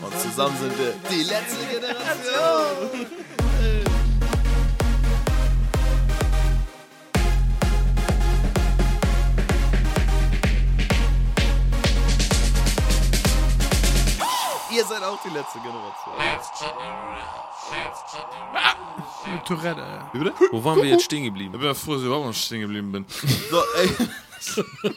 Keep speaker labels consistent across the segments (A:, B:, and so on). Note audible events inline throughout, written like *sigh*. A: Und zusammen sind wir die letzte Generation. Ihr seid auch die letzte Generation.
B: Mit Tourette, ja.
A: Wie bitte?
C: Wo waren wir
B: *laughs*
C: jetzt stehen geblieben?
D: Ich bin ja froh, dass ich überhaupt noch stehen geblieben bin.
A: So, ey.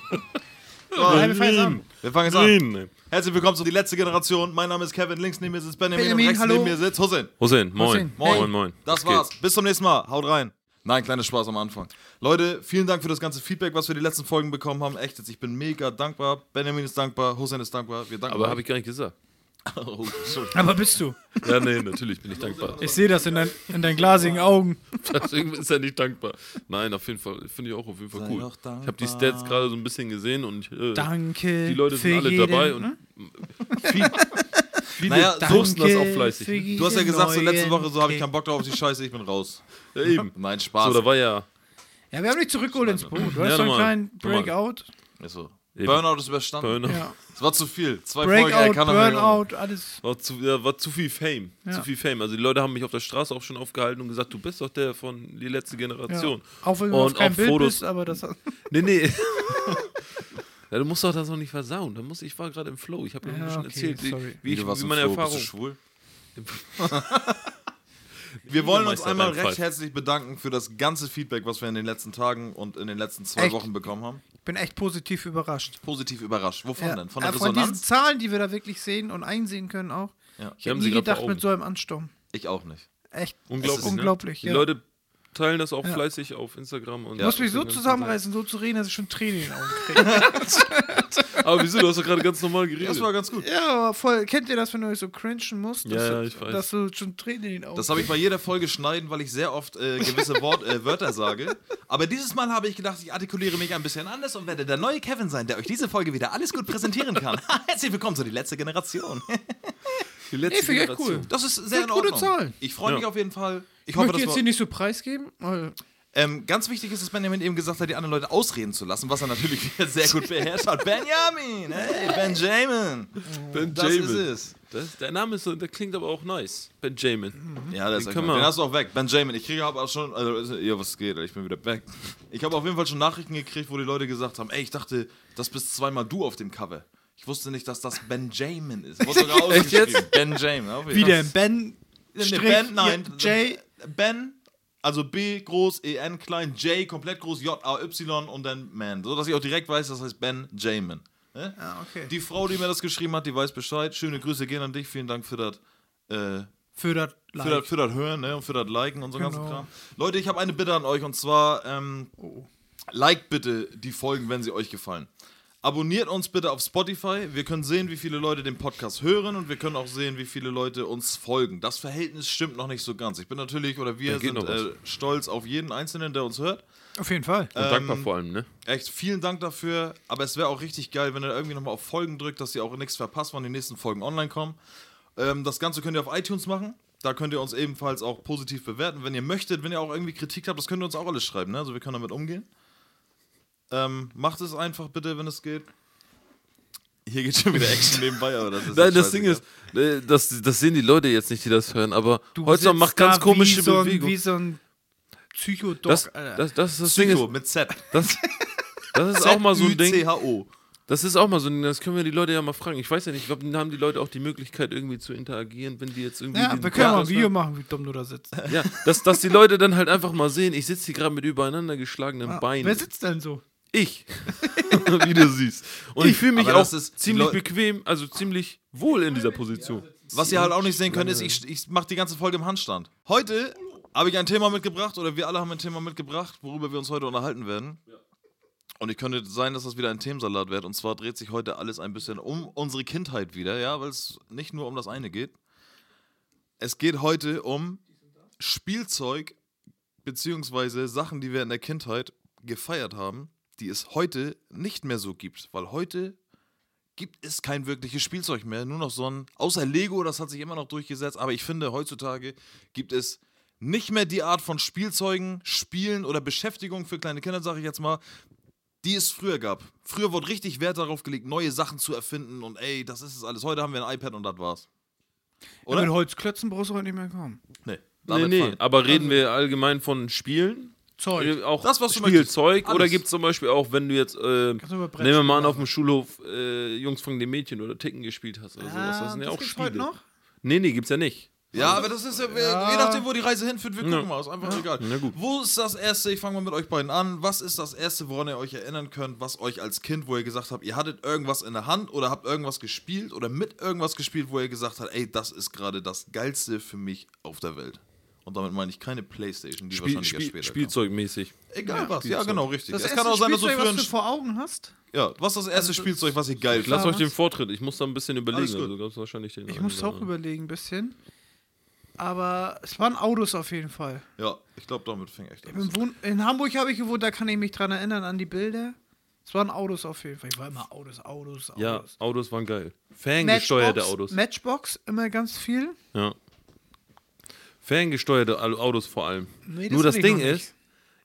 B: Nein, wir fangen jetzt an.
A: Wir fangen jetzt an. Herzlich willkommen zu Die letzte Generation. Mein Name ist Kevin. Links neben mir sitzt Benjamin,
B: Benjamin,
A: und rechts
B: hallo.
A: neben mir sitzt Hussein.
C: Hussein, moin.
B: Hussein,
C: Moin,
B: hey.
C: moin, moin.
A: Das
C: Was geht?
A: war's. Bis zum nächsten Mal. Haut rein. Nein, kleiner Spaß am Anfang. Leute, vielen Dank für das ganze Feedback, was wir die letzten Folgen bekommen haben. Echt jetzt, ich bin mega dankbar. Benjamin ist dankbar, Hussein ist dankbar. Wir danken
C: Aber
A: euch.
C: habe ich gar nicht gesagt. *laughs*
A: Oh, Entschuldigung.
B: Aber bist du?
C: Ja, nee, natürlich bin ich dankbar.
B: *laughs*
C: *laughs*
B: Ich sehe das in, dein, in deinen glasigen Augen.
C: Deswegen ist er nicht dankbar. Nein, auf jeden Fall finde ich auch auf jeden Fall
A: Sei
C: cool.
A: doch
C: Ich
A: dankbar.
C: habe die Stats gerade so ein bisschen gesehen und äh,
B: Danke.
C: die Leute sind
B: für
C: alle
B: jeden,
C: dabei
B: hm?
C: und viel, viele
A: Naja,
C: posten das auch
B: Danke für
C: fleißig. ne?
B: jeden
A: du hast ja gesagt, so letzte
B: neuen
A: Woche, so habe ich
B: Kick.
A: keinen Bock drauf auf die Scheiße, ich bin raus.
C: Ja, *laughs* eben.
A: Nein,
C: So,
A: Spaß.
C: da war ja.
B: Ja, wir haben dich zurückgeholt ins Boot. Du hast
C: Ja,
B: so einen
C: nochmal.
B: kleinen
C: Nochmal.
B: Breakout.
A: Ist so.
C: Eben.
A: Burnout ist überstanden.
C: Burnout.
B: Ja.
A: Es war zu viel. Zwei Folgen, ey,
B: Breakout,
A: kann doch nicht machen.
B: Burnout, alles.
C: War zu, ja, war zu viel Fame. Zu viel Fame. Also die Leute haben mich auf der Straße auch schon aufgehalten und gesagt, du bist doch der von die letzte
B: Ja.
C: Generation.
B: Auch wenn du
C: Und
B: auf keinem
C: auch
B: Bild
C: Fotos.
B: bist, aber das.
C: Nee, nee.
B: *laughs*
C: ja, du musst doch das noch nicht versauen. Da muss, ich war gerade im Flow. Ich habe ja,
B: Ja,
C: ein bisschen
B: okay,
C: erzählt, wie-
B: sorry.
C: wie, ich,
A: Du warst
C: wie
A: im
C: meine
A: Flow,
C: Erfahrung.
A: Bist du schwul? *laughs* Wir wollen uns
C: Meister
A: einmal
C: Reinfall.
A: recht herzlich bedanken für das ganze Feedback, was wir in den letzten Tagen und in den letzten zwei
B: Echt?
A: Wochen bekommen haben.
B: Ich bin echt positiv überrascht.
A: Positiv überrascht. Wovon
B: Ja,
A: denn? Von
B: äh,
A: der
B: von diesen
A: Resonanz?
B: Zahlen, die wir da wirklich sehen und einsehen können auch.
A: Ja.
B: Ich
C: Die haben
B: habe
C: sie
B: nie
C: grad vor
B: gedacht
C: Augen.
B: mit so einem Ansturm.
A: Ich auch nicht.
B: Echt
C: Unglaublich. ne?
B: unglaublich.
C: Die
B: Ja.
C: Leute teilen das auch
B: Ja.
C: fleißig auf Instagram. Und
B: Du musst mich so
C: Instagram.
B: zusammenreißen, so zu reden, dass ich schon Tränen in den Augen kriege.
C: Aber Ah, wieso? Du hast doch gerade ganz normal geredet.
A: Das war ganz gut.
B: ja, aber voll. Kennt ihr das, wenn ihr euch so cringen musst?
C: Ja,
B: dass,
C: ja,
B: du-
C: ich weiß.
B: Dass du schon Tränen in den Augen
A: Das habe ich bei jeder Folge schneiden, weil ich sehr oft äh, gewisse Wort, äh, Wörter sage. Aber dieses Mal habe ich gedacht, ich artikuliere mich ein bisschen anders und werde der neue Kevin sein, der euch diese Folge wieder alles gut präsentieren *laughs* kann. Herzlich willkommen zu die letzte Generation.
C: die letzte
B: Nee, finde ich echt
C: Generation.
A: Das ist sehr in
B: Sind gute
A: Ordnung.
B: Zahlen.
A: Ich freue mich
C: Ja.
A: auf jeden Fall. Ich,
B: Ich
A: hoffe,
B: möchte
A: das
B: jetzt
A: war,
B: hier nicht so preisgeben. weil-
A: ähm, ganz wichtig ist, dass Benjamin eben gesagt hat, die anderen Leute ausreden zu lassen, was er natürlich *laughs* wieder sehr gut beherrscht hat. Benjamin, hey, Benjamin.
C: Ben
A: Das
C: Jamin.
A: ist es.
C: Das, der Name ist so, der klingt aber auch nice.
B: Ähm,
C: Benjamin.
A: Ja, das ist
C: können
A: echt- Den
C: wir-
A: hast du auch weg. Benjamin, ich kriege aber auch schon. Also, ja, was geht, ich bin wieder weg. Ich habe auf jeden Fall schon Nachrichten gekriegt, wo die Leute gesagt haben: Ey, ich dachte, das bist zweimal du auf dem Cover. Ich wusste nicht, dass das Benjamin ist.
C: *laughs*
A: Wurde sogar ausgeschrieben. Benjamin. auf jeden
B: Wie
A: Fall.
B: der Ben.
A: Nee,
B: Strich,
A: Ne, ben, nein.
B: J.
A: Ben, also B groß, E, N klein, J komplett groß, J, A, Y und dann Man. So dass ich auch direkt weiß, das heißt Benjamin. Ne?
B: Ah, okay.
A: Die Frau, die mir das geschrieben hat, die weiß Bescheid. Schöne Grüße gehen an dich. Vielen Dank für das. Äh,
B: Für das Like.
A: für, das, für das Hören ne? und für das Liken und so ganzen
B: Genau. Oh,
A: Kram. Leute, ich habe eine Bitte an euch und zwar, ähm, liked bitte die Folgen, wenn sie euch gefallen. Abonniert uns bitte auf Spotify. Wir können sehen, wie viele Leute den Podcast hören und wir können auch sehen, wie viele Leute uns folgen. Das Verhältnis stimmt noch nicht so ganz. Ich bin natürlich oder wir
C: Da geht
A: sind
C: noch was.
A: äh, stolz auf jeden Einzelnen, der uns hört.
B: Auf jeden Fall.
C: Und dankbar vor allem, ne?
A: Echt, vielen Dank dafür. Aber es wäre auch richtig geil, wenn ihr irgendwie nochmal auf Folgen drückt, dass ihr auch nichts verpasst, wann die nächsten Folgen online kommen. Ähm, das Ganze könnt ihr auf iTunes machen. Da könnt ihr uns ebenfalls auch positiv bewerten. Wenn ihr möchtet, wenn ihr auch irgendwie Kritik habt, das könnt ihr uns auch alles schreiben. Ne? Also wir können damit umgehen. Ähm, macht es einfach bitte, wenn es geht. Hier geht schon wieder Action nebenbei, aber das ist
C: Nein,
A: jetzt
C: das Ding ist,
A: scheißegal.
C: äh, das, das sehen die Leute jetzt nicht, die das hören, aber
B: Du
C: Holzer
B: sitzt
C: macht ganz
B: da
C: komische
B: wie so ein-
C: Bewegungen.
B: Wie so ein Psychodoc.
C: das,
B: Alter.
C: das, das, das Ding
A: Psycho
C: ist,
A: mit Z.
C: das, das ist auch mal so ein Ding.
A: Z-U-C-H-O.
C: Das ist auch mal so ein Ding, das können wir die Leute ja mal fragen. Ich weiß ja nicht, ich glaube, dann haben die Leute auch die Möglichkeit, irgendwie zu interagieren, wenn die jetzt irgendwie.
B: ja,
C: den
B: wir können mal ein
C: Podcast
B: Video
C: hören.
B: machen, wie dumm du da sitzt.
C: Ja, dass, dass die Leute dann halt einfach mal sehen, ich sitze hier gerade mit übereinander geschlagenen Beinen.
B: Wer sitzt denn so?
C: Ich. *laughs* Wie du siehst. Und ich, fühle mich
A: Aber
C: auch
A: das ist- die
C: ziemlich
A: Leu-
C: bequem, also ziemlich wohl in dieser Position.
A: Was ihr halt auch nicht sehen könnt, ist, ich, ich mache die ganze Folge im Handstand. Heute habe ich ein Thema mitgebracht, oder wir alle haben ein Thema mitgebracht, worüber wir uns heute unterhalten werden. Und ich könnte sein, dass das wieder ein Themensalat wird. Und zwar dreht sich heute alles ein bisschen um unsere Kindheit wieder, ja, weil es nicht nur um das eine geht. Es geht heute um Spielzeug beziehungsweise Sachen, die wir in der Kindheit gefeiert haben, die es heute nicht mehr so gibt, weil heute gibt es kein wirkliches Spielzeug mehr, nur noch so ein, außer Lego, das hat sich immer noch durchgesetzt, aber ich finde, heutzutage gibt es nicht mehr die Art von Spielzeugen, Spielen oder Beschäftigung für kleine Kinder, sage ich jetzt mal, die es früher gab. Früher wurde richtig Wert darauf gelegt, neue Sachen zu erfinden und ey, das ist es alles. Heute haben wir ein iPad und das war's. Oder?
B: Oder? Mit Holzklötzen brauchst du heute nicht mehr kommen.
A: Nee,
C: Nee,
A: damit
C: nee,
A: fallen.
C: aber reden wir allgemein von Spielen?
B: Zeug.
C: Äh, Auch
A: Das, was du möchtest.
C: Spielzeug?
A: Alles.
C: Oder gibt es zum Beispiel auch, wenn du jetzt, äh, nehmen
B: Kannst du über Brettspiele
C: wir mal an,
B: machen.
C: auf dem Schulhof äh, Jungs von den Mädchen oder Ticken gespielt hast oder sowas. Ah, Das sind ja auch
B: gibt's
C: Spiele.
B: heute noch?
C: Nee, nee, gibt's ja nicht.
A: Ja, aber das ist ja, wir-
B: Ja.
A: je nachdem, wo die Reise hinführt, wir gucken mal, ist einfach egal.
C: Na gut.
A: Wo ist das Erste, ich fange mal mit euch beiden an, was ist das Erste, woran ihr euch erinnern könnt, was euch als Kind, wo ihr gesagt habt, ihr hattet irgendwas in der Hand oder habt irgendwas gespielt oder mit irgendwas gespielt, wo ihr gesagt habt, ey, das ist gerade das Geilste für mich auf der Welt. Und damit meine ich keine Playstation, die
C: Spiel,
A: wahrscheinlich erst
C: Spiel,
A: später
C: Spielzeugmäßig.
A: kam. Egal was, ja
C: Spielzeug.
A: genau, richtig.
B: Das
A: es kann auch sein, dass du
B: Spielzeug,
A: früher...
B: was du
A: ein-
B: vor Augen hast?
A: Ja, was ist das erste
B: Also,
A: Spielzeug, was ihr geil
C: Ich lasse
A: fandet?
C: euch den Vortritt. Ich muss da ein bisschen überlegen.
A: Alles gut.
C: Also gab's wahrscheinlich den
B: Ich
C: einen
B: musste
C: oder
B: auch
C: anderen.
B: überlegen, ein bisschen. Aber es waren Autos auf jeden Fall.
A: Ja, ich glaube, damit fing echt an.
B: Im Wohn in Hamburg habe ich gewohnt, da kann ich mich dran erinnern, an die Bilder. Es waren Autos auf jeden Fall. Ich war immer Autos, Autos, Autos.
C: Ja, Autos waren geil. Ferngesteuerte Autos.
B: Matchbox immer ganz viel.
C: Ja. Ferngesteuerte Au- Autos vor allem.
B: Nee, das
C: Nur das
B: hatte ich
C: Ding
B: noch nicht.
C: ist,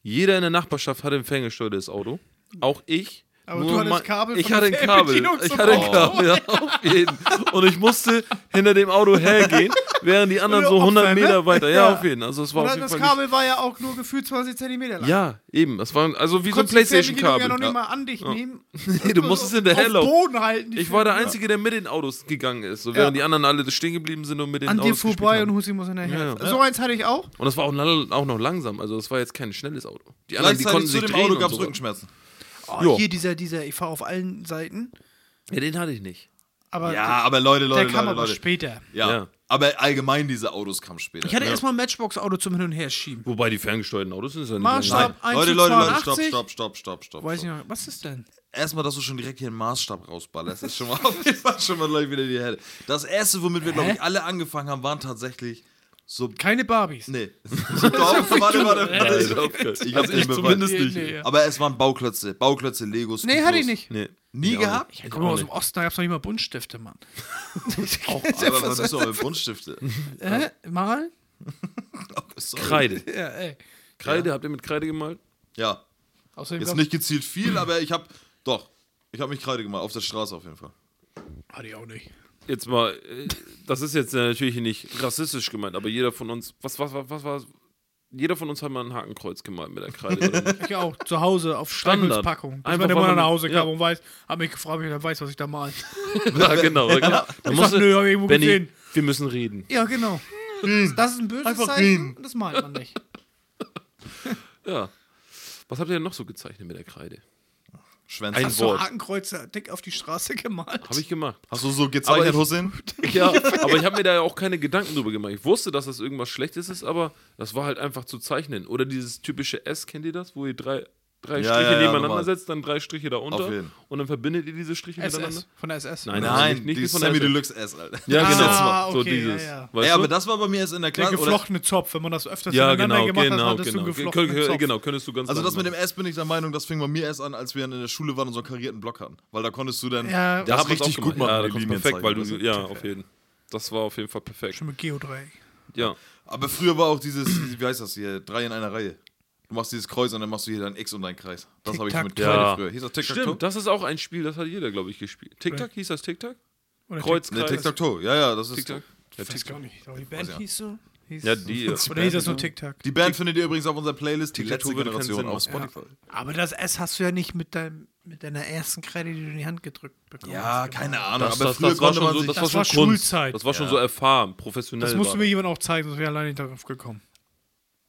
C: jeder in der Nachbarschaft hatte ein ferngesteuertes Auto. Auch ich.
B: Aber
C: Nur
B: du hattest
C: mein-
B: Kabel
C: Ich
B: von
C: hatte ein
B: der
C: Kabel.
B: Fernbedienung
C: Ich
B: zum
C: hatte ein
B: Auto.
C: Kabel, ja, auf jeden. Und ich musste hinter dem Auto hergehen, während die anderen
B: Oder
C: so 100
B: Opfer, ne?
C: Meter weiter. Ja,
B: Ja.
C: auf jeden. Also es war auf
B: Oder
C: jeden
B: das
C: Fall
B: Kabel war ja auch nur gefühlt 20 Zentimeter lang.
C: Nicht, ja, eben. Es war also wie so
B: Konntest die
C: ein
B: Fernbedienung
C: PlayStation-Kabel.
B: ja noch nicht
C: Ja.
B: mal an dich nehmen.
C: Nee, *laughs* du musstest
B: Auf
C: hinterherlaufen.
B: Boden halten. die
C: Ich war der
B: Fernbedienung.
C: Einzige, der mit den Autos gegangen ist, so während die anderen alle stehen geblieben sind und mit den
B: An dir
C: Autos gespielt
B: vorbei
C: haben.
B: und Husi muss hinterher.
C: Ja, ja.
B: So eins hatte ich auch.
C: Und das war auch, lang- auch noch langsam, also das war jetzt kein schnelles Auto. Die anderen, die konnten
A: Gleichzeitig zu
C: sich
A: dem
C: drehen
A: Auto
C: und
A: gab es
C: so.
A: Rückenschmerzen.
B: Oh,
C: Jo.
B: hier dieser, dieser, ich fahre auf allen Seiten.
C: Ja, den hatte ich nicht.
B: Aber
A: Ja, aber Leute,
B: der,
A: Leute,
B: der kam
A: Leute,
B: aber
A: Leute.
B: später.
A: Ja.
C: Ja.
A: Aber allgemein diese Autos kamen später.
B: Ich hatte erstmal ein Matchbox-Auto zum Hin- und Herschieben.
C: Wobei die ferngesteuerten Autos sind ja nicht
B: Maßstab
C: lang.
A: Nein.
B: 1
A: Leute,
B: zu
A: Leute, Leute, stopp,
B: 82.
A: stopp, stopp, stopp, stopp.
B: Weiß ich
A: stopp.
B: noch, was ist denn?
A: Erstmal, dass du schon direkt hier einen Maßstab rausballerst, ist schon mal *laughs* auf jeden Fall schon mal gleich wieder die Helle. Das erste, womit wir, glaube ich, alle angefangen haben, waren tatsächlich so.
B: Keine Barbies. *laughs*
A: Nee. So Bau- warte, warte,
C: Also,
A: warte.
C: okay.
A: Ich hab
C: also
A: den
C: ich
A: Beweis.
C: zumindest nicht.
B: Nee, ja.
A: Aber es waren Bauklötze, Bauklötze, Legos.
B: Nee, hatte ich
A: Kugellos.
B: nicht.
C: Nee.
A: Nie
C: auch
A: gehabt?
B: Ich komme aus dem Osten, da gab es noch nicht mal Buntstifte,
C: *laughs*
B: Mann. *laughs* auch
A: Aber was ist doch mit
B: *laughs*
A: Buntstifte?
B: Äh, mal?
A: Sorry.
C: Kreide.
B: Ja, ey.
C: *laughs* Kreide, habt ihr mit Kreide gemalt?
A: Ja.
B: Außerdem
A: Jetzt
B: gab's-
A: nicht gezielt viel, aber ich habe. Doch. Ich habe mich Kreide gemacht, auf der Straße auf jeden Fall.
B: Hatte ich auch nicht.
C: Jetzt mal, äh, das ist jetzt natürlich nicht rassistisch gemeint, aber jeder von uns, was, was, was, was, was jeder von uns hat mal ein Hakenkreuz gemalt mit der Kreide.
B: *laughs*
C: oder nicht?
B: Ich auch, zu Hause, auf
C: Standard.
B: Streichholzpackung. Bis
C: Einfach,
B: meine
C: weil
B: Mutter
C: man-
B: nach Hause
C: ja.
B: kam und weiß, hat mich gefragt, ob ich dann weiß, was ich da
C: *laughs*
B: mal.
C: ja, genau. Ja, genau. Da
B: Ich
C: musst
B: sag,
C: du-
B: nö, hab ich irgendwo
C: Benny,
B: gesehen.
C: wir müssen reden.
B: Ja, genau. Das ist ein böses
A: Einfach
B: Zeichen,
A: reden.
B: das malt man
C: *laughs*
B: nicht.
C: Ja. Was habt ihr denn noch so gezeichnet mit der Kreide?
A: Schwänze.
C: Ein
B: Hast du
C: Wort.
B: Hakenkreuze dick auf die Straße gemalt?
C: Habe ich gemacht. *laughs*
A: Hast du so gezeichnet,
C: Aber
A: *laughs*
C: ich-
A: Hussein?
C: Ja, aber ich habe mir da ja auch keine Gedanken drüber gemacht. Ich wusste, dass das irgendwas Schlechtes ist, aber das war halt einfach zu zeichnen. Oder dieses typische S, kennt ihr das? Wo ihr drei, drei
A: Ja,
C: Striche
A: ja, ja,
C: nebeneinander
A: normal.
C: setzt, dann drei Striche da
A: Auf
C: unter
A: jeden.
C: und dann verbindet ihr diese Striche miteinander.
B: SS, von der SS.
C: Nein,
A: Nein,
C: nicht- nicht
A: die
C: von der
A: Sammy
C: Seite.
A: Deluxe S, Alter.
C: Ja, genau.
B: Ah,
C: so
B: okay,
C: dieses.
B: ja, ja.
C: Weißt
A: Ey, aber
C: du?
A: das war bei mir erst in der
B: Der
A: Klasse. Oder,
B: geflochtene Zopf, wenn man das öfters
C: ja,
B: miteinander
C: genau,
B: gemacht hat,
C: genau,
B: hattest du
C: genau.
B: einen
C: Kön-
B: geflochtenen
C: kön-
B: Zopf.
C: genau. Könntest du ganz
A: also das mit
C: langsam
A: dem S bin ich der Meinung, das fing bei mir erst an, als wir in der Schule waren und so einen karierten Block hatten. Weil da konntest du dann
B: Ja. Da
C: Da
A: das
C: hat man's auch
A: richtig
C: gemacht.
A: gut machen.
C: Ja, da
A: die
C: kommst
A: Linien
C: perfekt, weil du.
A: zeigen, ne? weißt
C: Ja, auf jeden Das war auf jeden Fall perfekt.
B: Schon mit Geodreieck.
C: Ja.
A: Aber früher war auch dieses, *clears throat* wie heißt das hier, drei in einer Reihe. Du machst dieses Kreuz und dann machst du hier dein X und dein Kreis. Das habe ich
B: Tic-Tac.
A: mit
C: Ja.
A: Kreide früher. Hieß das
C: Stimmt,
A: Tic-Tac-Toe?
C: das ist auch ein Spiel, das hat jeder, glaube ich, gespielt. Tic-Tac, hieß das Tic-Tac?
B: Oder
C: Kreuz,
A: Ne,
C: Kreis.
A: Tic-Tac-Toe. Ja, ja, das ist...
C: Tic-Tac. Ja,
B: Ich weiß gar nicht. Aber die Band
A: ja.
B: hieß so? Hieß
C: Ja, die.
B: Oder hieß das nur Tic-Tac?
A: Die Band findet ihr übrigens auf unserer Playlist, die letzte
C: Tic-Tac-Toe würde keinen
A: Generation
C: Sinn
A: auf
C: machen.
A: Spotify.
B: Aber das S hast du ja nicht mit, deinem, mit deiner ersten Kreide, die du in die Hand gedrückt bekommen
A: Ja,
B: hast.
A: keine Ahnung,
C: Das,
A: aber
C: das,
A: früher
C: das war
A: konnte
C: schon
A: man
C: so,
A: sich...
C: das,
B: das
C: war
B: war
C: schon Kunst.
B: Schulzeit.
C: Das war schon so erfahren, professionell.
B: Das musst du
C: war
B: mir jemand auch zeigen, sonst wäre ich alleine nicht darauf gekommen.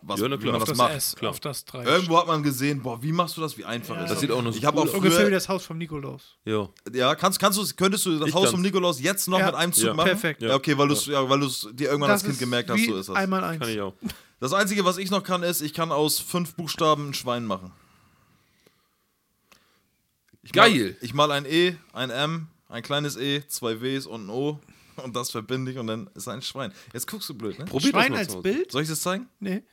A: was,
C: Ja, na
A: wie
C: klar.
A: man
C: Auf
A: das
B: das
A: macht.
B: S,
C: klar.
B: auf das 3.
A: Äh, Irgendwo hat man gesehen, boah, wie machst du das, wie einfach
B: Ja.
A: ist
C: Das sieht auch noch so
A: Ich habe
C: cool
A: auch
C: aus.
B: Ungefähr wie
A: früher,
B: das Haus vom Nikolaus.
C: ja.
A: ja, kannst, kannst du, könntest du das
C: Ich
A: Haus
C: kann's.
A: vom Nikolaus jetzt noch
B: Ja.
A: mit einem Zug
C: Ja.
A: machen?
B: Perfekt.
A: Ja, okay, weil du es ja, weil du's dir irgendwann als Kind
B: ist
A: gemerkt
B: wie
A: hast, so ist das.
B: Einmal eins.
C: Kann ich auch.
A: Das Einzige, was ich noch kann, ist, ich kann aus fünf Buchstaben ein Schwein machen. Ich
C: Geil.
A: Mal, ich mal ein E, ein M, ein kleines E, zwei Ws und ein O *laughs* und das verbinde ich und dann ist ein Schwein. Jetzt guckst du blöd, ne?
C: Probier
B: Schwein
C: das mal
B: als
C: zu Hause.
B: Bild?
A: Soll ich das zeigen?
B: Nee.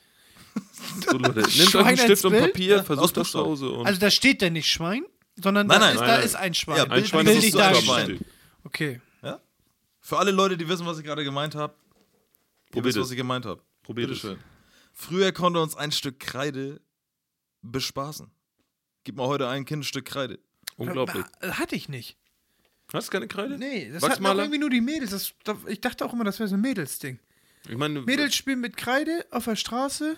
C: So, Leute, nehmt euch
B: Schwein
C: einen
B: als
C: Stift und
B: Bild?
C: Papier,
A: aus
C: versucht das zu
A: Buchstaben.
C: Hause. Und
B: Also da steht da nicht Schwein, sondern
A: Nein,
B: da,
A: nein,
B: ist,
A: nein,
B: da
C: nein.
B: ist ein Schwein.
A: Ja,
C: ein
A: Bild-
C: Schwein
A: Bild
C: ist
A: ich
C: so
A: da
C: dargestellt.
B: Okay.
A: Für alle Leute, die wissen, was ich gerade gemeint habe, ihr
C: Probiert
A: wisst, was
C: es.
A: ich gemeint habe.
C: Probiert es.
A: Bitteschön. Früher konnte uns ein Stück Kreide bespaßen. Gib mal heute ein Kind ein Stück Kreide.
C: Unglaublich.
B: Hatte ich nicht.
C: Hast du keine Kreide?
B: Nee, das hatten auch
C: Wachsmaler?
B: irgendwie nur die Mädels. Das, da- ich dachte auch immer, das wäre so ein Mädelsding.
C: Ich meine,
B: Mädels spielen mit Kreide auf der Straße.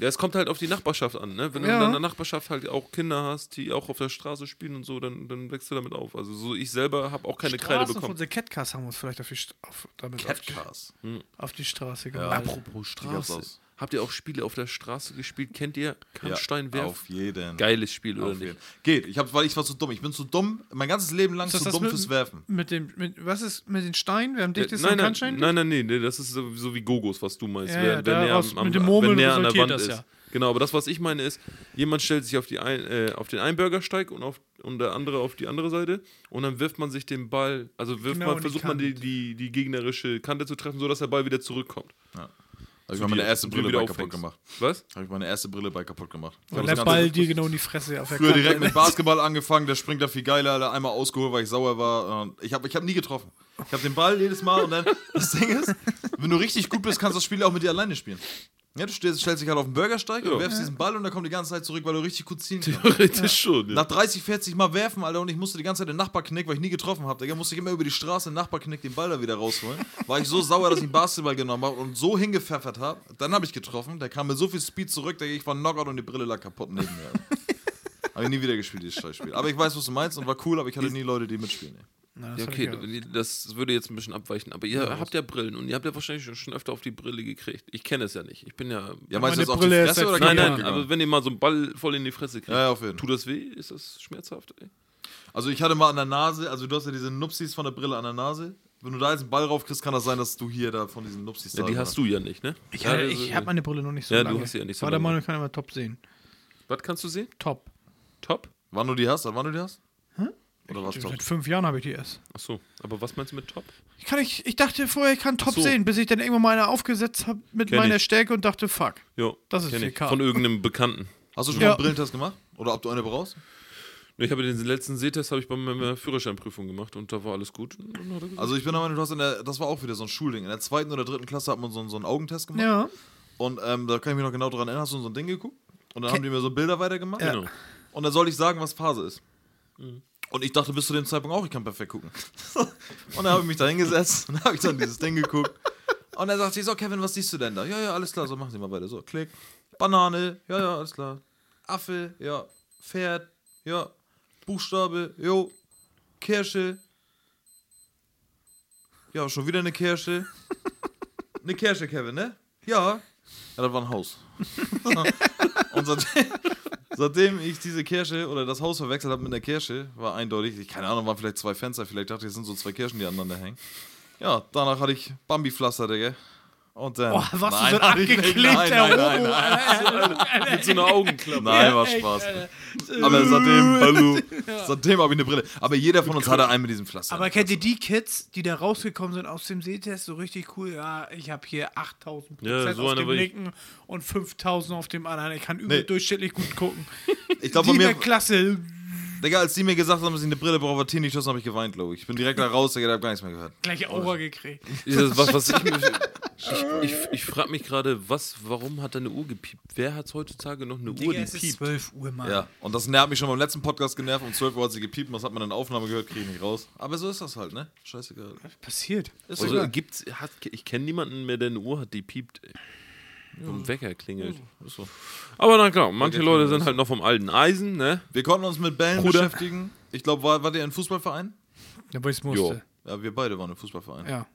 C: ja, es kommt halt auf die Nachbarschaft an, ne? Wenn du
B: Ja.
C: in deiner Nachbarschaft halt auch Kinder hast, die auch auf der Straße spielen und so, dann, dann wächst du damit auf. Also so ich selber habe auch keine Kreide bekommen.
B: Unsere Catcars haben wir uns vielleicht auf die, St- auf, damit auf die,
A: Cars.
B: auf die Straße gemacht.
C: Apropos
A: gab's
C: Straße.
A: aus.
C: Habt ihr auch Spiele auf der Straße gespielt? Kennt ihr Kannsteinwerf?
A: auf jeden.
C: Geiles Spiel,
A: Auf
C: oder
A: jeden.
C: nicht?
A: Geht. Ich hab, weil ich war zu dumm. Ich bin zu dumm, mein ganzes Leben lang
B: Ist das
A: zu
B: das
A: dumm
B: mit-
A: fürs Werfen.
B: Mit dem, mit, was ist mit den Steinen? Wer am
C: Ja,
B: dichtesten
C: Äh, nein,
B: am
C: nein,
B: Kannstein?
C: nein, nein, nee, nee, das ist so, so wie Gogos, was du meinst.
B: Ja,
C: wer-
B: ja,
C: wer näher
B: daraus-
C: am- am-
B: mit dem Murmeln
C: wer näher an der
B: resultiert
C: Wand
B: das
C: ist.
B: ja.
C: Genau, aber das, was ich meine, ist, jemand stellt sich auf, die ein, äh, auf den einen Bürgersteig und, auf, und der andere auf die andere Seite und dann wirft man sich den Ball, also wirft
B: Genau in
C: man,
B: die
C: versucht man die,
B: Kante.
C: die, die gegnerische Kante zu treffen, sodass der Ball wieder zurückkommt.
A: Hab Also ich mal meine
C: dir,
A: erste
C: du
A: Brille
C: wieder
A: bei kaputt
C: auffängst.
A: gemacht.
C: Was?
A: Hab ich meine erste Brille bei kaputt gemacht.
B: Weil
A: Hab
B: der
A: das
B: Ball
A: Ganze
B: dir genau in die Fresse auf der
A: Früher
B: Kante-
A: direkt mit Basketball angefangen, der springt da viel geiler, alle einmal ausgeholt, weil ich sauer war. Und ich habe ich hab nie getroffen. Ich habe den Ball jedes Mal und dann, das Ding ist, wenn du richtig gut bist, kannst du das Spiel auch mit dir alleine spielen. Ja, du stehst, stellst dich halt auf den Bürgersteig
C: Ja.
A: und werfst diesen Ball und der kommt die ganze Zeit zurück, weil du richtig gut zielen
C: *laughs*
A: kannst.
C: Theoretisch schon. Ja.
A: Nach 30, 40 Mal werfen, Alter, und ich musste die ganze Zeit den Nachbarknick, weil ich nie getroffen habe. Digga, musste ich immer über die Straße den Nachbarknick den Ball da wieder rausholen. War ich so *laughs* sauer, dass ich einen Basketball genommen habe und so hingepfeffert habe. Dann habe ich getroffen. Der kam mit so viel Speed zurück, Digga, ich war Knockout und die Brille lag kaputt neben mir. habe ich nie wieder gespielt, dieses Scheißspiel. Aber ich weiß, was du meinst und war cool, aber ich hatte nie Leute, die mitspielen. ey.
B: Na,
C: Ja,
B: das
C: okay,
B: hab ich auch.
C: das würde jetzt ein bisschen abweichen, aber ihr habt ja Brillen und ihr habt ja wahrscheinlich schon- schon öfter auf die Brille gekriegt. Ich kenne es ja nicht. Ich bin ja.
A: Ja, meinst du
B: Meine
A: jetzt auf die
B: Brille ist
A: Fresse
B: seit
A: oder
C: nein,
B: kaputt
A: kaputt
C: nein,
A: gegangen?
C: aber wenn ihr mal so einen Ball voll in die Fresse kriegt,
A: Ja, ja, auf jeden
C: tut das weh? Ist das schmerzhaft? Ey?
A: Also ich hatte mal an der Nase, also du hast ja diese Nupsis von der Brille an der Nase. Wenn du da jetzt einen Ball raufkriegst, kann das sein, dass du hier da von diesen Nupsis
C: Ja, die hast du ja nicht, ne?
B: Ich,
C: ja,
B: hatte- ich habe meine Brille noch nicht so
C: Ja, du
B: lange.
C: hast sie ja nicht so
B: War der
C: lange.
B: Meinung, ich kann immer top sehen.
C: Was kannst du sehen?
B: Top.
C: Top?
A: Wann du die hast? Wann du die hast? Oder was?
B: Seit fünf Jahren habe ich die erst.
C: Achso, aber was meinst du mit Top?
B: Ich, kann, ich, ich dachte vorher, ich kann top
C: so.
B: sehen, bis ich dann irgendwann mal eine aufgesetzt habe mit
C: Kenn
B: meiner
C: ich.
B: Stärke und dachte, fuck.
C: Jo,
B: Das ist
C: kenn ich.
B: 4K.
C: Von irgendeinem Bekannten.
A: Hast du schon
B: Ja.
A: mal einen Brillentest gemacht? Oder ob du eine brauchst?
C: Ich habe den letzten Sehtest habe ich bei meiner Führerscheinprüfung gemacht und da war alles gut. Und dann hat er gesagt,
A: Also ich bin der Meinung, du hast in der, das war auch wieder so ein Schulding. In der zweiten oder dritten Klasse hat man so, einen- so einen Augentest gemacht.
B: Ja.
A: Und ähm, da kann ich mich noch genau daran erinnern, hast du so ein Ding geguckt? Und dann
B: Ke-
A: haben die mir so Bilder weitergemacht.
C: genau.
A: Und dann soll ich sagen, was Phase ist. Und ich dachte bis zu dem Zeitpunkt auch, ich kann perfekt gucken. *laughs* und dann habe ich mich da hingesetzt und habe ich dann dieses Ding geguckt. Und dann sagte ich so, Kevin, was siehst du denn da? Ja, ja, alles klar, so machen Sie mal weiter. So, klick. Banane, ja, ja, alles klar. Affe, ja. Pferd, ja. Buchstabe, jo. Kirsche. Ja, schon wieder eine *laughs* Kirsche. Eine Kirsche, Kevin, ne? Ja. Ja, das war ein Haus. *laughs* und seitdem, seitdem ich diese Kirsche oder das Haus verwechselt habe mit einer Kirsche, war eindeutig, ich keine Ahnung, waren vielleicht zwei Fenster, vielleicht dachte ich, es sind so zwei Kirschen, die aneinander hängen. Ja, danach hatte ich Bambi-Pflaster, Digga. Und dann.
B: Boah, was
A: Nein,
B: du so ein
A: hatte ich nicht. Nein,
B: abgeklebter
A: nein, nein,
B: Homo,
A: nein.
B: Alter.
C: Mit so einer Augenklappe.
A: Nein, war Spaß. Aber
B: *laughs*
A: seitdem, hallo, seitdem habe ich eine Brille. Aber jeder von uns hatte einen mit diesem Pflaster.
B: Aber kennt ihr die Kids, die da rausgekommen sind aus dem Sehtest, so richtig cool? Ja, ich habe hier 8000 Prozent
C: Ja, so
B: auf
C: einer
B: dem
C: war ich.
B: linken und 5000 auf dem anderen. Ich kann übel
A: Nee.
B: durchschnittlich gut gucken.
A: *laughs* ich glaube,
B: die
A: bei
B: in der
A: mir,
B: Klasse.
A: Digga, als die mir gesagt haben, dass ich eine Brille brauche, war Tinnitus, habe ich geweint, glaube ich. Ich bin direkt da raus, Digga, da habe gar nichts mehr gehört.
B: Gleiche Aura gekriegt.
C: Dieses, was, was
A: *laughs*
C: ich mich, ich, ich, ich frage mich gerade, was, warum hat deine Uhr gepiept? Wer hat heutzutage noch eine Uhr, die piept?
B: 12 Uhr, Mann.
A: Ja, und das nervt mich schon beim letzten Podcast genervt. Um 12 Uhr hat sie gepiept, und das hat man in der Aufnahme gehört, kriege ich nicht raus. Aber so ist das halt, ne? Scheißegal.
B: Passiert.
A: Ist
C: Also
A: egal.
C: gibt's, hat, ich kenne niemanden mehr, der eine Uhr hat, die piept. Ey. Vom Wecker klingelt.
A: so.
C: Aber na klar, manche
A: Wecker
C: Leute
A: klingelt,
C: sind halt noch vom alten Eisen, ne?
A: Wir konnten uns mit Bällen
C: Bruder.
A: beschäftigen. Ich glaube, war, wart ihr in Fußballverein?
B: Ja, weil ich es musste.
A: Ja, wir beide waren im Fußballverein.
B: Ja.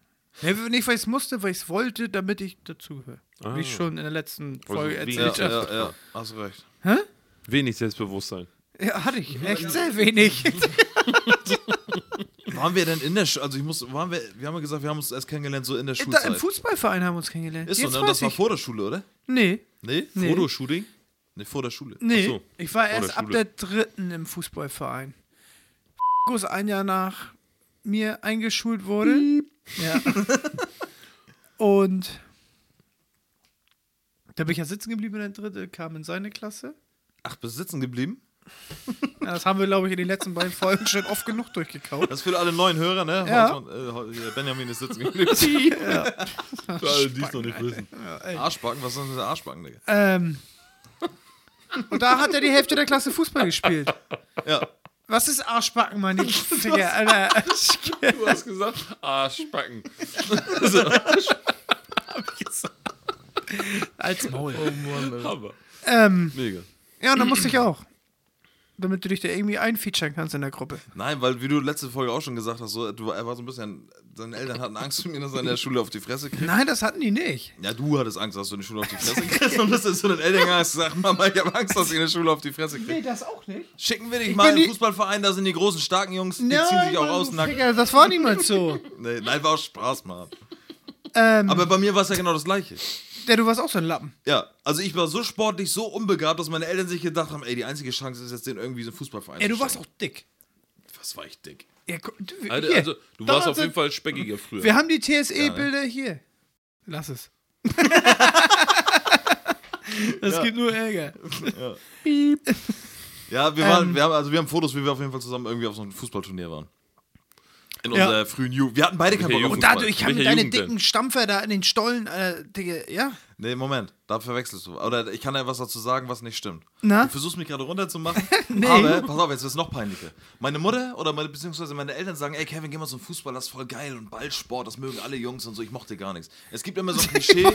B: Nee, nicht, weil ich es musste, weil ich es wollte, damit ich dazugehöre.
C: Ah.
B: Wie ich schon in der letzten Folge
C: wie-
A: ja,
B: erzählt habe.
A: ja, ja. Hast recht.
C: Wenig Selbstbewusstsein.
B: Ja, hatte ich. Echt sehr wenig.
A: Waren wir denn in der Schule? Also ich muss, waren wir, wir haben ja gesagt, wir haben uns erst kennengelernt, so in der
B: da, Im
A: Schulzeit.
B: Fußballverein haben wir uns kennengelernt.
A: Ist so,
B: Jetzt
A: ne? Und
B: weiß
A: das war
B: ich.
A: vor der Schule, oder?
B: nee,
A: Nee?
B: Nee.
C: Fotoshooting?
A: Nee, vor der Schule.
B: nee.
C: Ach so,
B: ich war
C: vor
B: erst
C: der
B: ab
C: Schule.
B: der dritten im Fußballverein. ist ein Jahr nach mir eingeschult wurde. Ja. Und da bin ich ja sitzen geblieben in der dritte, kam in seine Klasse.
A: Ach, bist du sitzen geblieben?
B: Ja, das haben wir, glaube ich, in den letzten beiden Folgen schon oft genug durchgekaut.
A: Das ist für alle neuen Hörer, ne?
B: Ja.
A: Hausmann- äh, hier, Benjamin ist sitzen geblieben.
C: Für alle, die es noch nicht wissen.
A: Arschbacken, was ist denn mit Arschbacken, Digga?
B: Ähm, Und da hat er die Hälfte der Klasse Fußball gespielt.
A: Ja.
B: Was ist Arschbacken, meine
C: *laughs*
B: Finger, Alter?
C: Du hast gesagt, ah, Arschbacken.
B: Als Maul.
C: Aber
B: Ähm,
C: mega.
B: ja, und dann musste ich auch. Damit du dich da irgendwie einfeaturen kannst in der Gruppe.
A: Nein, weil wie du letzte Folge auch schon gesagt hast, so, du, er war so ein bisschen, seine Eltern hatten Angst vor mir, dass er in der Schule auf die Fresse kriegt.
B: Nein, das hatten die nicht.
A: Ja, du hattest Angst, dass du in der Schule auf die
B: *laughs*
A: Fresse kriegst und bist dann zu den Eltern gegangen und hast gesagt, Mama, ich habe Angst, dass ich in der Schule auf die Fresse krieg.
B: das auch nicht.
A: Schicken wir dich
B: Ich
A: mal
B: bin
A: in den
B: die-
A: Fußballverein, da sind die großen, starken Jungs, die ziehen
B: Nein,
A: sich auch aus.
B: Mann,
A: Nackt.
B: Digga, das war niemals so.
A: Nee, nein, war auch Spaß, Mann.
B: Ähm,
A: Aber bei mir war es ja genau das Gleiche.
B: ja, du warst auch so ein Lappen.
A: Ja, also ich war so sportlich, so unbegabt, dass meine Eltern sich gedacht haben, ey, die einzige Chance ist jetzt, den irgendwie so einen Fußballverein
B: Ey, du
A: zu
B: warst
A: schicken.
B: auch dick.
A: Was war ich dick?
B: Ja, gu- du,
C: Alter,
B: hier.
C: also, du warst auf
B: Donaldson-
C: jeden Fall speckiger früher.
B: Wir haben die TSE-Bilder hier. Lass es. das gibt nur Ärger. Piep.
A: Ja, wir,
B: Ähm.
A: waren, wir, haben, also wir haben Fotos, wie wir auf jeden Fall zusammen irgendwie auf so einem Fußballturnier waren. In
B: Ja.
A: unserer frühen Jugend. Wir hatten beide keinen
C: der
A: Bock auf
C: Jugend-
A: Fußball.
B: Dadurch haben
C: Welcher
B: deine
C: Jugend denn?
B: dicken Stampfer da in den Stollen, äh, Digga, ja.
A: Nee, Moment, da verwechselst du. Oder ich kann ja was dazu sagen, was nicht stimmt.
B: Na?
A: Du versuchst mich gerade runterzumachen.
B: *laughs* Nee.
A: Aber pass auf, jetzt wird's noch peinlicher. Meine Mutter oder meine, beziehungsweise meine Eltern sagen, ey Kevin, geh mal zum Fußball, das ist voll geil und Ballsport, das mögen alle Jungs und so. Ich mochte gar nichts. Es gibt immer so
B: *laughs*
A: ein Klischee.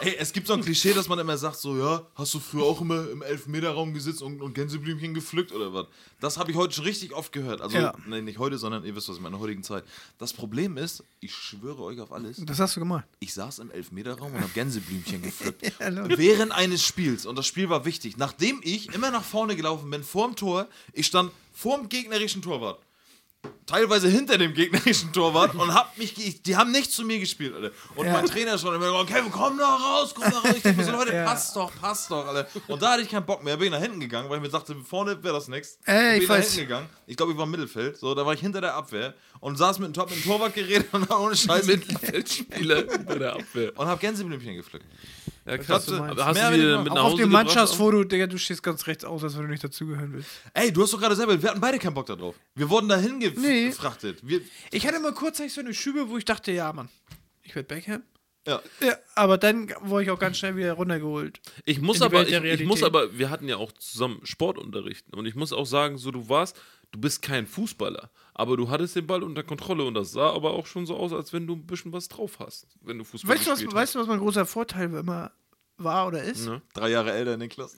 A: Ey, es gibt so ein Klischee, dass man immer sagt, so, ja, hast du früher auch immer im Elfmeterraum gesetzt und, und Gänseblümchen gepflückt oder was? Das habe ich heute schon richtig oft gehört. Also,
B: Ja.
A: nee, nicht heute, sondern ihr wisst, was ich meine, in der heutigen Zeit. Das Problem ist, ich schwöre euch auf alles,
B: Das hast du gemacht.
A: ich saß im Elfmeterraum und habe Gänseblümchen gepflückt.
B: *laughs* Ja, lol.
A: Während eines Spiels, und das Spiel war wichtig, nachdem ich immer nach vorne gelaufen bin, vorm Tor, ich stand vorm gegnerischen Torwart. Teilweise hinter dem gegnerischen Torwart und hab mich, ge- die haben nicht zu mir gespielt, Alter. Und
B: Ja.
A: mein Trainer schon immer gesagt, Kevin, komm da raus, komm da raus. Ich dachte mir so, Leute,
B: *laughs* Ja.
A: passt doch, passt doch, Alter. Und da hatte ich keinen Bock mehr, bin ich nach hinten gegangen, weil ich mir dachte, vorne wäre das nichts.
B: Ey,
A: bin
B: ich
A: nach
B: weiß.
A: hinten gegangen. Ich glaube, ich war im Mittelfeld, so, da war ich hinter der Abwehr und saß mit dem, Tor- mit dem Torwart geredet *laughs* und ohne Scheiß
C: Mittelfeldspieler bei der Abwehr.
A: und hab Gänseblümchen gepflückt.
C: Ja, krass.
A: was du meinst.
C: Aber hast
A: Mehr
C: du die
A: oder
C: mit
B: Auch
C: nach
B: auf
C: Hause
B: dem
C: gebracht?
B: Mannschaftsfoto, Digga, du stehst ganz rechts aus, als wenn du nicht dazugehören willst.
A: Ey, du hast doch gerade selber, wir hatten beide keinen Bock darauf. Wir wurden dahin gef
B: Nee.
A: gefrachtet. Wir,
B: Ich hatte mal kurzzeitig so eine Schübe, wo ich dachte, ja, Mann, ich werde Beckham.
A: ja.
B: Ja, aber dann wurde ich auch ganz schnell wieder runtergeholt.
C: Ich muss
B: in die
C: aber,
B: Welt
C: ich,
B: der
C: ich muss
B: Realität.
C: aber, wir hatten ja auch zusammen Sportunterricht und ich muss auch sagen, so du warst, du bist kein Fußballer, aber du hattest den Ball unter Kontrolle und das sah aber auch schon so aus, als wenn du ein bisschen was drauf hast, wenn du Fußball
B: Weißt du, was,
C: gespielt
B: weißt du, was mein großer Vorteil immer war oder ist?
C: Ja.
A: Drei Jahre älter, Niklas.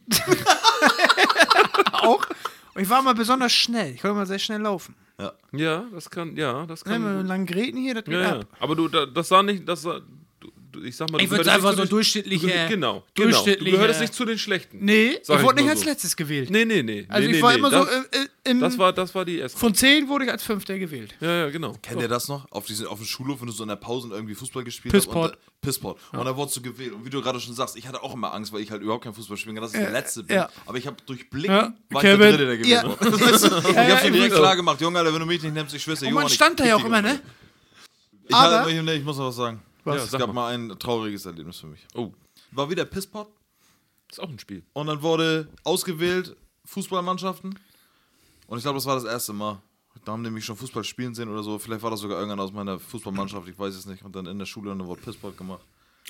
B: Auch. Und ich war mal besonders schnell. Ich konnte mal sehr schnell laufen.
C: hast. Ja, das kann, ja, das
B: Ne,
C: kann.
B: mit den langen Gräten hier, das geht
C: ja, ja.
B: ab.
C: Aber du, da, das sah nicht, das sah, du, du, ich sag mal,
B: Ich
C: du
B: würd's
C: gehörtest
B: einfach
C: nicht
B: so
C: zu den-
B: durchschnittliche-
C: du geh- Genau, genau. Du
B: durchschnittliche-
C: gehörtest nicht zu den Schlechten.
B: Nee,
C: Sag
B: ich wurde nicht
C: mal
B: als
C: so.
B: letztes gewählt.
C: Nee, nee, nee.
B: also
C: nee,
B: ich war
C: nee,
B: immer
C: nee.
B: so
C: Das,
B: im, im,
C: das war, das war die erste.
B: von 10 wurde ich als Fünfter gewählt.
C: Ja, ja, genau.
A: Kennt ihr das noch? Auf, diesen, auf dem Schulhof, wenn du so in der Pause irgendwie Fußball gespielt
B: Pissport.
A: hast. Und, Pissport. Und da wurdest du gewählt. Und wie du gerade schon sagst, ich hatte auch immer Angst, weil ich halt überhaupt kein Fußball spielen kann, dass ich der
B: Ja,
A: Letzte bin.
B: ja.
A: Aber ich habe durch Blicken,
B: Ja.
A: war ich der
B: Hm? Kevin.
A: Dritte, der gewählt
B: Ja. *laughs*
A: wurde. ich
B: ja,
A: hab's dir direkt
B: übrigens.
A: klar gemacht. Junge, Alter, wenn du mich nicht nimmst, ich schwör's dir.
B: Und
A: Johann,
B: man
A: ich
B: stand da ja
A: kick
B: auch
A: dich
B: immer,
A: runter.
B: ne?
A: Ich, hatte-
B: Aber-
A: nee, ich muss noch was sagen.
C: Was? Ja,
A: es
C: sag
A: gab
C: mal.
A: mal ein trauriges Erlebnis für mich.
C: Oh,
A: War wieder Pissport.
C: ist auch ein Spiel.
A: Und dann wurde ausgewählt Fußballmannschaften. Und ich glaube, das war das erste Mal. Da haben die mich schon Fußball spielen sehen oder so. Vielleicht war das sogar irgendeiner aus meiner Fußballmannschaft, ich weiß es nicht. Und dann in der Schule dann wurde Pissball gemacht.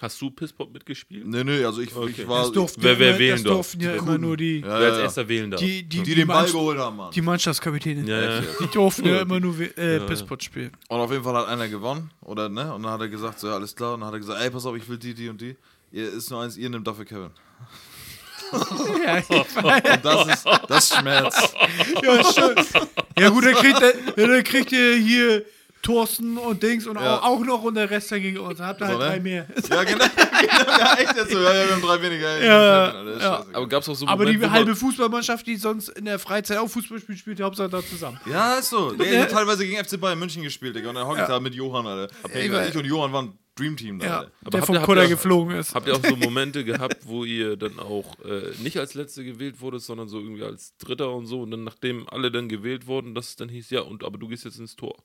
C: Hast du Pisspop mitgespielt?
A: Nee, nee, also ich, ich
C: Okay.
A: war.
B: Das durften,
C: Wer-
B: ja
C: wer
B: immer-
C: wählen
B: das
C: darf?
B: durften ja immer nur die,
A: ja,
C: Wer
A: ja,
C: als
A: ja.
C: erster wählen darf.
B: die, die,
A: Die, die den Ball
B: Mannsch-
A: geholt haben, Mann.
B: die Mannschaftskapitäne.
C: ja, ja.
B: Die durften ja immer nur we- äh,
C: ja.
B: Pisspot spielen. *laughs*
A: Und auf jeden Fall hat einer gewonnen. Oder, ne? Und dann hat er gesagt, so, ja, alles klar. Und dann hat er gesagt, ey, pass auf, ich will die, die und die. Ihr ist nur eins, ihr nehmt dafür Kevin.
B: Ja,
A: Und das ist, das
B: *laughs*
A: schmerzt.
B: Ja, schön. ja gut, dann kriegt, der, ja, dann kriegt ihr hier Thorsten und Dings und
A: Ja.
B: auch, auch noch und der Rest dann gegen uns. Dann habt ihr
A: So,
B: halt
A: ne?
B: drei mehr.
A: Ja, genau. *laughs* genau ja, echt jetzt so. Ja, ja, wir haben drei weniger. Ey,
B: Ja,
A: Kevin, Alter, ist
B: ja.
A: scheißegal.
C: Aber gab es auch so
B: Aber die
C: Momente, wo man-
B: halbe Fußballmannschaft, die sonst in der Freizeit auch Fußball spielt, spielt die Hauptsache da zusammen.
A: Ja, ist so.
B: Ne?
A: Der hat teilweise gegen FC Bayern München gespielt, Digga. Und dann hocke ich da mit Johann, Alter. Ich,
B: weil-
A: ich und Johann waren Dreamteam, da,
B: Ja,
A: Alter.
C: Aber
B: der
C: habt
B: vom
C: ihr- habt
B: Kutter
C: ihr-
B: geflogen ist.
C: Habt ihr auch so Momente gehabt, wo ihr dann auch äh, nicht als Letzte gewählt wurdet, sondern so irgendwie als Dritter und so und dann nachdem alle dann gewählt wurden, dass es dann hieß, ja, und aber du gehst jetzt ins Tor.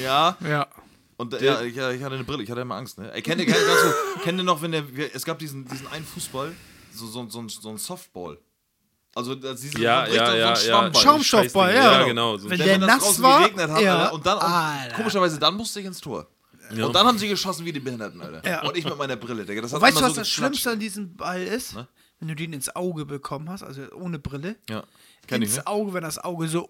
A: Ja,
B: Ja.
A: und äh, ja, ich, ja, ich hatte eine Brille, ich hatte immer Angst, ne? Ey, kennt ihr, kennt, ihr ganz so, kennt ihr noch, wenn der. wir- Es gab diesen, diesen einen Fußball, so, so, so, ein- so ein Softball. Also, das ist
C: Ja, ja, ja, ja.
A: Schwammball.
C: Schau-
B: Schaumstoffball,
C: Scheißding.
B: ja.
C: Ja, genau, so ein
B: Wenn
A: Wenn
B: der
A: dann
B: nass
A: draußen
B: war,
A: geregnet hat,
B: ja.
A: Alter, und dann, und,
B: Alter.
A: komischerweise, dann musste ich ins Tor. Und dann haben sie geschossen wie die Behinderten, Alter. Und ich mit meiner Brille, Digga. Das hat
B: Weißt du,
A: immer
B: was
A: so
B: das
A: geklatscht.
C: Ne?
B: Schlimmste an diesem Ball ist? wenn du den ins Auge bekommen hast, also ohne Brille,
A: Ja. Kenn ich,
B: ins
A: ne?
B: Auge, wenn das Auge so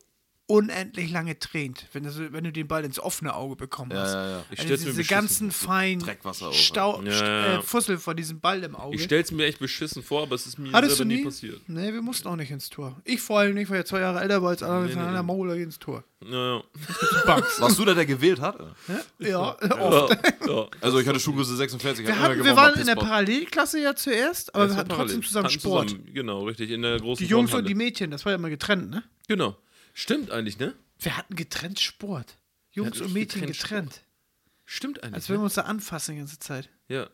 B: unendlich lange tränt, wenn, das, wenn du den Ball ins offene Auge bekommen
A: Ja,
B: hast.
A: ja, ja.
C: Ich
B: also
C: stell's mir
B: diese
C: beschissen
B: ganzen feinen
A: Dreckwasser auf,
B: Stau,
C: ja.
B: St-
C: Ja, ja.
B: Äh, Fussel von diesem Ball im Auge.
C: Ich stell's mir echt beschissen vor, aber es ist mir
B: Hattest du
C: selber
B: nie?
C: nie passiert.
B: Nee, wir mussten auch nicht ins Tor. Ich vor allem nicht, weil ich zwei Jahre älter war als alle nee, nee, Maul nee. ins Tor.
C: Ja, ja.
B: Banks.
A: Warst du da, der gewählt hat?
B: ja, oft.
C: ja, ja.
A: Also ich hatte Schuhgröße 46. ich
B: Wir,
A: hab
B: hatten,
A: immer
B: wir
A: gewonnen,
B: waren
A: hab
B: in der
A: Pissbock.
B: Parallelklasse ja zuerst, aber
C: Das
B: wir
C: war
B: hatten trotzdem
C: parallel.
B: zusammen
C: Hatten
B: Sport.
C: zusammen, genau, richtig. In der großen
B: Die Jungs und die
C: Turnhalle.
B: Mädchen, das war ja immer getrennt, ne?
C: Genau. Stimmt eigentlich, ne?
B: Wir hatten getrennt Sport. Jungs
C: hatten
B: und
C: echt
B: Mädchen
C: getrennt
B: getrennt.
C: Stimmt eigentlich.
B: Als
C: ne?
B: wenn wir uns da anfassen die ganze Zeit.
C: Ja.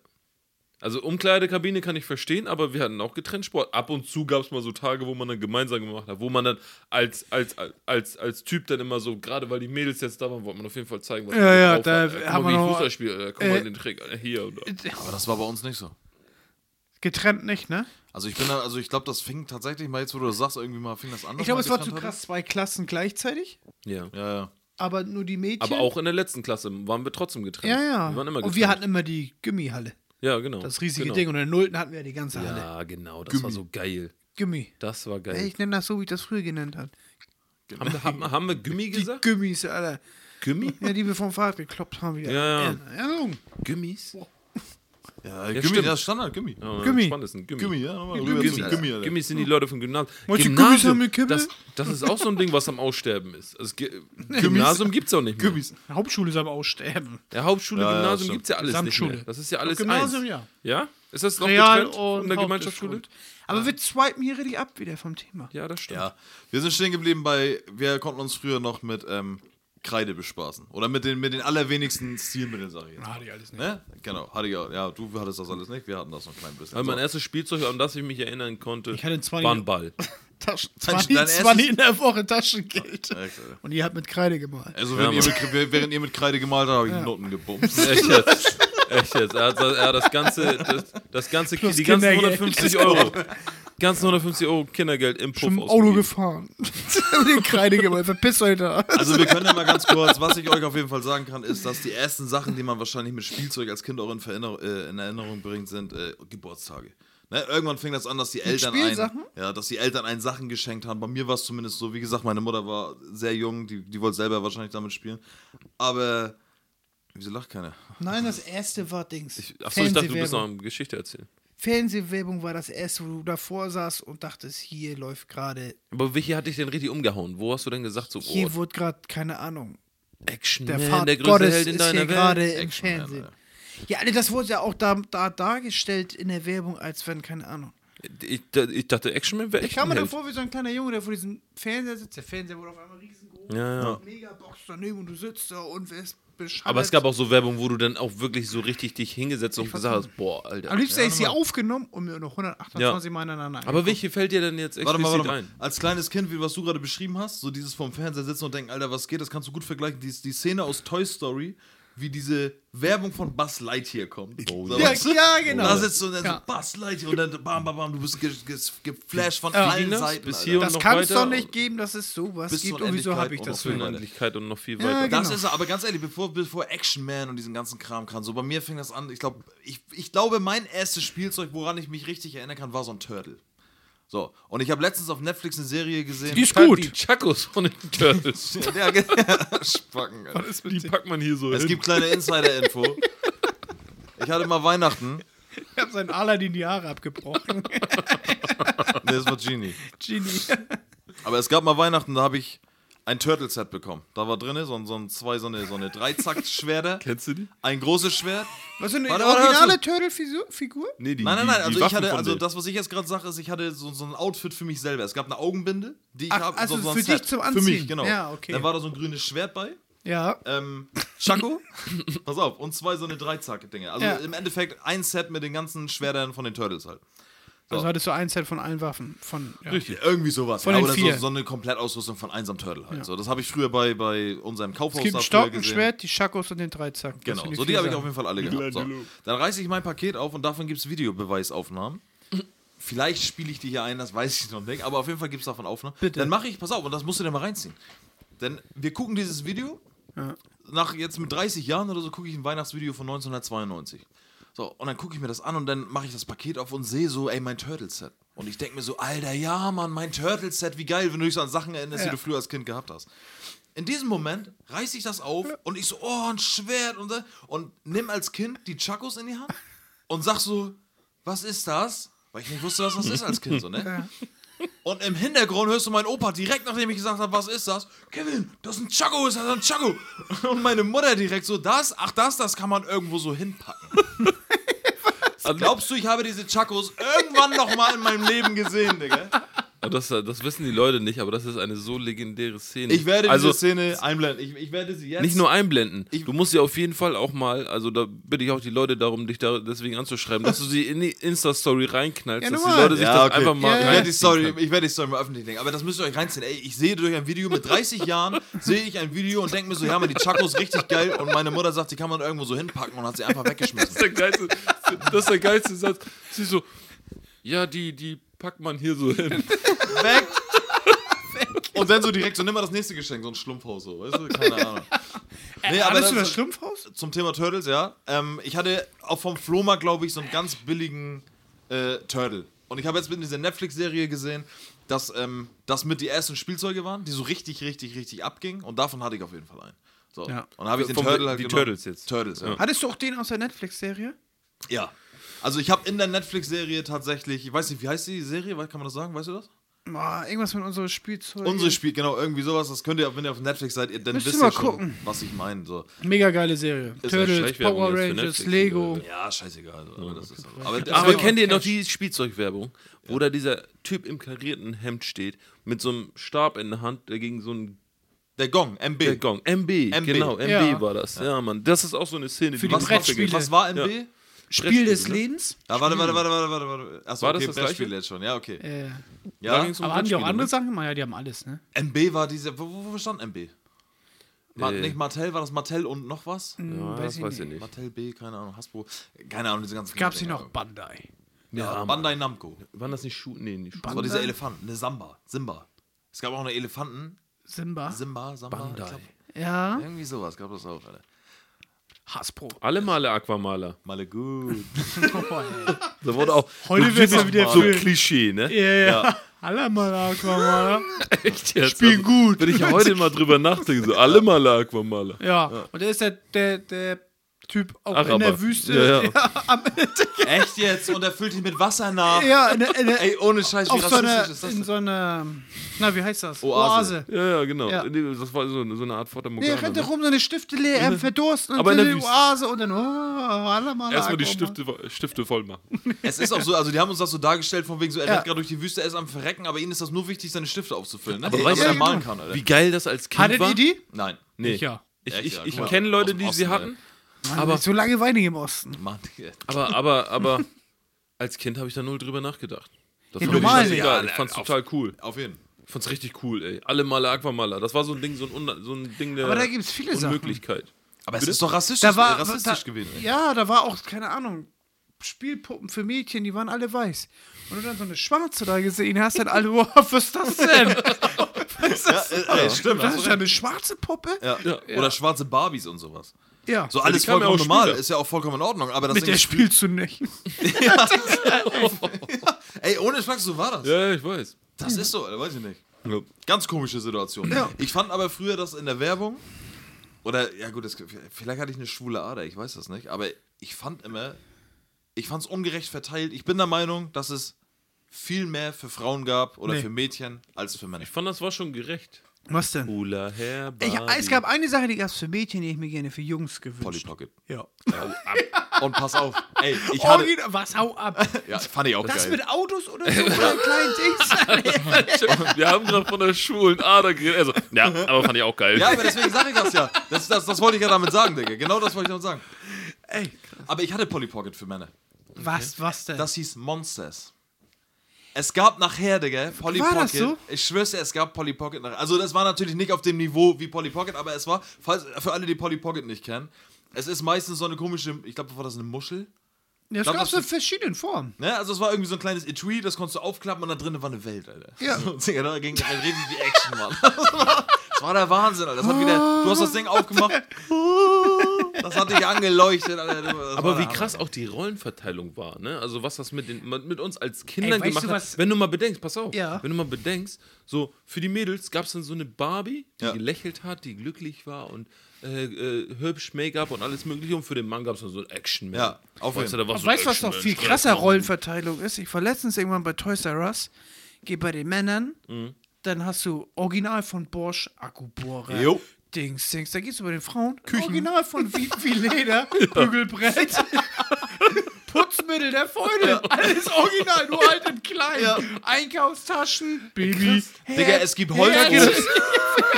C: Also Umkleidekabine kann ich verstehen, aber wir hatten auch getrennt Sport. Ab und zu gab es mal so Tage, wo man dann gemeinsam gemacht hat, wo man dann als, als, als, als Typ dann immer so, gerade weil die Mädels jetzt da waren, wollte man auf jeden Fall zeigen, was
B: Ja,
C: man
B: ja,
C: drauf
B: da
C: hat. Äh, guck
B: haben
C: mal,
B: wir
C: wie ich
B: noch-
C: Fußball spiele, Alter. guck
B: äh,
C: mal den Trick, Alter, hier. Oder.
A: Aber das war bei uns nicht so.
B: Getrennt nicht, ne?
A: Also ich bin da, also ich glaube, das fing tatsächlich mal jetzt, wo du das sagst, irgendwie mal fing das an. dass
B: Ich glaube,
A: man
B: es war zu
A: getrennt
B: krass, zwei Klassen gleichzeitig,
C: Ja.
A: hatte. Ja, ja.
B: aber nur die Mädchen.
C: Aber auch in der letzten Klasse waren wir trotzdem getrennt.
B: Ja, ja.
C: Wir waren
B: und
C: immer getrennt.
B: wir hatten immer die Gummihalle.
C: ja, genau.
B: Das riesige
C: genau.
B: Ding. Und in der Nullten hatten wir ja die ganze Halle.
C: Ja, genau, das war so geil.
B: Gummi.
C: Das war
B: Ey,
C: geil.
B: Ich nenne das so, wie ich das früher genannt habe.
C: Haben, wir- haben, haben wir
B: Die
C: Gummi gesagt?
B: Gummis, Alter.
C: Gummi?
B: Ja, die wir vom Fahrrad gekloppt haben wieder.
C: Ja, ja.
B: ja.
C: Gummis?
A: Ja,
C: Ja,
A: Gummi,
C: stimmt.
A: das ist Standard, Gummi.
C: Ja,
B: Gummi.
C: spannend ist ein Gummi.
A: Gummi, ja. nochmal
B: Gummi,
A: rüber zum
C: Gummis.
A: Gummi, Alter.
C: Gummis sind die Leute vom Gymnasium.
B: Manche Gummis haben eine Kippe.
C: das, das ist auch so ein Ding, was am Aussterben ist. Es, ge- Gymnasium gibt es auch nicht mehr.
A: Gummis.
B: Hauptschule ist am Aussterben.
C: Ja, Hauptschule,
A: Ja, ja,
C: Gymnasium
A: stimmt.
C: gibt es ja alles nicht
B: Gesamtschule.
C: mehr. Das ist ja alles
B: Gymnasium,
C: eins.
B: ja.
C: Ja? Ist das noch
B: Real
C: getrennt
B: und
C: in der
B: Haupt-
C: Gemeinschaftsschule?
B: und- Aber wir swipen hier richtig ab wieder vom Thema.
C: Ja, das stimmt.
A: Ja, wir sind stehen geblieben bei, wir konnten uns früher noch mit ähm, Kreide bespaßen. Oder mit den, mit den allerwenigsten Stilmitteln, sag ich jetzt.
B: Hatte ich Ah, alles nicht.
A: Ne? Genau, hatte ich auch. Ja, du hattest das alles nicht, wir hatten das noch ein klein bisschen.
C: Weil mein
A: So.
C: erstes Spielzeug, an das ich mich erinnern konnte,
B: Ich hatte zwei-
C: war ein Ball.
B: *laughs* Taschen.
A: Dein-
B: Zwanni,
A: dein
B: Zwanni
A: erstes-
B: in der Woche Taschengeld.
A: Ja, klar.
B: Und ihr habt mit Kreide gemalt.
A: Also,
C: Ja,
A: wenn ihr mit, während ihr mit Kreide gemalt habt, habe ich Noten
C: *laughs*
A: gebumst.
C: Echt jetzt. Echt jetzt. Er hat, er hat das ganze, das, das ganze
B: Plus
C: die ganzen
B: Kindergeld. *laughs*
C: 150 Euro. ganzen 150 Euro Kindergeld im Puff
B: Im Auto
C: ausgegeben.
B: gefahren. *laughs* mit den Kreide gemalt. Verpisst euch da.
A: Also wir können ja mal ganz kurz, was ich euch auf jeden Fall sagen kann, ist, dass die ersten Sachen, die man wahrscheinlich mit Spielzeug als Kind auch in, Verinner äh, in Erinnerung bringt, sind äh, Geburtstage. Ne? Irgendwann fing das an, dass die Eltern
B: Spielsachen?
A: ein, ja, dass die Eltern einen Sachen geschenkt haben. Bei mir war es zumindest so, wie gesagt, meine Mutter war sehr jung, die, die wollte selber wahrscheinlich damit spielen. Aber wieso lacht keiner?
B: Nein, das erste war Dings.
C: Achso, ich dachte, du bist noch
B: Fernsehwerbung.
C: am Geschichte erzählen.
B: Fernsehwerbung war das erste, wo du davor saßt und dachtest, hier läuft gerade,
C: Aber welche hat dich denn richtig umgehauen? Wo hast du denn gesagt, so,
B: hier
C: oh,
B: wurde gerade, keine Action,
C: Action,
B: der
C: der,
B: Pfad
C: der größte
B: Gottes
C: Held in
B: ist hier
C: deiner
B: gerade
C: Welt.
B: im
A: Action, ja,
B: Fernsehen.
A: ne.
B: Ja, Alter, das wurde ja auch da, da dargestellt in der Werbung, als wenn, keine Ahnung.
C: Ich, da- ich dachte, Actionman wäre
B: Ich
C: echt
B: kam
C: ein
B: mir da
C: Held.
B: vor wie so ein kleiner Junge, der vor diesem Fernseher sitzt. Der Fernseher wurde auf einmal riesengroß.
C: Ja, ja.
B: Mit Megabox daneben und du sitzt da und wirst bescheuert.
C: Aber es gab auch so Werbung, wo du dann auch wirklich so richtig dich hingesetzt und gesagt hast, boah, Alter.
B: Am liebsten hätte ich sie aufgenommen und mir noch 128 Mal ineinander
C: Aber welche fällt dir denn jetzt
A: Warte mal,
C: explizit
A: warte mal.
C: ein?
A: Als kleines Kind, wie was du gerade beschrieben hast, so dieses vorm Fernseher sitzen und denken, Alter, was geht, das kannst du gut vergleichen. Die, die Szene aus Toy Story, wie diese Werbung von Buzz Lightyear kommt. Oh,
B: Ja, ja, genau.
A: Da sitzt du und dann
B: Ja.
A: so, Buzz Lightyear und dann bam, bam, bam, du bist ge ge geflasht von
B: Ja.
A: allen
C: Ging das?
A: Seiten.
C: Bis
A: Alter.
C: hier
B: Das
C: noch
B: kann es
C: weiter
B: doch nicht geben, dass es sowas
A: Bis
B: gibt.
A: zur
B: Und wieso
A: Endlichkeit
B: habe ich
A: und
B: das
A: auf jeden
B: für
A: Fall.
C: Unendlichkeit und noch viel
B: Ja,
C: weiter.
B: genau.
A: Das ist er, aber ganz ehrlich, bevor, bevor Action Man und diesen ganzen Kram kam, so bei mir fing das an, ich glaube, ich, ich glaube, mein erstes Spielzeug, woran ich mich richtig erinnern kann, war so ein Turtle. So, und ich habe letztens auf Netflix eine Serie gesehen.
B: Die ist
C: Pack
B: gut.
C: Die Chacos von den Turtles.
A: *laughs* ja, ge- *laughs* Spacken, Alter.
C: die packt man hier so
A: Es gibt kleine Insider-Info. Ich hatte mal Weihnachten.
B: *laughs* Ich habe seinen Aladdin die
A: *laughs*
B: Haare abgebrochen. *laughs*
A: Nee, das war Genie.
B: Genie.
A: Aber es gab mal Weihnachten, da habe ich ein Turtle-Set bekommen. Da war drin so, ein- so ein zwei, so eine, so eine Dreizack-Schwerter.
C: Kennst du die?
A: Ein großes Schwert.
B: Was ist eine
A: Warte, warte,
B: originale
A: warte.
B: Turtle-Figur?
C: Nee, die
A: Nein, nein, nein.
C: die- die
A: Also ich
C: Waffen
A: hatte,
C: von
A: also
C: denen.
A: das, was ich jetzt gerade sage, ist, ich hatte so, so ein Outfit für mich selber. Es gab eine Augenbinde, die ich
B: Ach,
A: habe.
B: also
A: so, so ein
B: für
A: Set.
B: dich zum
A: Für
B: Anziehen.
A: mich, genau.
B: Ja, okay.
A: Dann war da so ein grünes Schwert bei.
B: Ja.
A: Ähm,
B: *laughs*
A: Chaco, pass auf, und zwei so eine Dreizack-Dinge. Also
B: Ja.
A: im Endeffekt ein Set mit den ganzen Schwertern von den Turtles halt.
B: Also hattest du ein Set von allen Waffen. Von, ja.
A: Ja, Irgendwie sowas.
B: Von
A: ja,
B: den
A: oder
B: vier.
A: So, so eine Komplettausrüstung von einsam Turtle halt. So, das habe ich früher bei, bei unserem Kaufhaus
B: Es gibt
A: da früher
B: einen Stock, ein
A: gesehen.
B: Schwert, die Schakos und den Dreizack. Das
A: Genau,
B: sind
A: so die
B: vier
A: habe ich auf
B: Sachen.
A: jeden Fall alle gehabt. So. Dann reiße ich mein Paket auf und davon gibt es Videobeweisaufnahmen. Vielleicht spiele ich die hier ein, das weiß ich noch nicht, aber auf jeden Fall gibt es davon Aufnahmen.
B: Bitte.
A: Dann mache ich, pass auf, und das musst du dir mal reinziehen. Denn wir gucken dieses Video, nach jetzt mit 30 Jahren oder so, gucke ich ein Weihnachtsvideo von 1992. So, und dann gucke ich mir das an und dann mache ich das Paket auf und sehe so, ey, mein Turtle-Set. Und ich denke mir so, Alter, ja, Mann, mein Turtle-Set, wie geil, wenn du dich so an Sachen erinnerst,
B: Ja.
A: die du früher als Kind gehabt hast. In diesem Moment reiß ich das auf und ich so, oh, ein Schwert und, so, und nimm als Kind die Chakos in die Hand und sag so, was ist das? Weil ich nicht wusste, was das ist als Kind, so, ne? Und im Hintergrund hörst du meinen Opa direkt, nachdem ich gesagt habe, was ist das? Kevin, das ist ein Chaco, ist das ein Chaco? *laughs* Und meine Mutter direkt so, das, ach das, das kann man irgendwo so hinpacken. Also Glaubst du, ich habe diese Chacos irgendwann nochmal in meinem Leben gesehen, Digga?
C: Aber Das, das wissen die Leute nicht, aber das ist eine so legendäre Szene.
A: Ich werde
C: also,
A: diese Szene einblenden. Ich, ich werde sie jetzt.
C: Nicht nur einblenden.
A: Ich-
C: du musst sie auf jeden Fall auch mal, also da bitte ich auch die Leute darum, dich da deswegen anzuschreiben, dass du sie in die Insta-Story reinknallst,
B: Ja,
C: dass die
B: normal.
C: Leute sich
A: Ja,
C: das
A: okay.
C: einfach
A: ich,
B: Ja,
C: mal
A: werde die
C: reinziehen
A: Story,
C: können.
A: ich werde die Story mal öffentlich legen. Aber das müsst ihr euch reinziehen. Ey, ich sehe durch ein Video mit 30 *laughs* Jahren, sehe ich ein Video und denke mir so, ja, man, die Chacos richtig geil. Und meine Mutter sagt, die kann man irgendwo so hinpacken und hat sie einfach weggeschmissen.
C: Das ist der geilste, das ist der geilste Satz. Sie so, ja, die, die packt man hier so hin.
A: weg. Und dann so direkt, so nimm mal das nächste Geschenk, so ein Schlumpfhaus, so, weißt du? Keine Ahnung. Nee, aber
B: Hattest
A: das,
B: du das Schlumpfhaus?
A: zum Thema Turtles, ja. Ähm, ich hatte auch vom Flohmarkt, glaube ich, so einen ganz billigen äh, Turtle. Und ich habe jetzt in dieser Netflix-Serie gesehen, dass ähm, das mit die ersten Spielzeuge waren, die so richtig, richtig, richtig abgingen. Und davon hatte ich auf jeden Fall einen. So.
B: Ja.
A: Und dann habe ich den
C: Vom-
A: Turtle halt
C: die
A: genommen.
C: Turtles jetzt.
A: Turtles, ja.
B: Hattest du auch den aus der Netflix-Serie?
A: Ja. Also ich habe in der Netflix-Serie tatsächlich, ich weiß nicht, wie heißt die Serie? Kann man das sagen? Weißt du das?
B: Ah, irgendwas mit unserem Spielzeug.
A: Unsere Spiel, genau, irgendwie sowas. Das könnt ihr, wenn ihr auf Netflix seid, ihr, dann
B: Äh, Müsst ihr
A: wisst
B: mal
A: ihr schon,
B: gucken.
A: was ich meine. So.
B: Mega geile Serie. Turtles,
C: Schleichwerbung
B: Power
C: jetzt für
B: Rangers,
C: Netflix,
B: Lego.
C: Leute.
A: Ja, scheißegal. So. Aber, das ist, aber,
C: Aber
A: deswegen-
C: kennt ihr noch die Spielzeugwerbung, wo da dieser Typ im karierten Hemd steht, mit so einem Stab in der Hand, der gegen so einen
A: der Gong, MB.
C: äh, Gong. MB,
A: MB.
C: genau, MB
B: Ja.
C: war das. Ja, Mann, das ist auch so eine Szene,
B: Für die
A: was, was,
B: Brettspiele.
A: was war MB?
B: Spiel des
C: Brettspiele,
B: Lebens.
A: Ah, warte, warte, warte, warte, warte, warte. Achso,
C: War das
A: okay,
C: das
A: Brettspiel
C: Gleiche?
A: jetzt schon, ja, okay.
B: Äh,
A: Ja.
C: ging's um
B: aber haben die auch
C: Brettspiele,
B: andere
C: ne?
B: Sachen gemacht? Ja, die haben alles, ne?
A: MB war diese. Wo, wo stand MB? Ma
C: Äh.
A: Nicht Martell, war das Martell und noch was?
C: Ja, das weiß ich nicht.
A: Martell B, keine Ahnung, Hasbro. Keine Ahnung, diese ganzen.
B: Gab's hier
A: Dinger.
B: noch Bandai?
A: Ja,
C: Ja,
A: Bandai Namco.
C: Waren das nicht Schuhe? Nee, nicht Schuhe.
A: Das war dieser Elefant, eine Samba. Simba. Es gab auch eine Elefanten.
B: Simba.
A: Simba, Samba. ich
C: Bandai.
A: glaub,
B: Ja.
A: irgendwie sowas gab es auch, Alter.
B: Hasbro.
C: Alle Male Aquamaler.
A: Male
B: *laughs*
A: gut.
C: Da wurde auch
B: Heute wird's ja wieder
C: so
B: viel.
C: Klischee, ne?
B: Ja, ja. *laughs* Alle ne? mal Aquamaler.
C: Echt jetzt? Spiel gut. Wenn ich ja heute mal drüber nachdenke, so alle Male Aquamaler.
B: Ja. Und da ist der, der, der Typ auch in
C: Araber.
B: der Wüste.
C: Ja, ja.
B: am Ende.
A: Echt jetzt? Und er füllt ihn mit Wasser nach.
B: *laughs* ja in, der- in, der-
A: Ey, ohne Scheiß, wie
B: auf so einer,
A: rassistisch ist das
B: in
A: denn?
B: so einer, na, wie heißt das?
A: Oase.
C: Ja, ja, genau.
B: Ja.
C: Nee, Das war so, so eine Art Fata
B: Nee,
C: Morgana.
B: rennt
C: ne?
B: da rum, seine Stifte leer, er verdurst und
C: Aber in
B: dann
C: der
B: die
C: Wüste.
B: Oase und dann, oh, alle mal
C: Erstmal die
B: Aquaman.
C: Stifte, vo- Stifte voll machen.
A: Es ist auch so, also die haben uns das so dargestellt, von wegen so, er
B: Ja.
A: rennt gerade durch die Wüste, er ist am Verrecken, aber ihnen ist das nur wichtig, seine Stifte aufzufüllen, ne?
C: Aber
A: Damit
C: weißt du-
A: er malen kann, Alter.
C: Wie geil das als Kind
B: Hattet
C: war.
B: ihr die?
A: Nein.
C: Nee.
B: Ich ja.
C: Ich,
A: Echt,
C: ich,
A: ja,
C: ich
A: guck mal,
C: kenne Leute,
A: aus dem
C: die sie
A: Osten,
C: hatten,
B: Mann,
C: Aber-
B: so lange weinig im Osten.
A: Mann,
C: aber, aber, aber als Kind habe ich da null drüber nachgedacht. Das
B: Ja,
C: war mir
B: normal
C: nicht
B: nicht.
C: egal.
A: Ja,
C: Ich fand's total cool.
A: auf jeden Fall.
C: Ich fand's richtig cool, ey. Alle Male Aquamaler. Das war so ein Ding, so ein, Un so ein Ding der
B: Aber da gibt's viele Sachen.
C: Unmöglichkeit.
A: Aber es ist doch rassistisch,
B: Da war,
A: äh, rassistisch
B: da,
A: gewesen. ey.
B: Ja, da war auch, keine Ahnung, Spielpuppen für Mädchen, die waren alle weiß. Und du dann so eine Schwarze da gesehen hast, dann alle, wow, was ist
A: *laughs*
B: das denn? was ist das?
A: Ja, äh, ey, stimmt.
B: das
A: hast
B: ist
A: du
B: ja eine schwarze Puppe?
A: recht. ja.
C: Ja.
A: Oder schwarze Barbies und sowas.
B: Ja.
A: So alles
C: die kamen ja
A: vollkommen
C: auch
A: normal,
C: später.
A: ist ja auch vollkommen in Ordnung. Aber das
B: Mit
A: Ding
B: der
A: ist-
B: spielst du nicht.
A: Ey, ohne Schlag, so war das.
C: Ja, ja, ich weiß.
A: Das ist so, Alter, weiß ich nicht.
C: Ja.
A: Ganz komische Situation.
B: Ja.
A: Ich fand aber früher das in der Werbung, oder ja gut, das, vielleicht hatte ich eine schwule Ader, ich weiß das nicht, aber ich fand immer, ich fand es ungerecht verteilt. Ich bin der Meinung, dass es viel mehr für Frauen gab oder
B: Nee.
A: für Mädchen als für Männer.
C: Ich fand, das war schon gerecht.
B: Was denn?
C: Cooler Herr
B: Ich,
C: Barbie.
B: es
C: *laughs*
B: gab eine Sache, die gab es für Mädchen, die ich mir gerne für Jungs
A: Polly
B: gewünscht
A: Pocket.
B: Ja.
A: Und pass auf, ey, ich hatte,
B: Origin, was, hau ab.
A: ja, fand ich auch *laughs*
B: Das
A: geil.
B: mit Autos oder so,
A: *laughs*
B: oder kleinen Dings.
C: Wir haben gerade von der schwulen Ader geredet. Also, ja, aber fand ich auch geil.
A: Ja, aber deswegen sage ich das ja. Das, das, das wollte ich ja damit sagen, Digga. Genau das wollte ich damit sagen.
B: Ey,
A: Aber ich hatte Polly Pocket für Männer.
B: was, was denn?
A: Das hieß Monsters. Es gab nachher, Digga, Polly
B: War
A: Pocket.
B: das so?
A: Ich schwör's dir, es gab Polly Pocket nachher. Also, das war natürlich nicht auf dem Niveau wie Polly Pocket, aber es war, falls, für alle, die Polly Pocket nicht kennen, es ist meistens so eine komische, ich glaube, war das eine Muschel?
B: das
A: glaub,
B: gab es
A: das-
B: in verschiedenen Formen.
A: Ne? Also, es war irgendwie so ein kleines Etui, das konntest du aufklappen und da drinnen war eine Welt, Alter. *laughs*
B: Ja.
A: So, Digga, da ging direkt richtig die *laughs* Action, Mann. Das war, das war der Wahnsinn, Alter. Das hat wieder, du hast das Ding aufgemacht. Das hatte ich angeleuchtet. Alter. Das war
C: Aber wie
A: der
C: krass auch die Rollenverteilung war, ne? Also was das mit, den, mit uns als Kindern
B: Ey, weißt
C: gemacht
B: du,
C: hat.
B: was-
C: Wenn du mal bedenkst, pass auf,
B: Ja.
C: wenn du mal bedenkst, so für die Mädels gab es dann so eine Barbie, die
A: Ja.
C: gelächelt hat, die glücklich war und äh, äh, hübsch, Make-up und alles mögliche. Und für den Mann gab es dann so einen Action-Man.
A: Ja, auf
C: weißt du,
A: jeden.
C: da war so ein
B: weißt du, was noch
C: Action-Man,
B: viel
C: Stress
B: krasser
C: machen.
B: Rollenverteilung ist? Ich war letztens irgendwann bei Toys R Us, geh bei den Männern, dann hast du Original von Bosch, Akkubohrer,
A: Jo.
B: Dings, Dings. Dann gehst du bei den Frauen, Original *laughs* von wie, wie Leder, *laughs* Bügelbrett, Putzmittel der Freundin, alles Original, nur halt in klein. Einkaufstaschen, Baby.
A: Digga, es gibt
B: Ja,
C: genau.
A: Holzbrot.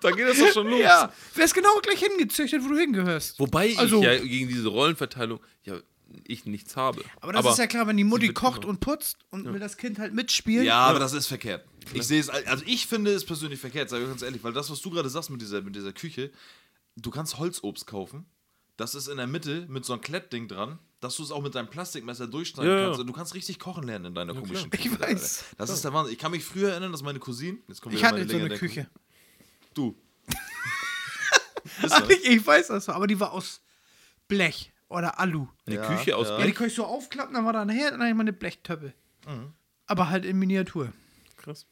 C: Da geht das doch schon los.
B: *laughs* Ja, wär's genau gleich hingezüchtet, wo du hingehörst.
C: Wobei ich
B: Also-
C: ja gegen diese Rollenverteilung ja ich nichts habe.
B: Aber genau. das ist ja klar, wenn die Mutti kocht und putzt und will das Kind halt mitspielen.
A: Ja, aber das ist verkehrt. Ich sehe es, al- also ich finde es persönlich verkehrt, sage ich ganz ehrlich, weil das, was du gerade sagst mit dieser, mit dieser Küche, du kannst Holzobst kaufen, das ist in der Mitte mit so einem Klettding dran, dass du es auch mit deinem Plastikmesser durchschneiden
C: Ja, ja.
A: kannst. Und du kannst richtig kochen lernen in deiner komischen
B: Ich
A: Küche. Alter.
B: weiß.
A: Das ist der Wahnsinn. Ich kann mich früher erinnern, dass meine Cousinen, jetzt kommt
B: Ich
A: wieder
B: hatte
A: meine
B: so eine
A: legendäre
B: Küche.
A: Cousine- Du.
B: Ach, ich, ich weiß das, noch, aber die war aus Blech oder Alu.
C: eine
A: Ja,
C: Küche aus
A: ja.
B: Ja, die
C: Blech.
B: konnte ich so aufklappen, dann war da ein Herd und dann immer eine Blechtöppe.
A: Mhm.
B: Aber halt in Miniatur.
C: Krass.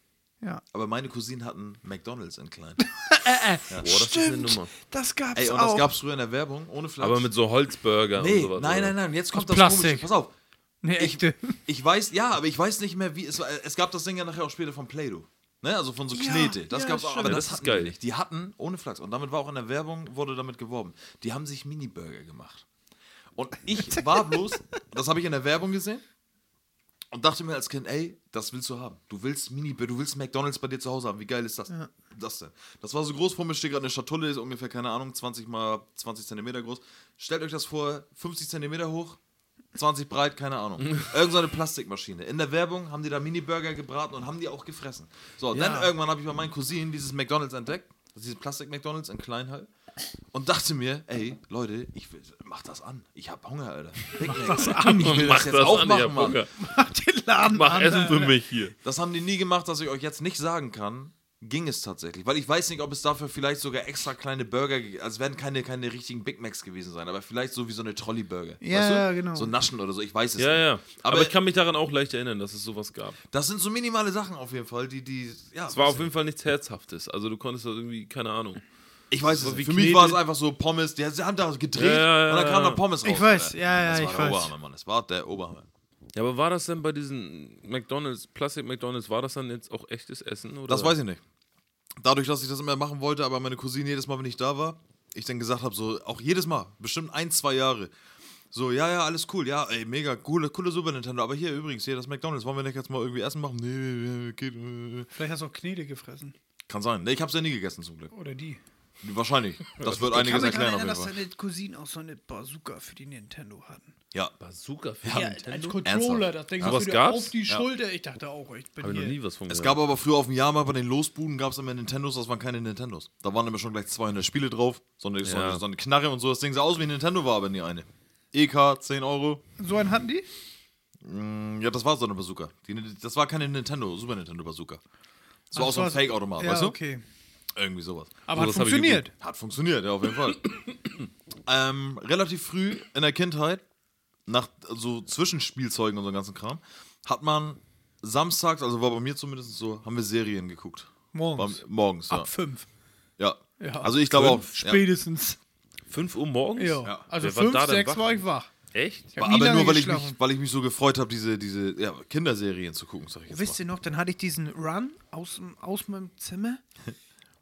B: Ja.
A: Aber meine Cousinen hatten McDonalds in klein.
C: Boah, das
B: Stimmt,
C: ist eine Nummer.
B: das gab's
A: Ey, und
B: auch.
A: das gab's früher in der Werbung, ohne Fleisch.
C: Aber mit so Holzburger und
A: nee,
C: sowas.
A: nein,
C: oder?
A: nein, nein, jetzt kommt
B: Aus
A: das
B: Plastik.
A: komische. Pass auf.
B: eine echte. *laughs*
A: Ich weiß, ja, aber ich weiß nicht mehr, wie es war. Es gab das Ding ja nachher auch später von Play-Doh. Ne? Also von so
B: Ja,
A: Knete. Das
B: ja,
A: gab's auch,
B: stimmt.
A: aber
C: Ja,
A: das,
C: das ist
A: hatten geil.
C: geil.
A: Die, nicht. die hatten ohne Flachs. Und damit war auch in der Werbung, wurde damit geworben. Die haben sich Mini-Burger gemacht. Und
B: *laughs*
A: ich war bloß, das habe ich in der Werbung gesehen. Und dachte mir als Kind, ey, das willst du haben. Du willst Mini, du willst McDonalds bei dir zu Hause haben. Wie geil ist das? Das denn? Das war so groß vor mir, steht gerade eine Schatulle, ist ungefähr, keine Ahnung, 20 mal 20 Zentimeter groß. Stellt euch das vor, 50 Zentimeter hoch, 20 breit, keine Ahnung. Irgend so eine Plastikmaschine. In der Werbung haben die da Mini-Burger gebraten und haben die auch gefressen. So, dann irgendwann habe ich bei meinen Cousinen dieses McDonalds entdeckt. Dieses Plastik-McDonalds in klein halt. Und dachte mir, ey, Leute, ich will, mach das an. Ich hab Hunger, Alter. Mach das an.
C: *laughs*
A: Ich will das
C: Mach
A: jetzt
C: das an,
A: aufmachen,
C: Herr
A: Mann.
C: Bunker.
B: Mach den Laden
C: Mach
B: an.
C: Essen für mich hier.
A: Das haben die nie gemacht, dass ich euch jetzt nicht sagen kann, ging es tatsächlich. Weil ich weiß nicht, ob es dafür vielleicht sogar extra kleine Burger, ge- also es werden keine, keine richtigen Big Macs gewesen sein, aber vielleicht so wie so eine Trolley-Burger.
B: Ja,
A: weißt du?
B: ja, genau.
A: So Naschen oder so, ich weiß es
C: Ja,
A: nicht.
C: ja. Aber,
A: Aber,
C: ich kann mich daran auch leicht erinnern, dass es sowas gab.
A: das sind so minimale Sachen auf jeden Fall, die, die, ja.
C: Es war
A: weiß
C: auf jeden Fall nichts Herzhaftes. Also du konntest da irgendwie, keine Ahnung.
A: ich weiß es
C: so wie
A: nicht. Für mich
C: Knete.
A: war es einfach so Pommes, die haben da gedreht
C: Ja, ja, ja,
A: und dann kam
C: ja.
A: noch Pommes raus.
B: Ich weiß,
A: Alter.
B: ja, ja,
A: das war
B: ich
A: der
B: weiß.
A: Oberhammer, Mann, das war der Oberhammer.
C: Ja, aber war das denn bei diesen McDonalds, Plastik McDonalds, war das dann jetzt auch echtes Essen? Oder?
A: Das weiß ich nicht. Dadurch, dass ich das immer machen wollte, aber meine Cousine jedes Mal, wenn ich da war, ich dann gesagt habe, so auch jedes Mal, bestimmt ein, zwei Jahre. So, ja, ja, alles cool, ja, ey, mega, coole, coole Super Nintendo. Aber hier übrigens, hier das McDonalds, wollen wir nicht jetzt mal irgendwie Essen machen? Nee, nee, geht. äh.
B: Vielleicht hast du auch Knete gefressen.
A: Kann sein. Nee, ich hab's ja nie gegessen zum Glck.
B: Oder die.
A: Wahrscheinlich. Das wird
B: Ich kann
A: einiges
B: mich daran
A: erklären auf
B: erinnern,
A: jeden
B: dass
A: Fall.
B: deine Cousinen auch so eine Bazooka für die Nintendo hatten.
A: Ja.
C: Bazooka für
B: also
C: Nintendo?
A: Ernsthaft?
B: das Ding
C: Ja, was
B: hast du dir
C: gab's? Ja.
B: Schulter. Ich dachte auch, ich bin
C: Hab ich noch nie was von
A: Es
C: gehört.
A: gab aber früher auf dem Jahrmarkt bei den Losbuden gab es immer Nintendos, das waren keine Nintendos. Da waren immer schon gleich 200 Spiele drauf, so eine, so,
C: Ja.
A: eine, so eine Knarre und so. Das Ding sah aus wie ein Nintendo, war aber nie eine. EK, 10 Euro,
B: So einen hatten die?
A: Ja, das war so eine Bazooka. Die, das war keine Nintendo, Super Nintendo Bazooka. Das war auch so ein
B: war so-
A: Fake-Automat,
B: Ja,
A: weißt du?
B: okay.
A: Irgendwie sowas.
B: Aber hat
C: das hab ich
B: funktioniert.
A: Hat funktioniert, ja, auf jeden
B: *coughs*
A: Fall. ähm, relativ früh in der Kindheit, nach so Zwischenspielzeugen und so ganzen Kram, hat man samstags, also war bei mir zumindest so, haben wir Serien geguckt.
B: Morgens.
A: War- morgens, ja.
B: Ab fünf.
A: ja.
B: Ja.
A: Also ich glaube auch. Ja.
B: Spätestens.
C: 5 Uhr morgens?
B: Ja.
A: Ja.
B: Also
C: Wer war
B: fünf,
C: da denn
B: sechs
C: wach?
B: war ich wach.
C: Echt?
B: Ja.
A: Aber
B: nie lange
A: nur, weil ich,
B: geschlafen.
A: mich, weil ich mich so gefreut habe, diese, diese ja, Kinderserien zu gucken, sag ich jetzt mal.
B: Wisst ihr noch, dann hatte ich diesen Run aus, dem- aus meinem
A: *laughs*
B: Zimmer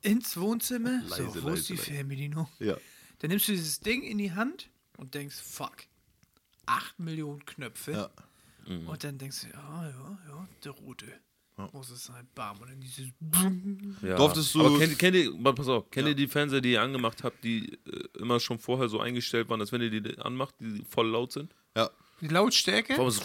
B: ins Wohnzimmer. so,
A: Leise,
B: wo ist
A: leise,
B: die
A: leise.
B: Fernbedienung?
A: Ja.
B: Dann nimmst du dieses Ding in die Hand und denkst, fuck, 8 Millionen Knöpfe. Und dann denkst du, ja, ja, ja, der rote. Muss es sein, bam. Und dann dieses.
C: Ja.
A: Durftest du-
C: Aber kennt, kennt ihr, mal pass auf, kennt ihr die Fernseher, die ihr angemacht habt, die äh, immer schon vorher so eingestellt waren, dass wenn ihr die anmacht, die voll laut sind?
A: Ja.
B: Die Lautstärke.
C: Warum so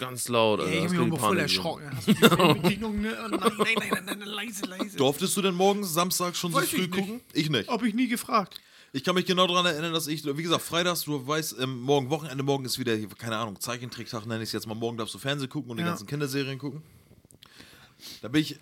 C: ganz laut,
B: Ja,
C: Alter.
B: ich
C: Das
B: hab mich auch
C: kriegt
B: mal voll *laughs*
C: Panik.
B: erschrocken. Hast du die Fernbedienung, ne? Und dann, nein, nein, nein, nein, leise, leise.
A: Durftest du denn morgens, Samstag schon
B: Weiß
A: so
B: ich
A: früh
B: nicht. Oh.
A: gucken? Ich nicht.
B: Hab ich nie gefragt.
A: Ich kann mich genau daran erinnern, dass ich, wie gesagt, freitags, du weißt, ähm, morgen Wochenende, morgen ist wieder, hier, keine Ahnung, Zeichentricktag nenne ich es jetzt mal, morgen darfst du Fernsehen gucken und
B: Ja.
A: die ganzen Kinderserien gucken. Da bin ich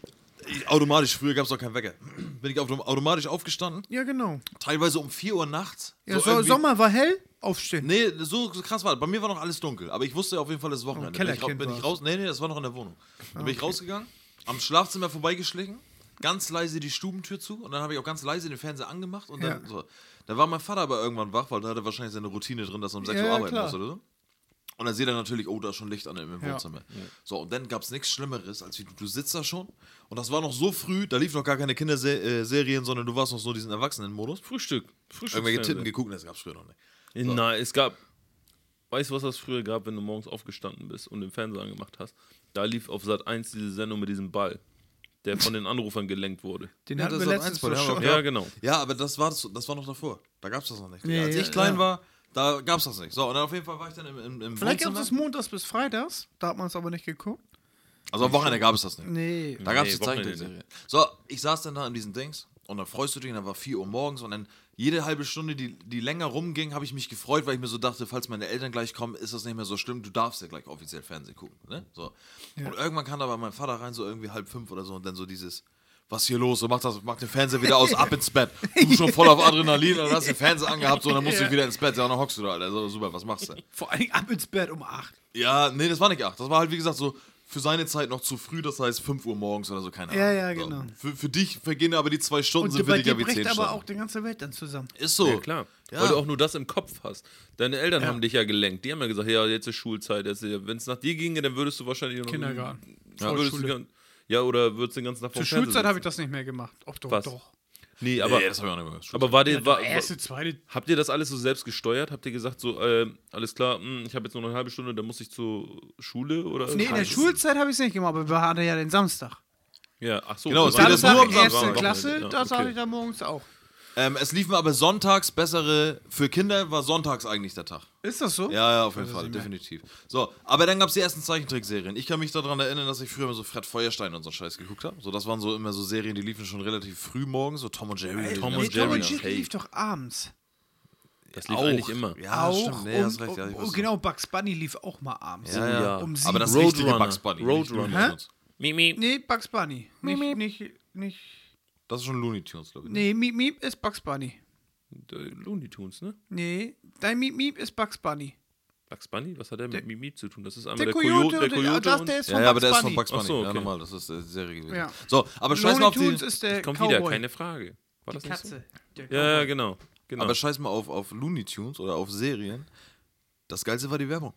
A: ich, automatisch, früher gab es auch keinen Wecker. Bin ich autom- automatisch aufgestanden,
B: Ja, genau.
A: teilweise um 4 Uhr nachts.
B: Ja, so,
A: irgendwie-
B: Sommer war hell, aufstehen.
A: Nee, so krass war das. Bei mir war noch alles dunkel, aber ich wusste auf jeden Fall, es ist Wochenende. bin ich, ra-
B: Kellerkind
A: bin ich
B: warst.
A: raus? Nee, nee, das war noch in der Wohnung. Dann
B: Ah,
A: bin ich rausgegangen, am Schlafzimmer vorbeigeschlichen, ganz leise die Stubentür zu und dann habe ich auch ganz leise den Fernseher angemacht und dann
B: Ja.
A: so. Da war mein Vater aber irgendwann wach, weil da hatte wahrscheinlich seine Routine drin, dass er um 6
B: Ja,
A: Uhr
B: ja,
A: arbeiten
B: klar.
A: muss oder so. Und dann sieht er natürlich, oh, da ist schon Licht an im
B: Ja.
A: Wohnzimmer. So, und dann gab es nichts Schlimmeres, als wie du, du sitzt da schon. Und das war noch so früh, da lief noch gar keine Kinderserien, äh, Serien, sondern du warst noch so diesen Erwachsenenmodus.
C: Frühstück. Frühstück.
A: Irgendwelche Titten geguckt, das gab es früher noch nicht.
C: Nein, es gab. Weißt du, was das früher gab, wenn du morgens aufgestanden bist und den Fernseher angemacht hast? Da lief auf Sat 1 diese Sendung mit diesem Ball, der von den Anrufern gelenkt wurde.
B: Den
A: Ja,
B: hatten
A: das
B: wir
A: hat
B: letztens
A: eins bei der
B: schon.
A: Hammer-
C: Ja, genau.
A: Ja, aber das war, das, das war noch davor. Da gab es das noch nicht.
B: Nee,
A: Als
B: ja,
A: ich klein
B: ja.
A: war, da gab es das nicht. So, und dann auf jeden Fall war ich dann im, im, im
B: Vielleicht gab es
A: Wohnzimmer.
B: das montags bis freitags, da hat man es aber nicht geguckt.
A: Also am Wochenende gab es das nicht.
B: Nee.
A: Da gab es
C: Nee,
A: die
C: Wochenende
A: Zeichentrickserie. So, ich saß dann da in diesen Dings und dann freust du dich und dann war 4 Uhr morgens und dann jede halbe Stunde, die, die länger rumging, habe ich mich gefreut, weil ich mir so dachte, falls meine Eltern gleich kommen, ist das nicht mehr so schlimm, du darfst ja gleich offiziell Fernsehen gucken. Ne? So. Und irgendwann kam aber mein Vater rein, so irgendwie halb fünf oder so und dann so dieses... Was ist hier los? So, mach, das, mach den Fernseher wieder aus, ab ins Bett. Du schon voll auf Adrenalin, dann hast du den Fernseher angehabt, so, und dann musst du wieder ins Bett. Ja, und dann hockst du da, Alter. So, super, was machst du?
B: Vor allem ab ins Bett um 8.
A: Ja, nee, das war nicht 8. Das war halt, wie gesagt, so für seine Zeit noch zu früh, das heißt 5 Uhr morgens oder so, keine Ahnung.
B: Ja, ja,
A: so.
B: genau.
A: Für, für dich vergehen aber die zwei Stunden,
B: Und
A: sind für
B: bei
A: dich
B: dir
A: ja wie
B: bricht
A: 10
B: aber
A: Stunden.
B: auch die ganze Welt dann zusammen.
A: Ist so.
C: Ja, klar.
A: Ja.
C: Weil du auch nur das im Kopf hast. Deine Eltern haben dich ja gelenkt. Die haben ja gesagt, ja, jetzt ist Schulzeit. Wenn es nach dir ginge, dann würdest du wahrscheinlich noch...
B: Kindergarten.
C: Ja, würdest du,
B: Vorschule.
C: gern- ja, oder würdest du den ganzen Tag
B: Zur Schulzeit habe ich das nicht mehr gemacht. Ach doch,
C: Was?
B: doch.
C: Nee, aber,
A: nee, das hab ich auch nicht mehr. Schuld.
C: aber war dir... war, war,
B: Erste, zweite.
C: habt ihr das alles so selbst gesteuert? Habt ihr gesagt so, ähm, alles klar, hm, ich habe jetzt nur noch eine halbe Stunde, dann muss ich zur Schule? Oder
B: Nee, in der Schulzeit habe ich es nicht gemacht, aber wir hatten ja den Samstag.
C: Ja, ach so.
A: Genau,
C: das
A: es
C: war
A: geht
C: das
A: nur am
B: Samstag,
C: Wochenende.
B: erste
A: Samstag.
B: Klasse,
C: Ja,
B: das
C: okay.
B: hatte ich dann morgens auch.
A: ähm, es liefen aber sonntags bessere, für Kinder war sonntags eigentlich der Tag.
B: Ist das so?
A: Ja, ja, auf jeden Fall, definitiv. So, aber dann gab es die ersten Zeichentrickserien. Ich kann mich daran erinnern, dass ich früher immer so Fred Feuerstein und so einen Scheiß geguckt habe. So, das waren so immer so Serien, die liefen schon relativ früh morgens, so Tom und Jerry. und
C: Tom
A: die
C: und
A: ganzen-
B: Nee, Tom
C: Jerry,
B: und
C: das
B: Jerry
C: Hate.
B: lief doch abends.
C: Das lief eigentlich immer.
A: Ja,
B: auch.
A: stimmt. Nee, hast
B: um-
A: recht. Ja, ich
B: oh,
A: weiß
B: genau, Bugs Bunny lief auch mal abends.
A: Ja, ja.
C: ja.
B: Um sieben.
A: aber das
C: Roadrunner.
A: richtige Bugs Bunny. nicht Looney
C: Roadrunner.
A: Tunes.
C: Miep, miep.
B: Nee, Bugs Bunny. Nicht, nicht, nicht.
A: Das ist schon Looney Tunes, glaube ich.
B: Nee, Miep Miep ist Bugs Bunny.
C: Äh, Looney Tunes, ne?
B: Nee, dein Miep Miep ist Bugs Bunny.
C: Bugs Bunny, was hat der mit Miep, miep zu tun? Das ist einmal
B: Der,
C: der,
B: Coyote,
C: der
B: und der,
C: Coyote
B: das,
C: und-
B: der ist
A: Ja,
B: von
A: ja, aber
B: Bugs
A: der ist von
B: Bunny.
A: Bugs Bunny.
C: Ach so,
A: Ja,
C: okay.
A: normal, das ist äh, Serie gewesen.
B: Ja.
A: So, aber scheiß mal
B: Looney
A: auf die,
B: Tunes ist der
C: Kommt
B: Cowboy.
C: wieder, keine Frage. War das
B: die
C: nicht so?
B: Katze. Der
C: Ja, ja,
B: Cowboy.
C: genau. genau.
A: aber scheiß mal auf, auf Looney Tunes oder auf Serien. Das geilste war die Werbung.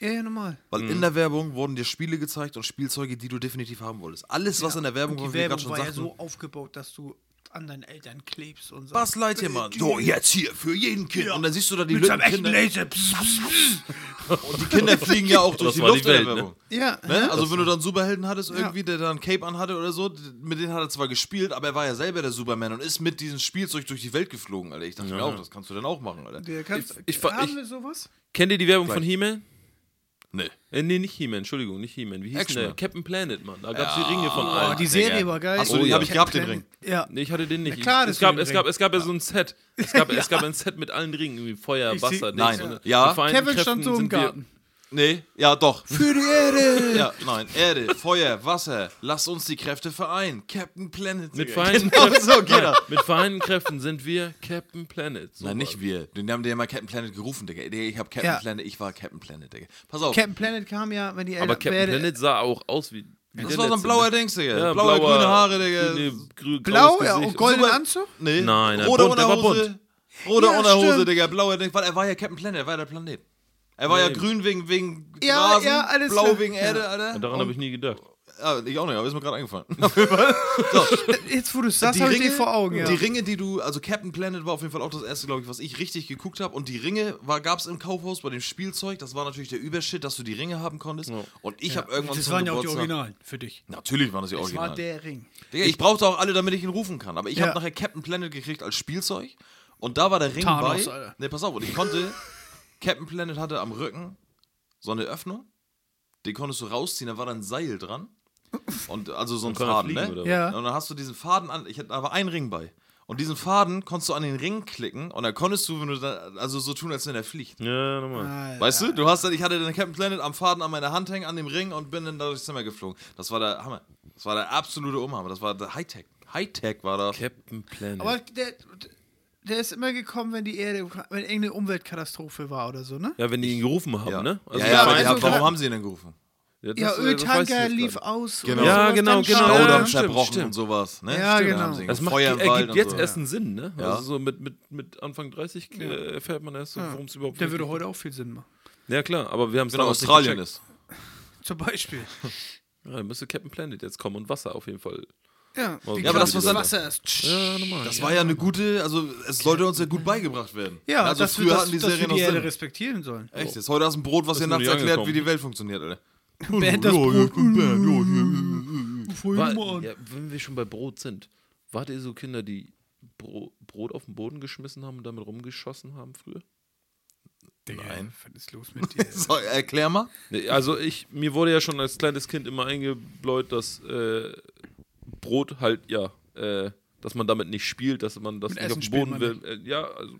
B: ja, ja, normal.
A: Weil in der Werbung wurden dir Spiele gezeigt und Spielzeuge, die du definitiv haben wolltest. Alles, was in der Werbung
B: Und
A: war,
B: die
A: wie wir
B: Werbung
A: gerade schon
B: war
A: sagten.
B: ja so aufgebaut, dass du an deinen Eltern klebst und sagst.
A: was leid hier, Mann? So, jetzt hier, für jeden Kind. Und dann siehst du da die
B: Äh, Mit
A: blöden
B: seinem echten
A: Kinder.
B: Laser. Pss, pss, pss.
A: Und die Kinder fliegen ja auch durch
C: Das
A: die
C: war die
A: Luft in
C: Welt,
A: der
C: ne?
A: Werbung.
B: Ja,
A: Ne? Also wenn du dann Superhelden hattest, irgendwie, der da ein Cape anhatte oder so, d- mit denen hat er zwar gespielt, aber er war ja selber der Superman und ist mit diesem Spielzeug durch die Welt geflogen, Alter. Ich dachte mir auch, das kannst du dann auch machen, Alter.
B: Der kannst,
C: Ich- ich-
B: haben
C: ich-
B: wir sowas?
C: Kennt ihr die Werbung von He-Man?
A: Nee.
C: Äh, nee, nicht He-Man, Entschuldigung, nicht He-Man. Wie hieß denn der?
A: Action-Man.
C: Captain Planet, Mann. Da gab es die Ringe von
A: Ah,
C: allen.
B: Oh, die Serie war geil.
A: Achso, die
C: ja.
A: habe ich gehabt, den Ring.
B: Ja.
C: Nee, ich hatte den nicht.
B: Na klar, das
C: es, gab,
B: ist
C: es,
B: ein
C: gab, es gab ja so
B: *laughs*
C: ein Set. Es gab, es gab ein Set mit allen Ringen. Irgendwie Feuer,
B: Ich seh-
C: Wasser,
A: Nein.
C: Dings.
A: Ja.
C: Mit vereinten
B: Kevin
C: Kräften
B: stand so im
C: sind wir-
B: Garten.
A: Nee, ja doch. *laughs*
B: Für die Erde!
A: Ja, nein. Erde, Feuer, Wasser, lasst uns die Kräfte vereinen. Captain Planet.
B: *laughs*
C: Mit
A: Digga.
C: vereinten,
A: Genau
C: Kräften,
A: so geht das.
C: Nein, *laughs* mit vereinten Kräften sind wir Captain Planet. So
A: Nein,
C: war's.
A: nicht wir. Den haben die ja mal Captain Planet gerufen, Digga. Digga, Ich hab Captain
B: Ja.
A: Planet, ich war Captain Planet, Digga. Pass auf.
B: Captain Planet kam ja, wenn die Eltern.
C: Aber Captain
B: Wer-
C: Planet sah auch aus wie. wie
A: das
C: der
A: war so ein
C: letzte,
A: blauer
C: ne?
A: Dings, Digga.
C: Ja,
A: blauer, grüne Haare, Digga.
C: grüne, grü-
B: Blau,
C: graues
B: ja, oh und
C: Gesicht.
B: goldenen
A: Super-
B: Anzug?
A: Nee.
C: Nein, nein,
A: rote
C: bunt, der war
A: Unterhose. Rote
B: Ja,
A: Unterhose,
B: stimmt.
A: Digga, blaue Ding, weil er war ja Captain Planet, er war ja der Planet. Er war ja
C: Nee.
A: grün wegen, wegen
B: Ja,
A: Rasen,
B: ja, alles
A: blau
B: klar.
A: wegen Erde, Alter.
C: Und daran habe ich nie gedacht.
A: Ah, ich auch nicht, aber ist mir gerade
B: *laughs*
A: eingefallen.
B: Jetzt, wo du es sagst, habe ich den vor Augen, ja.
A: die Ringe, die du, also Captain Planet war auf jeden Fall auch das erste, glaube ich, was ich richtig geguckt habe. Und die Ringe gab es im Kaufhaus bei dem Spielzeug. Das war natürlich der Übershit, dass du die Ringe haben konntest. Und ich habe irgendwann
B: das
A: zum
B: waren ja auch die
A: Geburtstag-
B: Originalen für dich.
A: Natürlich waren das die
B: Das war
A: Originalen.
B: der Ring.
A: Digga, ich brauchte auch alle, damit ich ihn rufen kann. Aber ich
B: Ja.
A: habe nachher Captain Planet gekriegt als Spielzeug. Und da war der Ring
B: Thanos,
A: bei.
B: Alter.
A: Ne, pass auf. Und ich konnte. Captain Planet hatte am Rücken so eine Öffnung. Den konntest du rausziehen. Da war dann ein Seil dran. Und also so ein
C: kann er
A: Faden,
C: fliegen,
A: ne?
C: oder
B: Ja.
A: Und dann hast du diesen Faden an. Ich hatte aber einen Ring bei. Und diesen Faden konntest du an den Ring klicken. Und dann konntest du, wenn du da, also so tun, als wenn er fliegt.
C: Ja, nochmal.
A: Weißt du? Du hast dann, ich hatte den Captain Planet am Faden an meiner Hand hängen, an dem Ring und bin dann da durchs Zimmer geflogen. Das war der Hammer. Das war der absolute Umhammer. Das war der Hightech. Hightech war da.
C: Captain Planet.
B: Aber der, der ist immer gekommen, wenn die Erde, wenn irgendeine Umweltkatastrophe war oder so, ne?
C: ja, wenn die ihn gerufen haben,
A: Ja.
C: ne?
A: ja, ja,
B: ich
A: aber
B: weiß
A: die,
B: nicht,
A: warum
B: klar.
A: haben sie ihn denn gerufen?
C: das- äh,
B: Ja,
C: das weiß ich
B: Öltanker
C: jetzt
B: lief
C: gerade.
B: aus.
A: Genau.
B: oder
C: Ja,
B: sowas,
C: genau,
B: dann
C: genau,
B: Staudamm.
C: ja,
A: Staudamm
C: stimmt,
A: zerbrochen
C: stimmt.
A: und sowas. Ne?
B: Ja,
A: Stimmt, da
B: genau.
A: haben sie ihn
C: Das
A: gerufen.
C: macht,
A: Feuer im Wald
C: ergibt
A: und
C: jetzt
A: so.
C: erst einen Sinn, ne?
A: Ja.
C: Also so mit, mit, mit Anfang 30 äh, erfährt man erst, so,
B: Ja.
C: worum es überhaupt
B: Der würde heute auch viel Sinn machen.
C: Ja, klar, aber wir haben es
A: Genau, Australien ist.
B: *laughs* Zum Beispiel.
C: Ja, dann müsste Captain Planet jetzt kommen und Wasser auf jeden Fall.
B: Ja,
C: aber
B: wie
C: das
B: krass
A: war
B: das
A: dann-
B: Wasser ist.
C: Ja, normal.
A: Das war ja eine gute, also es sollte uns ja gut beigebracht werden.
B: Ja,
A: also
B: dass, wir,
A: früher
B: dass,
A: hatten die
B: dass wir
A: Serien
B: die
A: noch
B: Erde
A: Sinn.
B: respektieren sollen.
A: Echt, jetzt heute hast du ein Brot, was dir
C: sind nur
A: nachts
C: die
A: erklärt, wie
C: angekommen.
A: die Welt funktioniert, Alter.
B: Band das Brot.
C: War,
B: Vorhin mal an.
C: ja, wenn wir schon bei Brot sind, wart ihr so Kinder, die Bro Brot auf den Boden geschmissen haben und damit rumgeschossen haben früher?
A: Nein.
B: Was ist los mit *laughs* dir?
A: So, erklär mal.
C: Nee, also ich, mir wurde ja schon als kleines Kind immer eingebläut, dass äh, Brot halt, ja, äh, dass man damit nicht spielt, dass man das
B: Mit
C: nicht
B: Essen
C: auf den Boden
B: spielt
C: will. Äh, ja, also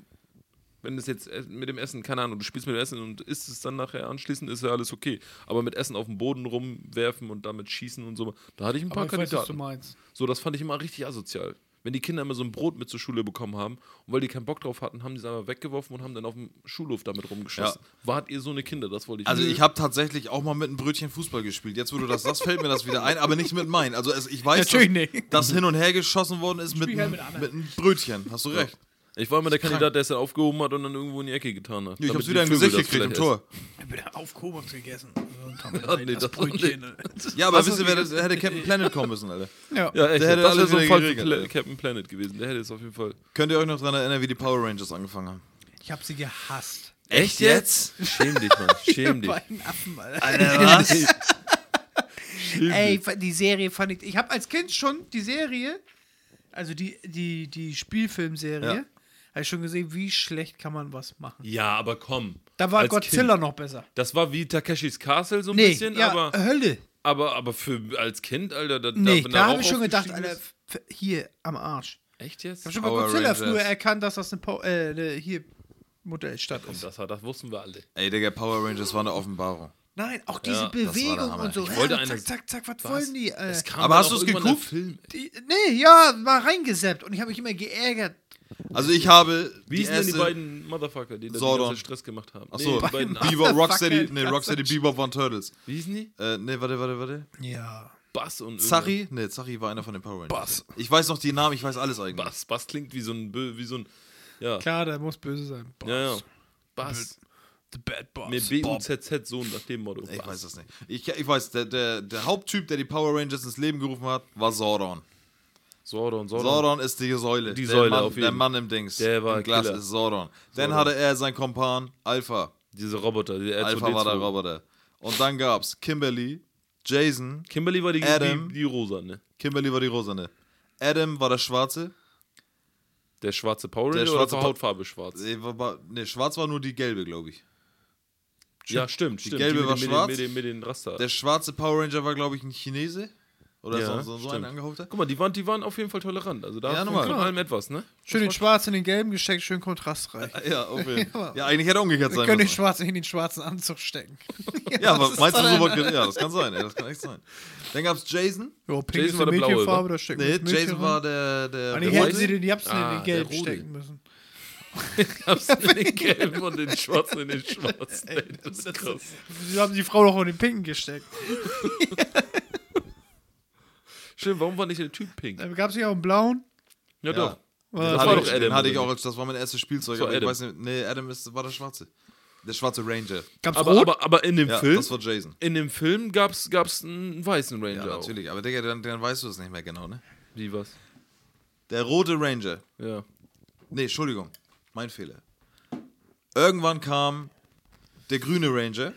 C: wenn es jetzt äh, mit dem Essen, keine Ahnung, du spielst mit dem Essen und isst es dann nachher anschließend, ist ja alles okay. Aber mit Essen auf den Boden rumwerfen und damit schießen und so, da hatte ich ein paar
B: Aber ich weiß, was du
C: Kandidaten.
B: meinst.
C: So, das fand ich immer richtig asozial. Wenn die Kinder immer so ein Brot mit zur Schule bekommen haben und weil die keinen Bock drauf hatten, haben die es einfach weggeworfen und haben dann auf dem Schulhof damit rumgeschossen. Wart ihr so eine Kinder? Das wollte ich
A: Also ich habe tatsächlich auch mal mit einem Brötchen Fußball gespielt. Jetzt, wo du das sagst, fällt mir das wieder ein, aber nicht mit meinen. Also es, ich weiß,
B: Natürlich
A: dass,
B: nicht.
A: dass hin und her geschossen worden ist mit,
B: Spiel halt
A: einem-
B: mit anderen.
A: mit einem Brötchen. Hast du recht.
C: Ich war immer der Kandidat, der es dann aufgehoben hat und dann irgendwo in die Ecke getan hat.
A: Ich
C: Damit
A: hab's
C: die
A: wieder im
C: Vögel
A: Gesicht
C: das
A: gekriegt im
C: vielleicht
A: Tor.
B: Ich bin auf Kobox gegessen.
C: Ja, nee, das
B: Brötchen.
C: *laughs*
A: Ja, aber wisst ihr, wer das, hätte Captain Planet kommen müssen, Alter.
B: Ja.
C: essen. Ja, echt.
A: Der hätte
C: das wäre
A: alles
C: so ein
A: wieder
C: Fall für
A: geregelt,
C: Pla
A: ey.
C: Captain Planet gewesen. Der hätte es auf jeden Fall.
A: Könnt ihr euch noch daran erinnern, wie die Power Rangers angefangen haben?
B: Ich hab sie gehasst.
C: Echt jetzt? Schäm dich, Mann.
B: *laughs*
C: Schäm dich.
B: Beiden Affen, Alter.
C: Schäm
B: Ey,
C: dich.
B: fa- die Serie fand ich. Ich habe als Kind schon die Serie, also die, die, die Spielfilmserie,
A: Ja.
B: habe ich schon gesehen, wie schlecht kann man was machen.
C: *laughs* Ja, aber komm.
B: Da war
C: Als
B: Godzilla
C: Kind.
B: noch besser.
C: Das war wie Takeshis Castle so ein
B: Nee,
C: bisschen,
B: ja,
C: aber,
B: Hölle.
C: aber, aber für als Kind, Alter, da,
B: Nee,
C: wenn
B: da
C: Rauch
B: habe ich schon gedacht,
C: aufgestiegen
B: Alter,
C: ist-
B: f- hier am Arsch.
C: Echt jetzt?
B: Ich habe schon bei
A: Power
B: Godzilla
A: Rangers.
B: früher erkannt, dass das eine, Pau- äh, eine hier Modellstadt ist.
C: Das, war- das wussten wir alle.
A: Ey, Digga, Power Rangers war eine Offenbarung.
B: Nein, auch diese
C: Ja, das
A: war der
B: Bewegung
A: Hammer.
B: und so.
A: Ich
B: Ja,
C: wollte eine-
B: zack, zack, zack, was wollen die? Äh,
C: Es kam
A: Aber
C: dann
A: hast
C: auch
A: du's
C: irgendwann ein
A: geguckt?
C: Film.
B: die? Nee, ja, war reingesappt und ich habe mich immer geärgert.
A: Also ich habe
C: Wie hießen denn die beiden Motherfucker, die da den
A: Sordon.
C: ganzen Stress gemacht haben?
A: Achso,
C: die beiden
A: Bebop, Rocksteady,
B: Motherfucker,
A: nee,
B: das
A: Rocksteady, Bebop waren Turtles.
C: Wie hießen die?
A: Äh, nee, warte, warte, warte.
B: Ja.
C: Bass und irgendwas.
A: Zari? Nee, Zari war einer von den Power Rangers.
B: Bass.
A: Ich weiß noch die Namen, ich weiß alles eigentlich.
C: Bass. Bass klingt wie so ein Bö- wie so ein ja.
B: Klar, der muss böse sein. Boah,
C: Ja, ja. Bass.
B: The Bad Boss.
C: Nee, B U Z Z so nach dem Motto.
A: Ich
C: Bass.
A: weiß das nicht. Ich, ich weiß, der, der, der Haupttyp, der die Power Rangers ins Leben gerufen hat, war Zordon.
C: Sordon, Sordon.
A: Sordon ist die Säule.
C: Die
A: der
C: Säule,
A: Mann,
C: auf jeden
A: Der Mann im Dings.
C: Der war
A: Im Glas
C: Killer.
A: ist Sordon. Dann
C: Zordon.
A: hatte er seinen Kompan Alpha.
C: Diese Roboter, die R2D2.
A: Alpha war der Roboter. Und dann gab's Kimberly, Jason,
C: Kimberly war die,
A: Adam.
C: die, die rosa, ne?
A: Kimberly war die Rosane. Adam war der Schwarze.
C: Der schwarze Power
A: Der
C: Ranger oder
A: schwarze
C: war
A: Pa-
C: Hautfarbe schwarz?
A: Nee, war- war- Nee, schwarz war nur die gelbe, glaube ich.
C: ja, stimmt, stimmt.
A: gelbe
C: mit
A: war
C: den- mit
A: schwarz.
C: Den, mit, den, mit den Raster.
A: Der schwarze Power Ranger war, glaube ich, ein Chinese. Oder so,
C: Ja,
A: so, so ein
C: stimmt.
A: angehaufter.
C: Guck mal, die waren, die waren auf jeden Fall tolerant. Also da
A: Ja,
C: hat von
A: normal.
C: allem etwas, ne? *laughs*
B: Schön den Schwarzen in den Gelben gesteckt, schön kontrastreich.
C: Äh,
A: Ja, auf
C: *laughs*
A: jeden
B: Ja,
A: Fall. Ja, eigentlich hätte er umgekehrt
B: Wir
A: sein
B: können den
A: müssen.
B: Schwarzen in den schwarzen Anzug
C: *laughs*
B: stecken.
A: Ja, aber
B: ist
A: meinst du
B: dann-
A: so was? Ja, das kann sein, ey, das kann echt sein. Dann gab's Jason.
B: Jo, Pink
C: Jason
B: ist
C: war
B: eine
C: der Blaue,
B: Mädchenfarbe,
C: wa?
B: da stecken
A: Nee,
B: wir das Mädchen
A: Jason
B: rein.
A: war der. der
B: Eigentlich
A: der
B: hätten
A: Rote.
B: sie den Japsen
C: Ah,
B: in den
C: der
B: Gelben
C: Rudi.
B: stecken müssen.
C: Hab's in
A: *laughs*
C: den gelben und den schwarzen in den schwarzen. Ey, das ist krass.
B: Sie haben die Frau doch in den Pinken gesteckt.
C: Stimmt, warum war nicht der Typ pink?
B: Da gab es ja auch einen Blauen.
C: Ja, doch.
A: Den
C: Das
A: hatte
C: war
A: ich,
C: doch
A: den
C: Adam,
A: hatte ich
C: oder
A: auch, als- das war mein erstes Spielzeug.
C: Das war
A: aber ich
C: Adam.
A: weiß nicht, nee, Adam ist, war der Schwarze. Der schwarze Ranger.
B: Gab's
C: Aber,
B: Rot?
C: aber, aber in dem
A: Ja,
C: Film.
A: das war Jason.
C: In dem Film gab's, gab's einen weißen
A: Ja,
C: Ranger. auch.
A: natürlich. Aber Digga, dann, dann weißt du es nicht mehr genau, ne?
C: Wie was?
A: Der rote Ranger.
C: Ja.
A: Nee, Entschuldigung. Mein Fehler. Irgendwann kam der grüne Ranger.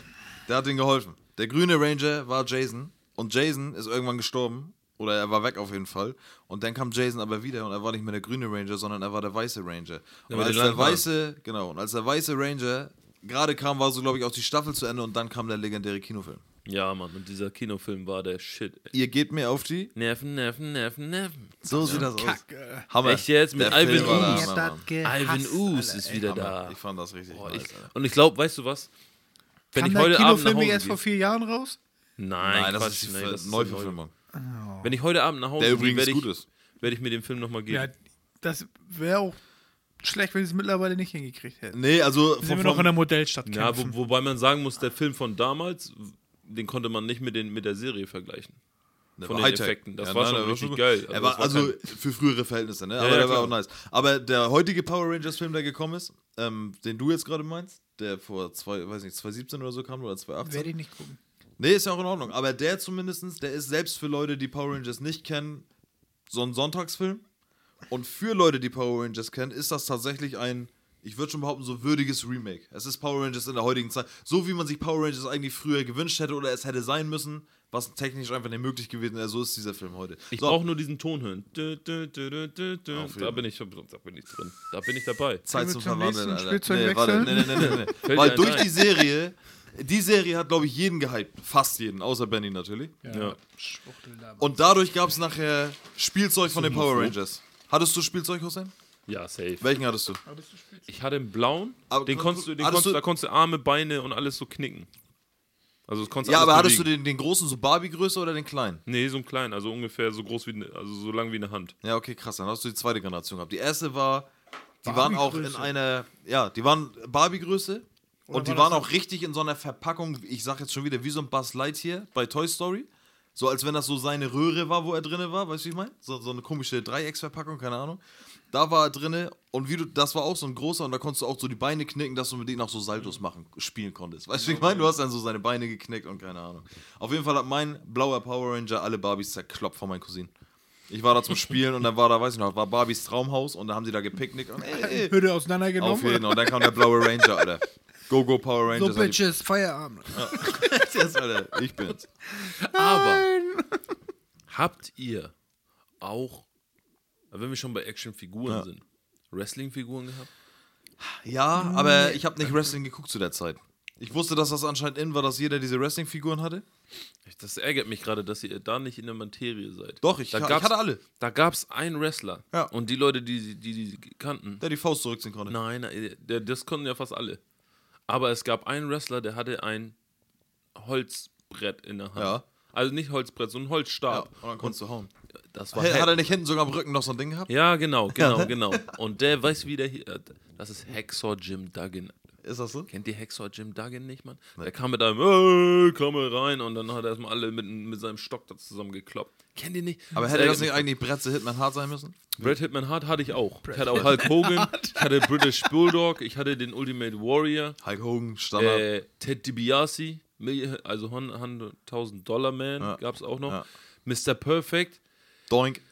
A: Der hat ihm geholfen. Der grüne Ranger war Jason. Und Jason ist irgendwann gestorben. Oder er war weg auf jeden Fall. Und dann kam Jason aber wieder und er war nicht mehr der grüne Ranger, sondern er war der weiße Ranger. Und
C: mit
A: als
C: den
A: der
C: langen
A: weiße, genau, und als der weiße Ranger gerade kam, war so, glaube ich, auch die Staffel zu Ende und dann kam der legendäre Kinofilm.
C: Ja, Mann, und dieser Kinofilm war der Shit. Ey.
A: Ihr geht mir auf die.
C: Nerven, Nerven, Nerven, Nerven.
A: So sieht das
B: Kacke.
A: aus. Hammer.
C: Echt jetzt? Mit
A: Der Film
C: Ivan
A: war der
C: Ooze?
A: Hammer,
B: Ihr habt
A: Mann.
C: Ivan
B: gehasst,
C: Ooze
B: Alter,
C: ist
B: ey.
C: wieder
A: Hammer.
C: da.
A: Ich fand das richtig
C: Boah,
A: nice,
C: ich,
A: Alter.
C: und ich glaube, weißt du was? Wenn
B: Kam
C: ich
B: der
C: heute Abend nach
B: Kinofilm
C: Hause
B: nicht erst
C: gehe,
B: vor vier Jahren raus?
C: Nein,
A: Nein, das
C: Quatsch,
A: ist die
C: nein,
A: Ver-
C: das ist eine
A: Neuverfilmung.
C: Wenn ich heute Abend nach Hause
A: Der
C: gehe,
A: übrigens
C: werde
A: gut
C: ich,
A: ist.
C: werd ich mir den Film nochmal geben.
B: Ja, das wäre auch schlecht, wenn sie es mittlerweile nicht hingekriegt hätten.
A: Nee, also
B: Sind
A: vom,
B: wir noch in
A: vom,
B: der Modellstadt
C: Ja, wo,
B: kämpfen.
C: wobei man sagen muss, der Film von damals, den konnte man nicht mit, den, mit der Serie vergleichen. Von den
A: Ne, Hightech.
C: Effekten. Das
A: Ja, nein,
C: war schon
A: der war
C: richtig
A: schon-
C: geil.
A: er war,
C: das
A: also
C: kein-
A: für frühere Verhältnisse, ne? Aber
C: ja,
A: der war
C: klar.
A: auch nice. Aber der heutige Power Rangers-Film, der gekommen ist, ähm, den du jetzt gerade meinst, der vor zwei, weiß nicht, 2017 oder so kam oder 2018.
B: Werde ich nicht gucken.
A: Nee, ist ja auch in Ordnung. Aber der zumindestens, der ist selbst für Leute, die Power Rangers nicht kennen, so ein Sonntagsfilm. Und für Leute, die Power Rangers kennen, ist das tatsächlich ein, ich würde schon behaupten, so würdiges Remake. Es ist Power Rangers in der heutigen Zeit. So wie man sich Power Rangers eigentlich früher gewünscht hätte oder es hätte sein müssen, was technisch einfach nicht möglich gewesen wäre. So ist dieser Film heute.
C: Ich
A: so,
C: brauche nur diesen Ton hören. Dö, dö, dö, dö, dö, dö.
A: Auf jeden
C: Da bin ich, da bin ich drin. Da bin ich dabei.
A: Zeit
B: Können wir
A: zum
B: zum
A: Verwandeln,
B: nächsten
A: Alter.
B: Spielzeug
A: nee, warte,
B: wechseln?
A: nee, nee, nee, nee, nee.
C: Fällt dir
A: Weil
C: ein
A: durch
C: ein?
A: die Serie, die Serie hat, glaube ich, jeden gehypt. Fast jeden, außer Benny natürlich.
C: Ja.
A: Und dadurch gab es nachher Spielzeug von den Power Rangers. Hattest du Spielzeug, Hussein?
C: Ja, safe.
A: Welchen hattest du?
C: Ich hatte einen blauen,
A: Aber
C: den
A: kon-
C: konntest du, den
A: hattest
C: konntest,
A: du-
C: da konntest du Arme, Beine und alles so knicken. Also das konntest
A: Ja,
C: alles
A: aber hattest du
C: bewegen.
A: den, den großen, so Barbie-Größe oder den kleinen?
C: Nee, so ein klein, also ungefähr so groß wie, ne- also so lang wie eine Hand.
A: Ja, okay, krass. Dann hast du die zweite Generation gehabt. Die erste war, die waren auch in einer, ja, die waren Barbie-Größe und die waren auch richtig in so einer Verpackung, ich sag jetzt schon wieder, wie so ein Buzz Lightyear bei Toy Story. So als wenn das so seine Röhre war, wo er drinne war, weißt du, wie ich meine? So, so eine komische Dreiecksverpackung, keine Ahnung. Da war er drinne und wie du, das war auch so ein großer und da konntest du auch so die Beine knicken, dass du mit denen auch so Saltos machen, spielen konntest. Weißt du, wie ich meine? Du hast dann so seine Beine geknickt und keine Ahnung. Auf jeden Fall hat mein blauer Power Ranger alle Barbies zerkloppt von meinen Cousinen. Ich war da zum Spielen und dann war da, weiß ich noch, war Barbies Traumhaus und dann haben sie da gepicknickt und ey, ey,
B: Hürde
A: auf jeden
B: auseinandergenommen.
A: Und dann kam der blaue Ranger, Alter. Go, go, Power
B: So
A: Rangers. hat die-
B: Bitches, Feierabend.
A: Yes, Alter. Ich bin's.
C: Aber habt ihr auch, wenn wir schon bei Actionfiguren
A: Ja.
C: sind, Wrestlingfiguren gehabt?
A: Ja, aber ich habe nicht Wrestling geguckt zu der Zeit. Ich wusste, dass das anscheinend in war, dass jeder diese Wrestling-Figuren hatte.
C: Das ärgert mich gerade, dass ihr da nicht in der Materie seid.
A: Doch, ich,
C: Da
A: ich
C: gab's-
A: hatte alle.
C: Da gab es einen Wrestler.
A: Ja.
C: Und die Leute, die die, die, die kannten.
A: Der die Faust zurückziehen konnte.
C: Nein, nein, äh, der, das konnten ja fast alle. Aber es gab einen Wrestler, der hatte ein Holzbrett in der Hand.
A: Ja.
C: Also nicht Holzbrett, so ein
A: Ja,
C: Holzstab.
A: und dann konntest du hauen.
C: Das war
A: Hat
C: Hack.
A: er nicht hinten sogar am Rücken noch so ein Ding gehabt? *laughs*
C: Ja, genau, genau, genau. Und der weiß wieder hier. äh, Das ist Hexor Jim Duggan.
A: Ist das so?
C: Kennt ihr Hexor Jim Duggan nicht, Mann? Der kam mit einem, hey, komm mal rein und dann hat er erstmal alle mit, mit seinem Stock da zusammengekloppt. Kennt ihr nicht?
A: Aber hätte das
C: ärgert mich.
A: nicht eigentlich Bretze Hitman hart sein müssen?
C: Brad Hitman Hart hatte ich auch. Ich hatte auch Hulk Hogan, ich hatte British Bulldog, ich hatte den Ultimate Warrior,
A: Hulk Hogan, Standard.
C: äh, Ted DiBiase, Milli- also 1000 Dollar Man
A: Ja.
C: gab es auch noch.
A: Ja.
C: Mr. Perfect,
A: Doink.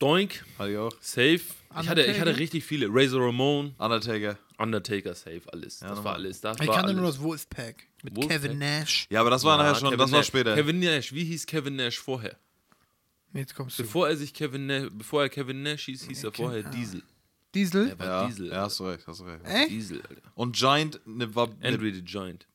C: Doink,
A: Hatte ich auch.
C: Safe. Ich hatte, ich hatte
B: Undertaker?
C: richtig viele. Razor Ramon,
A: Undertaker.
C: Undertaker, Safe, alles. das war
A: nochmal.
C: alles. Das
B: Ich
C: war
B: kannte
C: alles.
B: nur das Wolfpack mit
C: Wolfpack?
B: Kevin Nash.
A: Ja, aber das war
C: Ja,
A: nachher schon,
C: Kevin
A: das war
C: Nash.
A: später.
C: Kevin Nash, wie hieß Kevin Nash vorher?
B: Jetzt kommst du.
C: Bevor er sich Kevin Nash, bevor er Kevin Nash hieß, hieß er vorher Diesel.
B: Diesel?
C: Er war
A: ja,
C: Diesel.
A: ja, hast du recht, hast du recht.
B: Echt?
C: Diesel, Alter.
A: Und Giant ne, war, ne,
C: Andrew the Giant.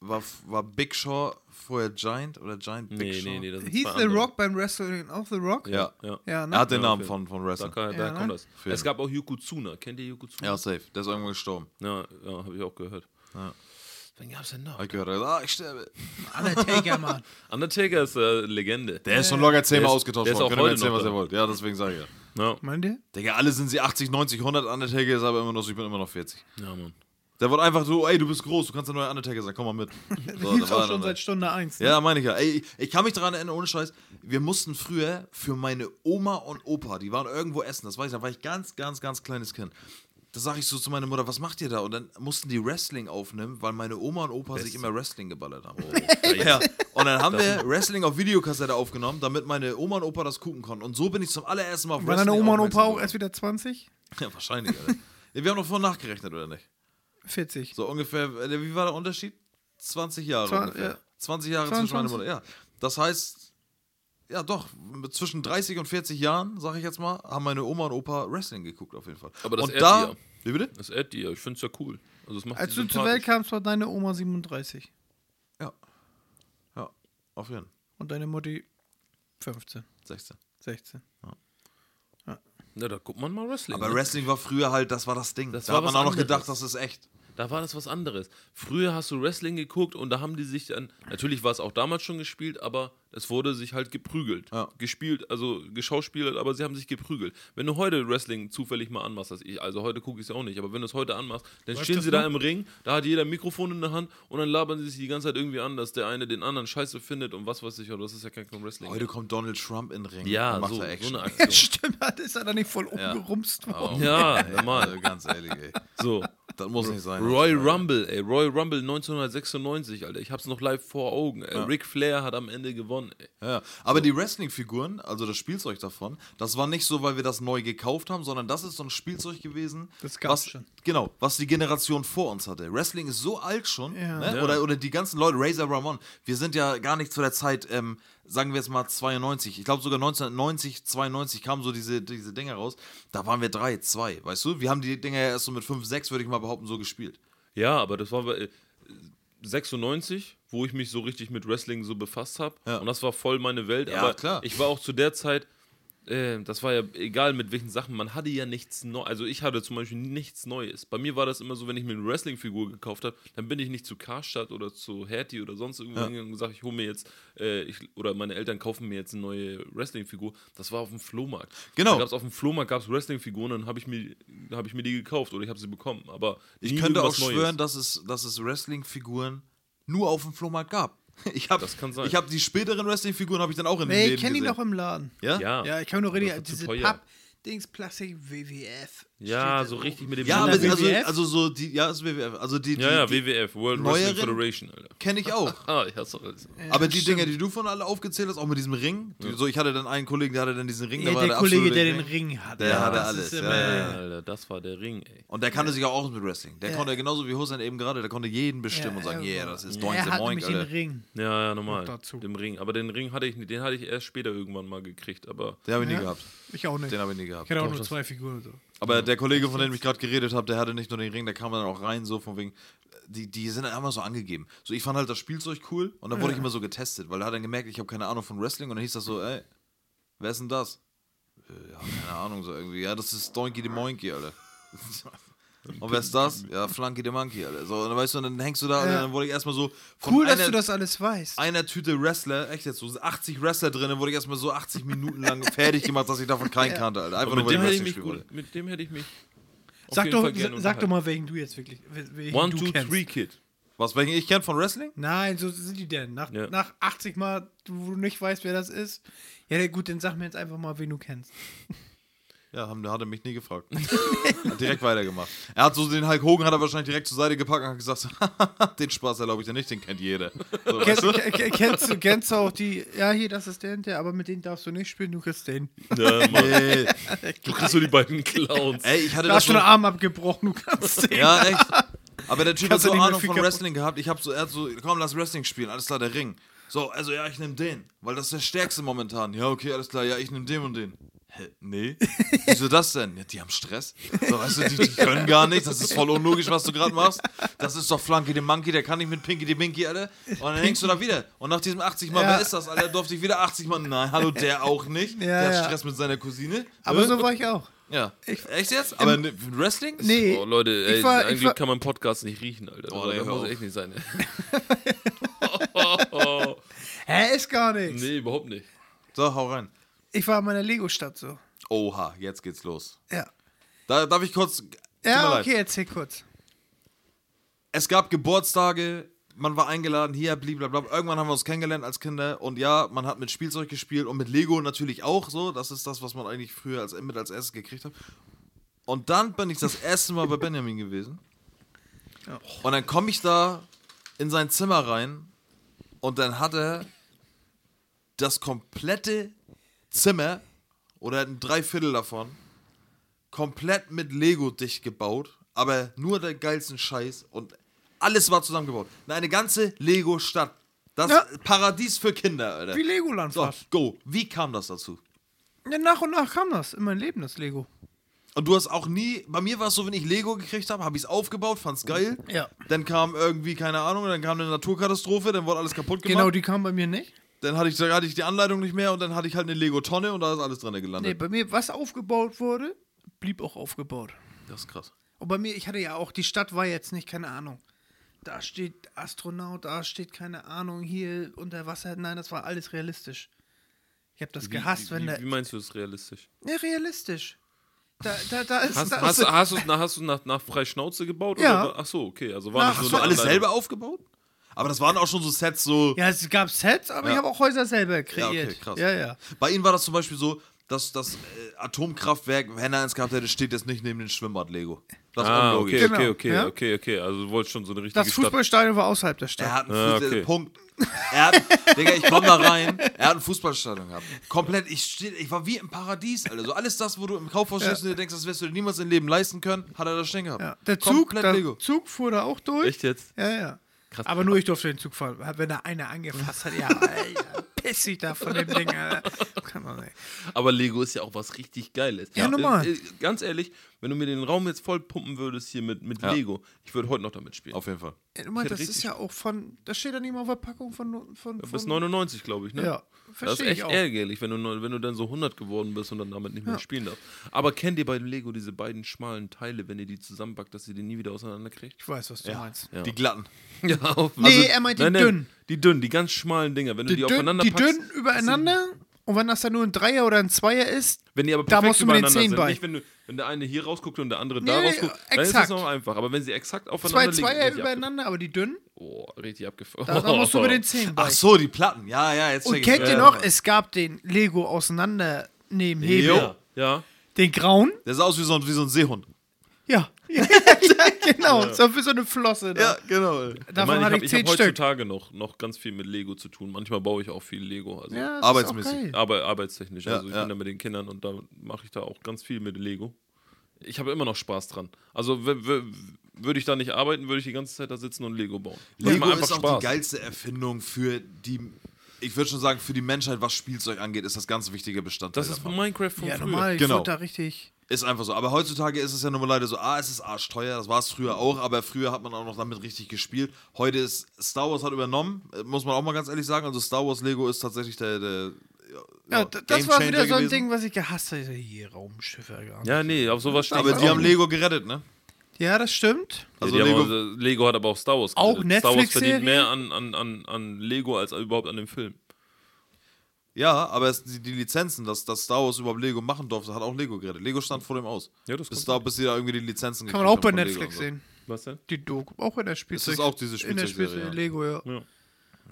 A: war, war Big Shaw vorher Giant oder Giant Big
C: Nee,
A: Shaw?
C: nee, nee, das sind
B: Hieß
C: zwei
B: The
C: andere.
B: Rock beim Wrestling auch The Rock?
A: Ja.
C: Ja.
B: Ja,
A: Er
B: ne?
A: hat den
C: Ja,
A: Namen
C: okay.
A: von, von
C: Da,
A: Wrestling.
C: kann,
B: Ja,
C: da kommt
B: ne?
C: das.
A: Film.
C: Es gab auch Yokozuna. Kennt ihr Yokozuna?
A: Ja, safe. Der ist irgendwann gestorben.
C: Ja, ja habe ich auch gehört.
A: Ja.
C: Wen gab's denn noch?
A: Hab ich gehört. Er hat gesagt, Ah, ich sterbe. *laughs*
B: Undertaker, Mann.
C: Undertaker ist äh, Legende.
A: Der ist schon locker zehnmal
C: ist-
A: ausgetauscht
C: der ist
A: worden.
C: auch
A: Könnt ihr mir
C: heute
A: erzählen,
C: noch
A: was
C: da.
A: ihr wollt. Ja, deswegen sage ich ja.
C: Ja,
B: Meint ihr?
A: Digga, alle sind sie 80, 90, 100. Undertaker ist aber immer noch, so, ich bin immer noch 40.
C: ja Mann.
A: Der wird einfach so, ey, du bist groß, du kannst der neue Undertaker sein, komm mal
B: *laughs*
A: mit. So,
B: Hieß
A: da war
B: auch
A: er
B: schon
A: dann.
B: seit Stunde 1.
A: Ja, meine ich ja. Ey, ich- ich kann mich daran erinnern, ohne Scheiß. Wir mussten früher für meine Oma und Opa, die waren irgendwo essen, das weiß ich, da war ich ganz, ganz, ganz kleines Kind. Da sage ich so zu meiner Mutter, was macht ihr da? Und dann mussten die Wrestling aufnehmen, weil meine Oma und Opa sich immer Wrestling geballert haben.
B: Oh, *laughs*
A: ja. Und dann haben wir Wrestling auf Videokassette aufgenommen, damit meine Oma und Opa das gucken konnten. Und so bin ich zum allerersten Mal auf
B: Waren
A: Wrestling
B: deine Oma und Opa
A: aufmerksam
B: auch
A: geworden.
B: erst wieder 20?
A: Ja, wahrscheinlich, Alter. Ja, Wir haben noch vorhin nachgerechnet, oder nicht?
B: 40.
A: So ungefähr, äh, wie war der Unterschied? 20 Jahre
B: Zwan-
A: ungefähr.
B: ja.
A: 20 Jahre zwischen
B: 22.
A: meiner Mutter, ja. Das heißt, ja doch, mit zwischen 30 und 40 Jahren, sag ich jetzt mal, haben meine Oma und Opa Wrestling geguckt auf jeden Fall.
C: Aber das
A: und
C: ehrt
A: da,
C: ihr.
A: Wie bitte?
C: Das Ed dir. Ich find's ja cool. Also, das macht
B: Als
C: sie
B: du zur Welt
C: sympathisch.
B: kamst, war deine Oma 37
A: Ja. Ja, auf jeden Fall.
B: und deine Mutti 15,
A: 16.
B: *laughs* 16.
C: Na, da guckt man ne? mal Wrestling.
A: Aber
C: ne?
A: Wrestling war früher halt, das war das Ding.
C: Das
A: da
C: war
A: hat man
C: was
A: auch noch
C: anderes.
A: gedacht, das ist echt.
C: Da war das was anderes. Früher hast du Wrestling geguckt und da haben die sich dann, natürlich war es auch damals schon gespielt, aber es wurde sich halt geprügelt.
A: Ja.
C: Gespielt, also geschauspielert, aber sie haben sich geprügelt. Wenn du heute Wrestling zufällig mal anmachst, das ich, also heute gucke ich es auch nicht, aber wenn du es heute anmachst, dann
B: Läuft
C: stehen
B: das
C: sie da
B: noch?
C: im Ring, da hat jeder ein Mikrofon in der Hand und dann labern sie sich die ganze Zeit irgendwie an, dass der eine den anderen scheiße findet und was weiß ich, aber das ist ja kein Wrestling.
A: Heute kommt Donald Trump in den Ring.
C: ja,
A: und macht
C: so, so
A: er Action.
C: eine
A: *laughs*
C: Aktion.
B: Stimmt, da ist er dann nicht voll umgerumst worden.
C: Ja,
A: Also
C: normal.
A: ganz ehrlich, ey.
C: So.
A: Das muss nicht sein.
C: Royal Rumble, ey. Royal Rumble 1996, Alter. Ich hab's noch live vor Augen. Ey. Ric Flair hat am Ende gewonnen, ey.
A: Ja, aber die Wrestling-Figuren, also das Spielzeug davon, das war nicht so, weil wir das neu gekauft haben, sondern das ist so ein Spielzeug gewesen.
B: Das
A: was,
B: gab's schon.
A: Genau, was die Generation vor uns hatte. Wrestling ist so alt schon,
B: Ja.
A: ne?
C: Ja.
A: Oder, oder die ganzen Leute, Razor Ramon, wir sind ja gar nicht zu der Zeit, ähm, sagen wir jetzt mal 92, ich glaube sogar 1990, 92 kamen so diese, diese Dinger raus. Da waren wir drei, zwei, weißt du? Wir haben die Dinger ja erst so mit fünf, sechs, würde ich mal behaupten, so gespielt.
C: Ja, aber das war bei, äh, 96, wo ich mich so richtig mit Wrestling so befasst habe.
A: Ja.
C: Und das war voll meine Welt.
A: Ja,
C: aber
A: klar.
C: ich war auch zu der Zeit, äh, das war ja egal mit welchen Sachen, man hatte ja nichts Neues. Also ich hatte zum Beispiel nichts Neues. Bei mir war das immer so, wenn ich mir eine Wrestling-Figur gekauft habe, dann bin ich nicht zu Karstadt oder zu Hertie oder sonst irgendwo hingegangen und gesagt, ich hole mir jetzt, äh, ich, oder meine Eltern kaufen mir jetzt eine neue Wrestling-Figur. Das war auf dem Flohmarkt.
A: Genau.
C: Da gab's auf dem Flohmarkt gab es Wrestling-Figuren, dann habe ich, mir- da hab ich mir die gekauft oder ich habe sie bekommen. Aber
A: Ich
C: nie
A: könnte auch
C: irgendwas Neues.
A: schwören, dass es, dass es Wrestling-Figuren nur auf dem Flohmarkt gab. *laughs* Ich hab,
C: Das kann sein.
A: Ich habe die späteren Wrestling-Figuren habe ich dann auch in den
B: Nee,
A: Läden
B: ich kenne die
A: gesehen.
B: noch im Laden.
A: Ja?
C: Ja.
B: Ja, ich kann mir noch
C: Das
B: richtig
C: war zu
B: diese
C: teuer.
B: Papp-Dings Plastik WWF.
C: Ja,
B: steht da
C: so
B: drauf.
C: richtig mit dem
A: Ja, aber
B: Von der
A: also,
B: WWF?
A: also so die, ja, ist WWF. Also die, die,
C: Ja, ja,
A: die
C: WWF, World
A: neueren-
C: Wrestling Federation, Alter.
A: kenne ich auch.
C: Ah, ich hasse alles.
A: aber die
B: stimmt.
A: Dinger, die du von alle aufgezählt hast, auch mit diesem Ring. Die, so, ich hatte dann einen Kollegen, der hatte dann diesen Ring.
B: Ja,
A: war
B: der Kollege,
A: absolute
B: der den Ring hat.
A: Der
B: ja,
A: hatte
B: das
A: alles,
B: ist immer-
A: ja, ja,
C: Alter, das war der Ring, ey.
A: Und der kannte sich auch aus mit Wrestling. Der
B: Ja.
A: konnte genauso wie Hussein eben gerade, der konnte jeden bestimmen und sagen,
B: ja,
A: yeah, das ist
B: Er
A: 19
B: hat
A: Moink,
B: nämlich den
A: Alter.
B: Ring.
C: Ja, ja, normal.
B: Noch dazu.
C: Dem Ring. Aber den Ring hatte ich nicht, den hatte ich erst später irgendwann mal gekriegt, aber.
A: Den habe ich nie
B: Ja.
A: gehabt.
B: Ich auch nicht.
A: Den habe ich nie
B: Ich
A: gehabt.
B: hatte auch nur zwei Figuren und so.
A: Aber der Kollege, von dem ich gerade geredet habe, der hatte nicht nur den Ring, der kam dann auch rein, so von wegen, die, die sind dann immer so angegeben. So, ich fand halt das Spielzeug cool und dann wurde ich immer so getestet, weil er hat dann gemerkt, ich habe keine Ahnung von Wrestling und dann hieß das so, ey, wer ist denn das? Äh, Ja, keine Ahnung, so irgendwie. Ja, das ist Doinky the Moinky,
C: *laughs*
A: Alter. Und wer ist das? Ja, Flanky the Monkey, Alter. So, und dann weißt du, und dann hängst du da und
B: Ja.
A: dann wurde ich erstmal so. von
B: Cool, dass
A: einer-
B: du das alles weißt.
A: einer Tüte Wrestler, echt jetzt so, sind 80 Wrestler drin, dann wurde ich erstmal so 80 Minuten
C: *laughs*
A: lang fertig gemacht, dass ich davon keinen kannte, Alter. Einfach
C: Aber
A: nur
C: mit
A: weil
C: dem
A: ich
C: hätte ich
A: Wrestling
C: mich
A: spielen wollte.
C: gut, mit dem hätte ich mich. auf
B: Sag
C: jeden
B: doch,
C: Fall gerne
B: sag doch
C: unterhalten.
B: mal, welchen du jetzt wirklich. Welchen
C: One,
B: du
C: two,
B: kennst.
C: three, Kid.
A: Was, welchen ich kenne von Wrestling?
B: Nein, so sind die denn. Nach,
C: Ja.
B: nach 80 Mal, du- wo du nicht weißt, wer das ist. Ja, gut, dann sag mir jetzt einfach mal, wen du kennst.
A: Ja, haben, hat er mich nie gefragt. *laughs* hat direkt weitergemacht. Er hat so den Hulk Hogan hat er wahrscheinlich direkt zur Seite gepackt und hat gesagt, *laughs* den Spaß erlaube ich dir nicht, den kennt jeder. So, weißt
B: Kennst,
A: du?
B: ke- ke- kennst, du- kennst du auch die, ja, hier, das ist der, und der, aber mit denen darfst du nicht spielen, du kriegst den.
C: Ja, Mann.
A: Ey,
C: Du kriegst so die beiden Clowns.
A: ey, ich hatte
B: Da
A: das
B: hast du
A: schon.
B: den Arm abgebrochen, du kannst den.
A: Ja, echt. Aber der Typ hat
B: Kannst du
A: so
B: nicht mehr
A: Ahnung
B: viel
A: von
B: kaputt-
A: Wrestling gehabt. Ich hab so, er hat so, komm, lass Wrestling spielen, alles klar, der Ring. So, also ja, ich nehm den, weil das ist der stärkste momentan. Ja, okay, alles klar, ja, ich nehm den und den. Hä, nee? Wieso das denn? Ja, die haben Stress. So, weißt du, die, die können gar nichts. Das ist voll unlogisch, was du gerade machst. Das ist doch Flunky the Monkey, der kann nicht mit Pinky the Minky, Alter. Und dann hängst du da wieder. Und nach diesem 80 Mal,
B: Ja.
A: wer ist das, Alter? Durfte ich wieder 80 Mal. Nein, hallo, der auch nicht.
B: Ja,
A: der
B: ja.
A: hat Stress mit seiner Cousine.
B: Aber so war ich auch.
A: ja. Echt jetzt? Aber ne, Wrestling?
B: Nee.
C: Oh, Leute,
B: Ich
C: ey,
B: war-
C: ein
B: ich
C: Glück
B: war-
C: kann man Podcast nicht riechen, Alter.
A: Oh,
C: Oh,
A: nee,
C: das
A: hör
C: muss
A: auf.
C: echt nicht sein. *laughs* Oh,
B: Hä, ist gar nichts.
C: nee, überhaupt nicht.
A: So, hau rein.
B: Ich war in meiner Lego-Stadt so.
A: Oha, jetzt geht's los.
B: Ja.
A: Da darf ich kurz. tut mir
B: Ja,
A: leid.
B: okay, erzähl kurz.
A: Es gab Geburtstage, man war eingeladen, hier, blablabla. Irgendwann haben wir uns kennengelernt als Kinder und ja, man hat mit Spielzeug gespielt und mit Lego natürlich auch so. Das ist das, was man eigentlich früher als, mit als erstes gekriegt hat. Und dann bin ich das erste Mal bei Benjamin gewesen. Und dann komme ich da in sein Zimmer rein und dann hat er das komplette Zimmer oder ein Dreiviertel davon komplett mit Lego dicht gebaut, aber nur der geilsten Scheiß und alles war zusammengebaut. Eine ganze Lego-Stadt. Das
B: Ja.
A: Paradies für Kinder, Alter.
B: Wie Legoland
A: so,
B: war's.
A: go. Wie kam das dazu?
B: Ja, nach und nach kam das in mein Leben, das Lego.
A: Und du hast auch nie, bei mir war es so, wenn ich Lego gekriegt habe, habe ich es aufgebaut, fand's geil.
B: Ja.
A: Dann kam irgendwie, keine Ahnung, dann kam eine Naturkatastrophe, dann wurde alles kaputt gemacht.
B: Genau, die kam bei mir nicht.
A: Dann hatte ich, dann hatte ich die Anleitung nicht mehr und dann hatte ich halt eine Lego-Tonne und da ist alles drin
B: Nee,
A: gelandet.
B: bei mir, was aufgebaut wurde, blieb auch aufgebaut.
C: Das ist krass.
B: Und Oh, bei mir, ich hatte ja auch, die Stadt war jetzt nicht, keine Ahnung. Da steht Astronaut, da steht keine Ahnung, hier unter Wasser. Nein, das war alles realistisch. Ich habe das gehasst,
C: wie,
B: wenn
C: wie,
B: da.
C: Wie meinst du es realistisch?
B: Ja, realistisch. Da, da, da ist.
C: Hast,
B: da
C: hast,
B: ist
C: hast, du, na, hast du nach, nach freie Schnauze gebaut?
B: Ja.
C: Oder? war- Ach so, okay. Also war
B: Ach,
C: nicht
A: Hast
C: so
A: du
C: eine
A: alles
C: Anleitung.
A: selber aufgebaut? Aber das waren auch schon so Sets, so.
B: ja, es gab Sets, aber
A: Ja.
B: ich habe auch Häuser selber
A: Ja,
B: kreiert.
A: okay,
B: Ja,
A: krass.
B: ja, ja.
A: Bei ihnen war das zum Beispiel so, dass das äh, Atomkraftwerk, wenn er eins gehabt hätte, steht jetzt nicht neben dem Schwimmbad Lego. Das ist
C: Ah,
A: unlogisch.
C: okay,
B: Genau,
C: okay, okay,
B: ja.
C: okay, okay. Also du wolltest schon so eine richtige
B: Das Fußballstadion war außerhalb der Stadt.
A: Er hat einen
C: Ah,
A: Fuß-
C: okay.
A: äh, Punkt. Er hat, Digga, ich komm da rein. Er hat ein Fußballstadion gehabt. Komplett, ich, steh, ich war wie im Paradies, Alter. So alles das, wo du im Kaufhaus stehst und dir denkst, das wirst du dir niemals im Leben leisten können, hat er da stehen gehabt.
B: Ja, der Zug,
A: Komplett
B: der
A: Lego.
B: Zug fuhr da auch durch.
C: Stadt. Echt jetzt?
B: Ja, ja. Aber nur ich durfte den Zug fahren. Wenn da einer angefasst hat,
C: *laughs*
B: ja, Alter, piss ich da von dem Ding, Alter. Kann man nicht.
C: Aber Lego ist ja auch was richtig Geiles.
B: Ja, normal.
C: Äh, äh, Ganz ehrlich, wenn du mir den Raum jetzt voll pumpen würdest hier mit, mit
A: Ja.
C: Lego, ich würde heute noch damit spielen.
A: Auf jeden Fall.
B: Ey, Guck mal,
C: hätte
B: das ist
C: richtig-
B: ja auch von. Das steht dann immer auf der Packung von. von, von
C: Bis 99, glaube ich, ne?
B: Ja,
C: Das ist
B: verstehe
C: echt
B: ich auch.
C: ärgerlich, wenn du, neu- wenn du dann so 100 geworden bist und dann damit nicht mehr spielen darfst. Aber kennt ihr bei Lego diese beiden schmalen Teile, wenn ihr die zusammenpackt, dass ihr die nie wieder auseinanderkriegt?
B: Ich weiß, was du meinst.
C: Ja.
A: Die glatten.
C: *laughs* Ja, auf also-
B: Nee, er meint die dünnen.
C: Die dünnen, die ganz schmalen Dinger. Wenn du
B: Die,
C: also die
B: dünn,
C: aufeinander
B: die
C: packst,
B: dünnen übereinander und wenn das dann nur ein Dreier oder ein Zweier ist,
C: Wenn die aber
B: Da
C: perfekt
B: musst du mit den
C: übereinander
B: Zehen
C: sind,
B: bei.
C: Nicht, wenn, du, wenn der eine hier rausguckt und der andere
B: Nee,
C: da
B: nee,
C: rausguckt, dann ist
B: exakt.
C: das noch einfach. Aber wenn sie exakt
B: zwei
C: aufeinander liegen, Oh.
B: Zweier
C: richtig
B: übereinander, aber die dünnen,
C: abgef- Boah, richtig abgefahren.
B: da, da musst du über den
C: *laughs*
B: Zehen bei.
A: Ach so, die Platten. Ja, ja, jetzt
B: und
A: check
B: kennt
A: ich.
B: ihr
A: Ja, genau.
B: noch,
A: ja.
B: es gab den Lego auseinandernehmen Hebel,
A: Jo.
C: Ja, ja.
B: den grauen.
A: Der sah aus wie so ein, wie so ein Seehund.
C: *laughs*
B: Ja. *laughs* ja genau, so für so eine Flosse. Da.
A: genau.
C: Ich
B: Davon
C: meine,
B: hatte
C: ich
B: ich,
C: habe
B: zehn
C: hab
B: Stück.
C: heutzutage noch, noch ganz viel mit Lego zu tun. Manchmal baue ich auch viel Lego. Also
B: Ja, das ist
A: Arbeitsmäßig.
C: *clears throat*
B: auch geil.
C: aber arbeitstechnisch.
A: Ja,
C: also ich
A: ja.
C: bin da mit den Kindern und da mache ich da auch ganz viel mit Lego. Ich habe immer noch Spaß dran. Also w- w- würde ich da nicht arbeiten, würde ich die ganze Zeit da sitzen und Lego bauen. Macht
A: Lego
C: mir
A: ist auch die geilste Erfindung für die, ich würde schon sagen, für die Menschheit, was Spielzeug angeht, ist das ganz wichtige Bestandteil.
C: Das ist
A: davon.
C: Minecraft von
B: Ja,
C: früher.
B: normal, ich
A: Genau.
B: wurde da richtig.
A: Ist einfach so. Aber heutzutage ist es ja nun mal leider so, ah, es ist arschteuer, das war es früher auch, aber früher hat man auch noch damit richtig gespielt. Heute ist Star Wars hat übernommen, äh, muss man auch mal ganz ehrlich sagen. Also Star Wars Lego ist tatsächlich der, der
B: Ja,
A: ja,
B: d- das
A: Game
B: war
A: Changer
B: wieder so ein
A: gewesen.
B: Ding, was ich gehasst habe. Ich so, Hier, Raumschiffe. gar nicht.
C: Ja, nee, auf sowas steht
A: Aber die haben Lego gerettet, ne?
B: ja, das stimmt.
A: Also
C: ja, die
A: Lego,
C: Lego, haben, auch- Lego hat aber auch Star Wars.
B: Auch
C: gerettet. Star Wars
B: Netflix-Serie?
C: verdient mehr an, an, an, an Lego als überhaupt an dem Film.
A: ja, aber es, die, die Lizenzen, dass, dass Star Wars überhaupt Lego machen durfte, hat auch Lego gerettet. Lego stand vor dem aus.
C: Ja, das
A: bis
C: kommt
A: da, bis sie da irgendwie die Lizenzen
B: Kann man
A: gekriegt
B: auch bei
A: haben von Lego und
B: Netflix
A: so.
B: sehen.
C: Was denn?
B: Die Doku, auch in der Spielzeug.
A: auch diese
B: In
A: Spielzeugserie,
B: der Spielzeug
A: ja.
B: Lego, ja.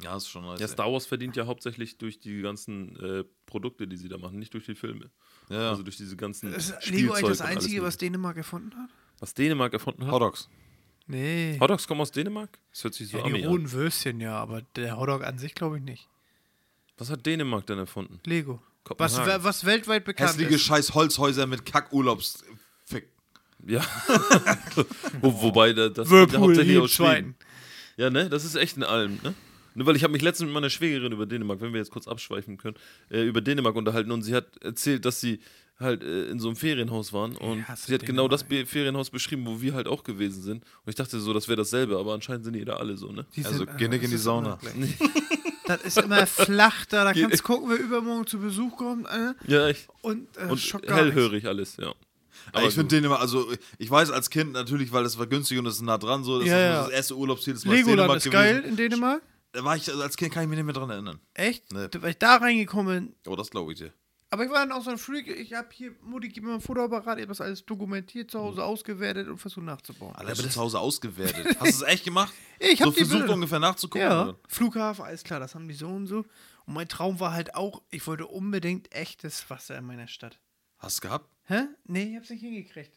A: Ja, ist schon nice.
C: Ja,
A: ey.
C: Star Wars verdient ja hauptsächlich durch die ganzen äh, Produkte, die sie da machen, nicht durch die Filme.
A: Ja, ja.
C: Also durch diese ganzen.
B: Ist Lego
C: Spielzeug
B: eigentlich das
C: und alles
B: Einzige, was
C: Mögliche.
B: Dänemark gefunden hat?
C: was Dänemark erfunden hat.
A: Hot Dogs.
B: Nee.
C: Hot Dogs kommen aus Dänemark? Das hört sich so
B: ja,
C: Ami
B: die
C: an.
B: rohen Würstchen, ja, aber der Hotdog an sich glaube ich nicht.
C: Was hat Dänemark denn erfunden? *laughs*
B: Lego. Was,
C: Kopenhagen.
B: we- was weltweit bekannt
A: Hässliche
B: ist.
A: scheiß Holzhäuser mit Kackurlaubs. Fick.
B: *laughs*
C: Ja. Wo, wobei, da- das kommt ja
B: Whirlpool,
C: hauptsächlich
B: die
C: aus Schweden.
B: Schwein.
C: Ja, ne? Das ist echt in allem, ne? Ne, weil ich habe mich letztens mit meiner Schwägerin über Dänemark, wenn wir jetzt kurz abschweifen können, äh, über Dänemark unterhalten und sie hat erzählt, dass sie halt äh, in so einem Ferienhaus waren und
B: Ich hasse
C: sie hat genau das Be Ferienhaus beschrieben, wo wir halt auch gewesen sind. Und ich dachte so, das wäre dasselbe, aber anscheinend sind die da alle so, ne?
B: Die
A: Also,
B: sind-
A: geh nicht in die
B: das ist
A: Sauna.
B: unmöglich. Das ist immer flach da, da
C: Geh-
B: kannst du gucken, wer übermorgen zu Besuch kommt. Äh,
C: Ja, echt.
B: und äh,
C: Und
B: schockt gar nichts.
C: hellhörig alles, ja.
A: ich finde Dänemark, also ich weiß als Kind natürlich, weil das war günstig und es ist nah dran, so das
B: Ja,
A: ist
B: ja.
A: das erste Urlaubsziel des
B: Legoland ist geil in Dänemark.
A: Da war ich, also als Kind kann ich mich nicht mehr dran erinnern.
B: Echt?
A: Nee.
B: Weil ich da reingekommen bin.
A: Oh, das glaube ich dir.
B: Aber ich war dann auch so ein Freak. Ich habe hier, Mutti, gib mir mal ein Fotoapparat. Ich habe das alles dokumentiert, zu
A: Hm.
B: Hause ausgewertet und versucht nachzubauen.
A: Alter, ich bin zu Hause ausgewertet. Hast du es echt gemacht?
B: *laughs* Ich hab
A: so
B: die
A: versucht
B: Bilder.
A: ungefähr nachzugucken.
B: ja,
A: oder?
B: Flughafen, alles klar, das haben die so und so. Und mein Traum war halt auch, ich wollte unbedingt echtes Wasser in meiner Stadt.
A: Hast du gehabt?
B: Hä? Nee, ich hab's nicht hingekriegt.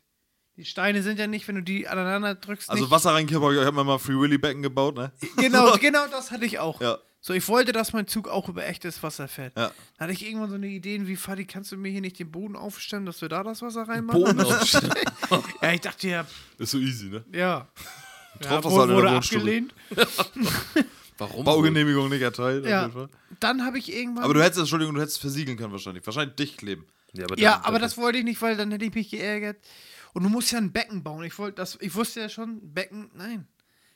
B: Die Steine sind ja nicht, wenn du die aneinander drückst.
A: Also
B: nicht.
A: Wasser reinkipper, ich habe mir mal Free Willy Becken gebaut, ne? *laughs*
B: Genau, genau das hatte ich auch.
A: Ja.
B: So, ich wollte, dass mein Zug auch über echtes Wasser fährt.
A: Ja.
B: Da hatte ich irgendwann so eine Ideen wie, Fadi, kannst du mir hier nicht den Boden aufstemmen, dass wir da das Wasser reinmachen?
C: *laughs* Boden aufstellen.
B: Ja, ich dachte ja,
C: ist so easy, ne?
B: ja. ja
A: Tropfwasser halt in der
B: wurde
A: Wohnstube.
B: abgelehnt.
C: Warum?
A: Baugenehmigung nicht erteilt. auf
B: Ja.
A: jeden Fall.
B: Dann habe ich irgendwann.
A: Aber du hättest, Entschuldigung, du hättest versiegeln können wahrscheinlich. Wahrscheinlich dicht kleben.
C: Ja, aber,
B: ja, aber das wollte ich nicht, weil dann hätte ich mich geärgert. Und du musst ja ein Becken bauen. Ich, wollte das, ich wusste ja schon, Becken, nein.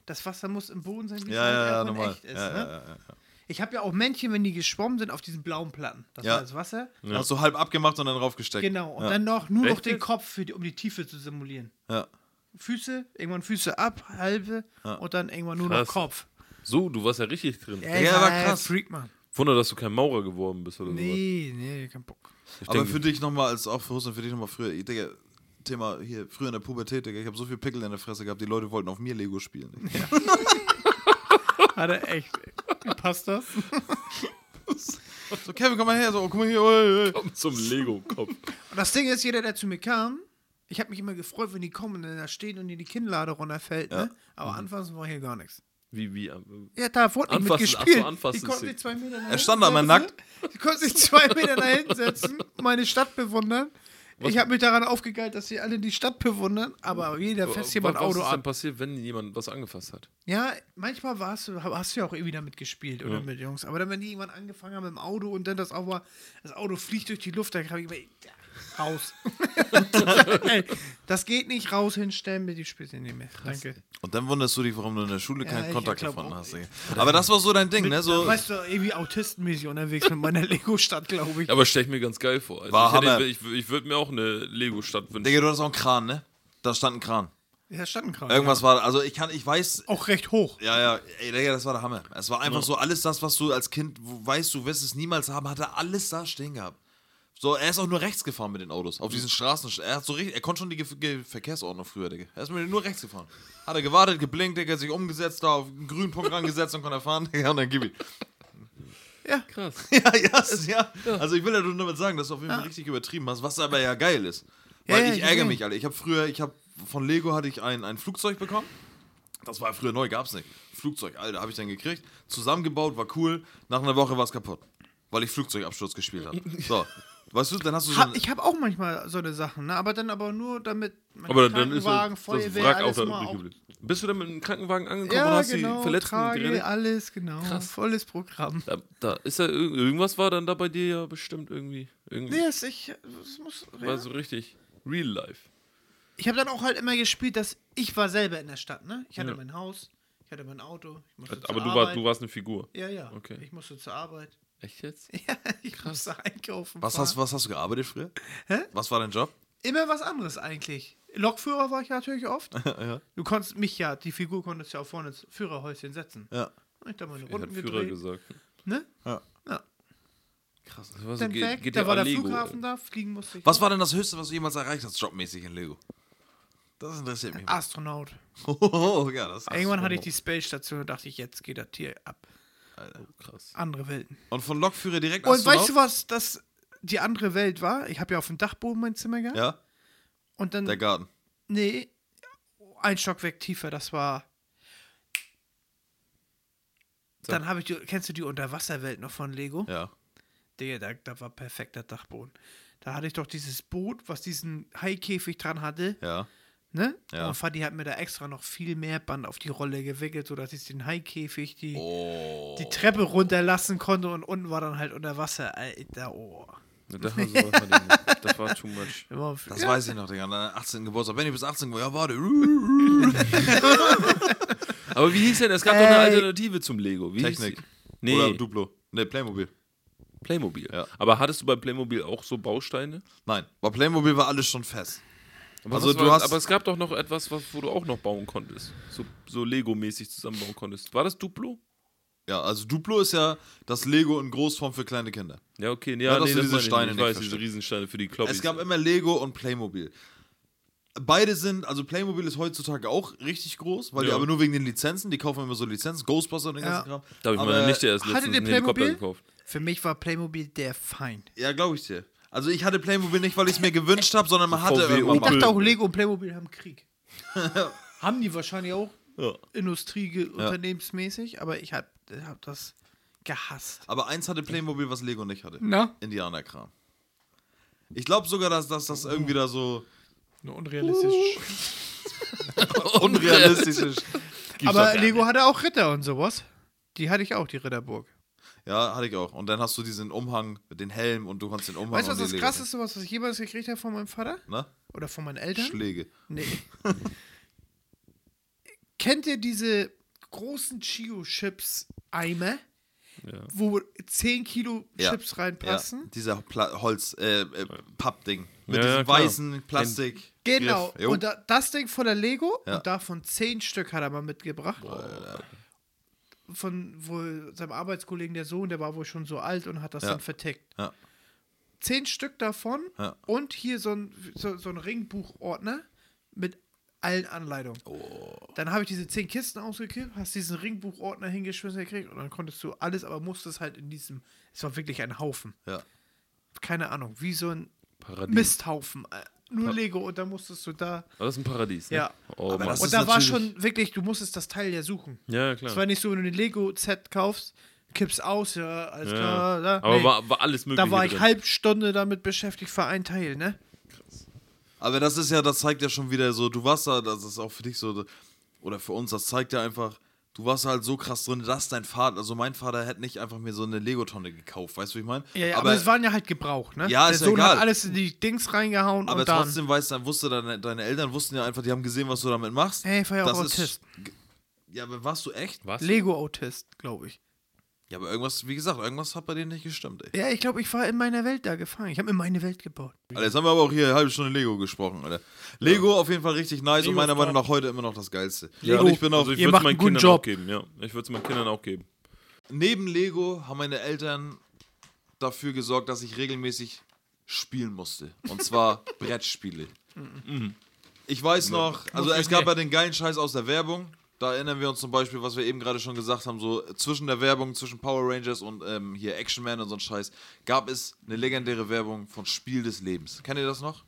B: Das Wasser muss im Boden sein, wie
A: Ja,
B: halt
A: ja, ja,
B: auch in
A: normal.
B: echt ist.
A: ja,
B: ne?
A: ja, ja, ja.
B: Ich habe ja auch Männchen, wenn die geschwommen sind, auf diesen blauen Platten. Das
A: Ja.
B: war das Wasser.
A: Hast du halb abgemacht und dann raufgesteckt.
B: Genau, und
A: Ja.
B: dann noch nur noch
C: Echt
B: den
C: jetzt?
B: Kopf, für die, um die Tiefe zu simulieren.
A: Ja.
B: Füße, irgendwann Füße ab, halbe und dann irgendwann nur
C: Krass.
B: noch Kopf.
C: So, du warst ja richtig drin.
B: Äh.
A: Ja, war krass. Oh
B: Freak, man.
C: Wunder, dass du kein Maurer geworden bist oder sowas.
B: Nee, nee, kein Bock.
C: Ich
A: Aber
C: denke-
A: für dich nochmal, als auch für Hussein, für dich nochmal früher, ich denke, Thema hier, früher in der Pubertät, Digga, ich habe so viel Pickel in der Fresse gehabt, die Leute wollten auf mir Lego spielen. *laughs* Digga.
B: Hat er echt. Wie passt das?
A: So, Kevin, komm mal her, so, oh, guck mal hier, oi, oi.
C: *laughs* zum Lego-Kopf.
B: Und das Ding ist, jeder, der zu mir kam, ich habe mich immer gefreut, wenn die kommen und dann da stehen und dir die Kinnlade runterfällt. Ne? Aber anfangs war hier gar nichts.
C: Wie, äh, wie?
B: Ja, da wurde nicht
C: Mhm. Anfassen,
B: mitgespielt.
C: ach so, anfassen
B: die konnten
C: ist
B: sich zwei Meter nach
A: Er
B: hinten
A: stand da mal
B: setzen. ne?
A: nackt.
B: Die konnten sich zwei Meter da
C: *laughs*
B: hinsetzen, meine Stadt bewundern. Ich habe mich daran aufgegeilt, dass sie alle die Stadt bewundern, aber jeder fässt jemand
C: was
B: Auto
C: ist
B: an.
C: denn passiert, wenn jemand was angefasst hat?
B: Ja, manchmal warst du, hast du ja auch irgendwie damit gespielt oder mit Jungs. Aber dann, wenn die irgendwann angefangen haben mit dem Auto und dann das Auto, war- das Auto fliegt durch die Luft, dann habe ich immer, ja,
C: *laughs*
B: raus. Ey, das geht nicht raus hinstellen, mir die Spitze nicht mehr. Danke.
A: Und dann wunderst du dich, warum du in der Schule
B: Ja,
A: keinen
B: ich
A: Kontakt
B: glaub
A: gefunden
B: auch,
A: hast. Digga. Aber das war so dein Ding, ne? So,
B: weißt du, irgendwie autistenmäßig unterwegs mit meiner *laughs* Lego-Stadt, glaube ich.
C: Aber stell ich mir ganz geil vor. Also
A: War
C: ich
A: Hammer.
C: hätte, ich, ich würde mir auch eine Lego-Stadt wünschen.
A: Digga, du hattest auch einen Kran, ne? Da stand ein Kran.
B: Ja, Stattenkram.
A: Irgendwas war, also ich kann, ich weiß,
B: Auch recht hoch.
A: ja, ja, ey, Digga, das war der Hammer. Es war einfach so alles das, was du als Kind wo- weißt, du wirst es niemals haben, hat er alles da stehen gehabt. So, er ist auch nur rechts gefahren mit den Autos, auf diesen Straßen. Er, hat so richtig, er konnte schon die Ge Ge Verkehrsordnung früher, Digga. Er ist mit- nur rechts gefahren. Hat er gewartet, geblinkt, Digga, sich umgesetzt, da auf einen grünen Punkt rangesetzt und konnte er fahren, *laughs* Digga, und dann gib ihm.
C: Krass.
A: *laughs* Ja, yes, ja. Also ich will ja nur damit sagen, dass du auf jeden Fall richtig übertrieben hast, was aber ja geil ist.
B: Ja,
A: Weil
B: ja,
A: ich
B: ich
A: ärgere
B: weiß.
A: mich, Alter. Ich habe früher, ich habe von Lego hatte ich ein, ein Flugzeug bekommen. Das war früher neu, gab's nicht. Flugzeug, Alter, habe ich dann gekriegt. Zusammengebaut, war cool. Nach einer Woche war's kaputt, weil ich Flugzeugabsturz gespielt
B: *laughs*
A: habe. So, weißt du, dann hast du so
B: Hab,
A: ein,
B: ich habe auch manchmal so eine Sachen, ne? aber dann aber nur damit mein
C: Aber dann ist
B: Krankenwagen,
C: das das
B: Feuerwehr,
C: Wrack auch
B: alles
C: da
B: mal
C: übrig
B: auf-
C: geblieben. Bist du dann mit einem Krankenwagen angekommen und
B: Ja,
C: hast
B: genau,
C: die Verletzten
B: Trage,
C: gerettet?
B: alles, genau.
C: Krass.
B: Volles Programm.
C: Da, da ist ja irg- irgendwas war dann da bei dir ja bestimmt irgendwie. irgendwie
B: Nee, das, ich, das muss,
C: War so richtig. Real life.
B: ich habe dann auch halt immer gespielt, dass ich war selber in der Stadt, ne? Ich hatte mein Haus, ich hatte mein Auto, ich musste zur
C: Äh, Aber du, war,
B: Arbeit.
C: du warst eine Figur.
B: Ja, ja.
C: Okay.
B: Ich musste zur Arbeit. *laughs*
C: Echt jetzt?
B: Ja, ich musste einkaufen.
A: was
B: fahren.
A: hast, was hast du gearbeitet früher? Was war dein Job?
B: Immer was anderes eigentlich. Lokführer war ich natürlich
C: *laughs*
B: oft. Du konntest mich ja, die Figur konntest ja auch vorne ins Führerhäuschen setzen.
A: Ja.
B: Und ich da meine
C: Er hat
B: Runden
C: Führer
B: gedreht.
C: gesagt. Also
B: Ne?
C: Krass. Das war so
B: Dann
C: G-
B: weg,
C: GTA
B: da war der
C: Lego,
B: Flughafen
C: ey.
B: da, fliegen musste ich.
A: Was war denn das Höchste, was du jemals erreicht hast, jobmäßig in Lego? Das interessiert mich.
B: Astronaut.
A: *laughs* Oh, ja, das.
B: Ah. Irgendwann hatte ich die Space Station und dachte ich, jetzt geht das Tier ab.
C: Krass.
B: Andere Welten.
A: Und von Lokführer direkt
B: Und weißt du,
A: Astronaut?
B: was das die andere Welt war? Ich habe ja auf dem Dachboden mein Zimmer gehabt.
A: Ja,
B: Und dann,
A: der Garten.
B: nee, ein Stockwerk tiefer, das war. Dann habe ich die, kennst du die Unterwasserwelt noch von Lego?
A: Ja.
B: Digga, da, da war perfekter Dachboden. Da hatte ich doch dieses Boot, was diesen Haikäfig dran hatte.
A: Ja.
B: Ne?
A: Ja.
B: Und Fadi hat mir da extra noch viel mehr Band auf die Rolle gewickelt, sodass ich den Haikäfig, die,
A: Oh.
C: Oh.
B: die Treppe runterlassen konnte und unten war dann halt unter Wasser. Alter, oh.
C: Ne, Das war, so, was hatte ich nicht. das war too much.
B: Immer-
A: Das
B: ja,
A: weiß ich noch, Digga. An deinem 18. Geburtstag. Wenn ich bis 18 geworden ja, warte.
C: Aber wie hieß denn? Es gab doch eine
B: Ey.
C: Alternative zum Lego. Wie
A: Technik.
C: Hieß die? nee,
A: Oder Duplo. Ne, Playmobil.
C: Playmobil.
A: Ja.
C: Aber hattest du bei Playmobil auch so Bausteine?
A: Nein, bei Playmobil war alles schon fest.
C: Aber,
A: Also
C: was
A: du
C: war,
A: hast-
C: aber es gab doch noch etwas, was, wo du auch noch bauen konntest. So, so Lego-mäßig zusammenbauen konntest. War das Duplo?
A: Ja, also Duplo ist ja das Lego in Großform für kleine Kinder.
C: Ja, okay. nee,
A: Ja,
C: Ja,
A: dass
C: nee,
A: du
C: das
A: diese
C: meine ich
A: Steine
C: nicht.
A: nicht
C: Ich weiß, diese
A: versteckt.
C: Riesensteine für die Kloppis.
A: Es gab immer Lego und Playmobil. Beide sind, also Playmobil ist heutzutage auch richtig groß, weil die
C: Ja.
A: aber nur wegen den Lizenzen, die kaufen immer so Lizenzen, Ghostbusters und den
B: Ja.
A: ganzen Kram.
C: da habe ich
A: Aber-
C: meiner Nichte erst
B: Hattet
C: letztens
B: ihr
C: einen Helikopter
B: Playmobil?
C: gekauft.
B: Für mich war Playmobil der Feind.
A: Ja, glaube ich dir. Also ich hatte Playmobil nicht, weil ich es mir *laughs* gewünscht habe, sondern man hatte
C: VW
A: irgendwann
B: Ich
A: mal.
B: dachte auch, Lego und Playmobil
A: *laughs*
B: haben Krieg. haben die wahrscheinlich auch industrieunternehmensmäßig, aber ich habe hab das gehasst.
A: Aber eins hatte Playmobil, was Lego nicht hatte.
B: Na?
A: Indianerkram. Ich glaube sogar, dass, dass das irgendwie da
C: *laughs*
A: so
B: Nur unrealistisch.
A: unrealistisch ist.
B: aber Lego hatte auch Ritter und sowas. Die hatte ich auch, die Ritterburg.
A: Ja, hatte ich auch. Und dann hast du diesen Umhang, den Helm und du konntest den Umhang.
B: Weißt du, was
A: und die
B: das
A: Lego-
B: krasseste, was ich jemals gekriegt habe von meinem Vater?
A: Ne?
B: Oder von meinen Eltern?
A: Schläge.
B: nee. *laughs* Kennt ihr diese großen Chio-Chips-Eimer,
C: Ja.
B: wo 10 Kilo
A: Ja.
B: Chips reinpassen?
A: Ja, dieser Pla Holz, äh, äh, Pappding. Mit
C: Ja,
A: diesem
C: ja, klar.
A: weißen Plastik.
B: Genau.
A: Jo.
B: Und da, das Ding von der Lego
A: Ja.
B: und davon zehn Stück hat er mal mitgebracht. Von wohl seinem Arbeitskollegen, der Sohn, der war wohl schon so alt und hat das
A: Ja.
B: dann vertickt.
A: Ja.
B: Zehn Stück davon
A: Ja.
B: und hier so ein, so, so ein Ringbuchordner mit allen Anleitungen.
A: Oh.
B: Dann habe ich diese zehn Kisten ausgekippt, hast diesen Ringbuchordner hingeschmissen gekriegt und dann konntest du alles, aber musstest halt in diesem, es war wirklich ein Haufen.
A: Ja.
B: Keine Ahnung, wie so ein
C: Paradies.
B: Misthaufen. äh, Nur Lego und dann musstest du da.
C: War das ein Paradies? Ne?
B: Ja.
C: Oh,
A: Aber
C: Mann.
A: das
B: und
A: ist
B: da war
A: natürlich-
B: schon wirklich, du musstest das Teil ja suchen.
C: ja, ja,
B: Es
C: klar.
B: war nicht so, wenn du ein Lego-Set kaufst, kippst aus, ja, alles
C: ja.
B: klar. Da,
C: Aber
B: nee.
C: war, war alles mögliche
B: da war ich halt
C: drin.
B: halb Stunde damit beschäftigt für ein Teil, ne?
A: Aber das ist ja, das zeigt ja schon wieder so, du warst da, das ist auch für dich so, oder für uns, das zeigt ja einfach, du warst halt so krass drin, dass dein Vater, also mein Vater hätte nicht einfach mir so eine Lego-Tonne gekauft, weißt du, wie ich meine?
B: Ja, ja, aber, es waren ja halt gebraucht, ne?
A: Ja,
B: Der
A: ist ja
B: Sohn hat
A: egal.
B: alles in die Dings reingehauen
A: aber
B: und dann.
A: trotzdem weißt du, wusste deine, deine Eltern wussten ja einfach, die haben gesehen, was du damit machst.
B: Hey, ich war ja auch
A: Das ist-
B: Autist.
A: Ja, aber warst du echt?
C: Was?
B: Lego-Autist, glaube ich.
A: Ja, aber irgendwas, wie gesagt, irgendwas hat bei denen nicht gestimmt, ey.
B: Ja, ich glaube, ich war in meiner Welt da gefangen. Ich habe mir meine Welt gebaut.
A: Alter, jetzt haben wir aber auch hier eine halbe Stunde Lego gesprochen, Alter. Lego auf jeden Fall richtig nice und
C: Lego
A: meiner
C: ist
A: Meinung nach heute immer noch das Geilste.
C: Ja,
A: Und ich bin auch,
C: also ich
B: ihr
C: würd's
B: macht
C: meinen
B: einen guten
C: Kindern
B: Job.
C: auch geben, ja. Ich würde es meinen Kindern auch geben.
A: neben Lego haben meine Eltern dafür gesorgt, dass ich regelmäßig spielen musste. Und zwar Brettspiele. ich weiß noch, also es gab ja den geilen Scheiß aus der Werbung. Da erinnern wir uns zum Beispiel, was wir eben gerade schon gesagt haben, so zwischen der Werbung, zwischen Power Rangers und ähm, hier Action Man und so ein Scheiß, gab es eine legendäre Werbung von Spiel des Lebens. Kennt ihr das noch?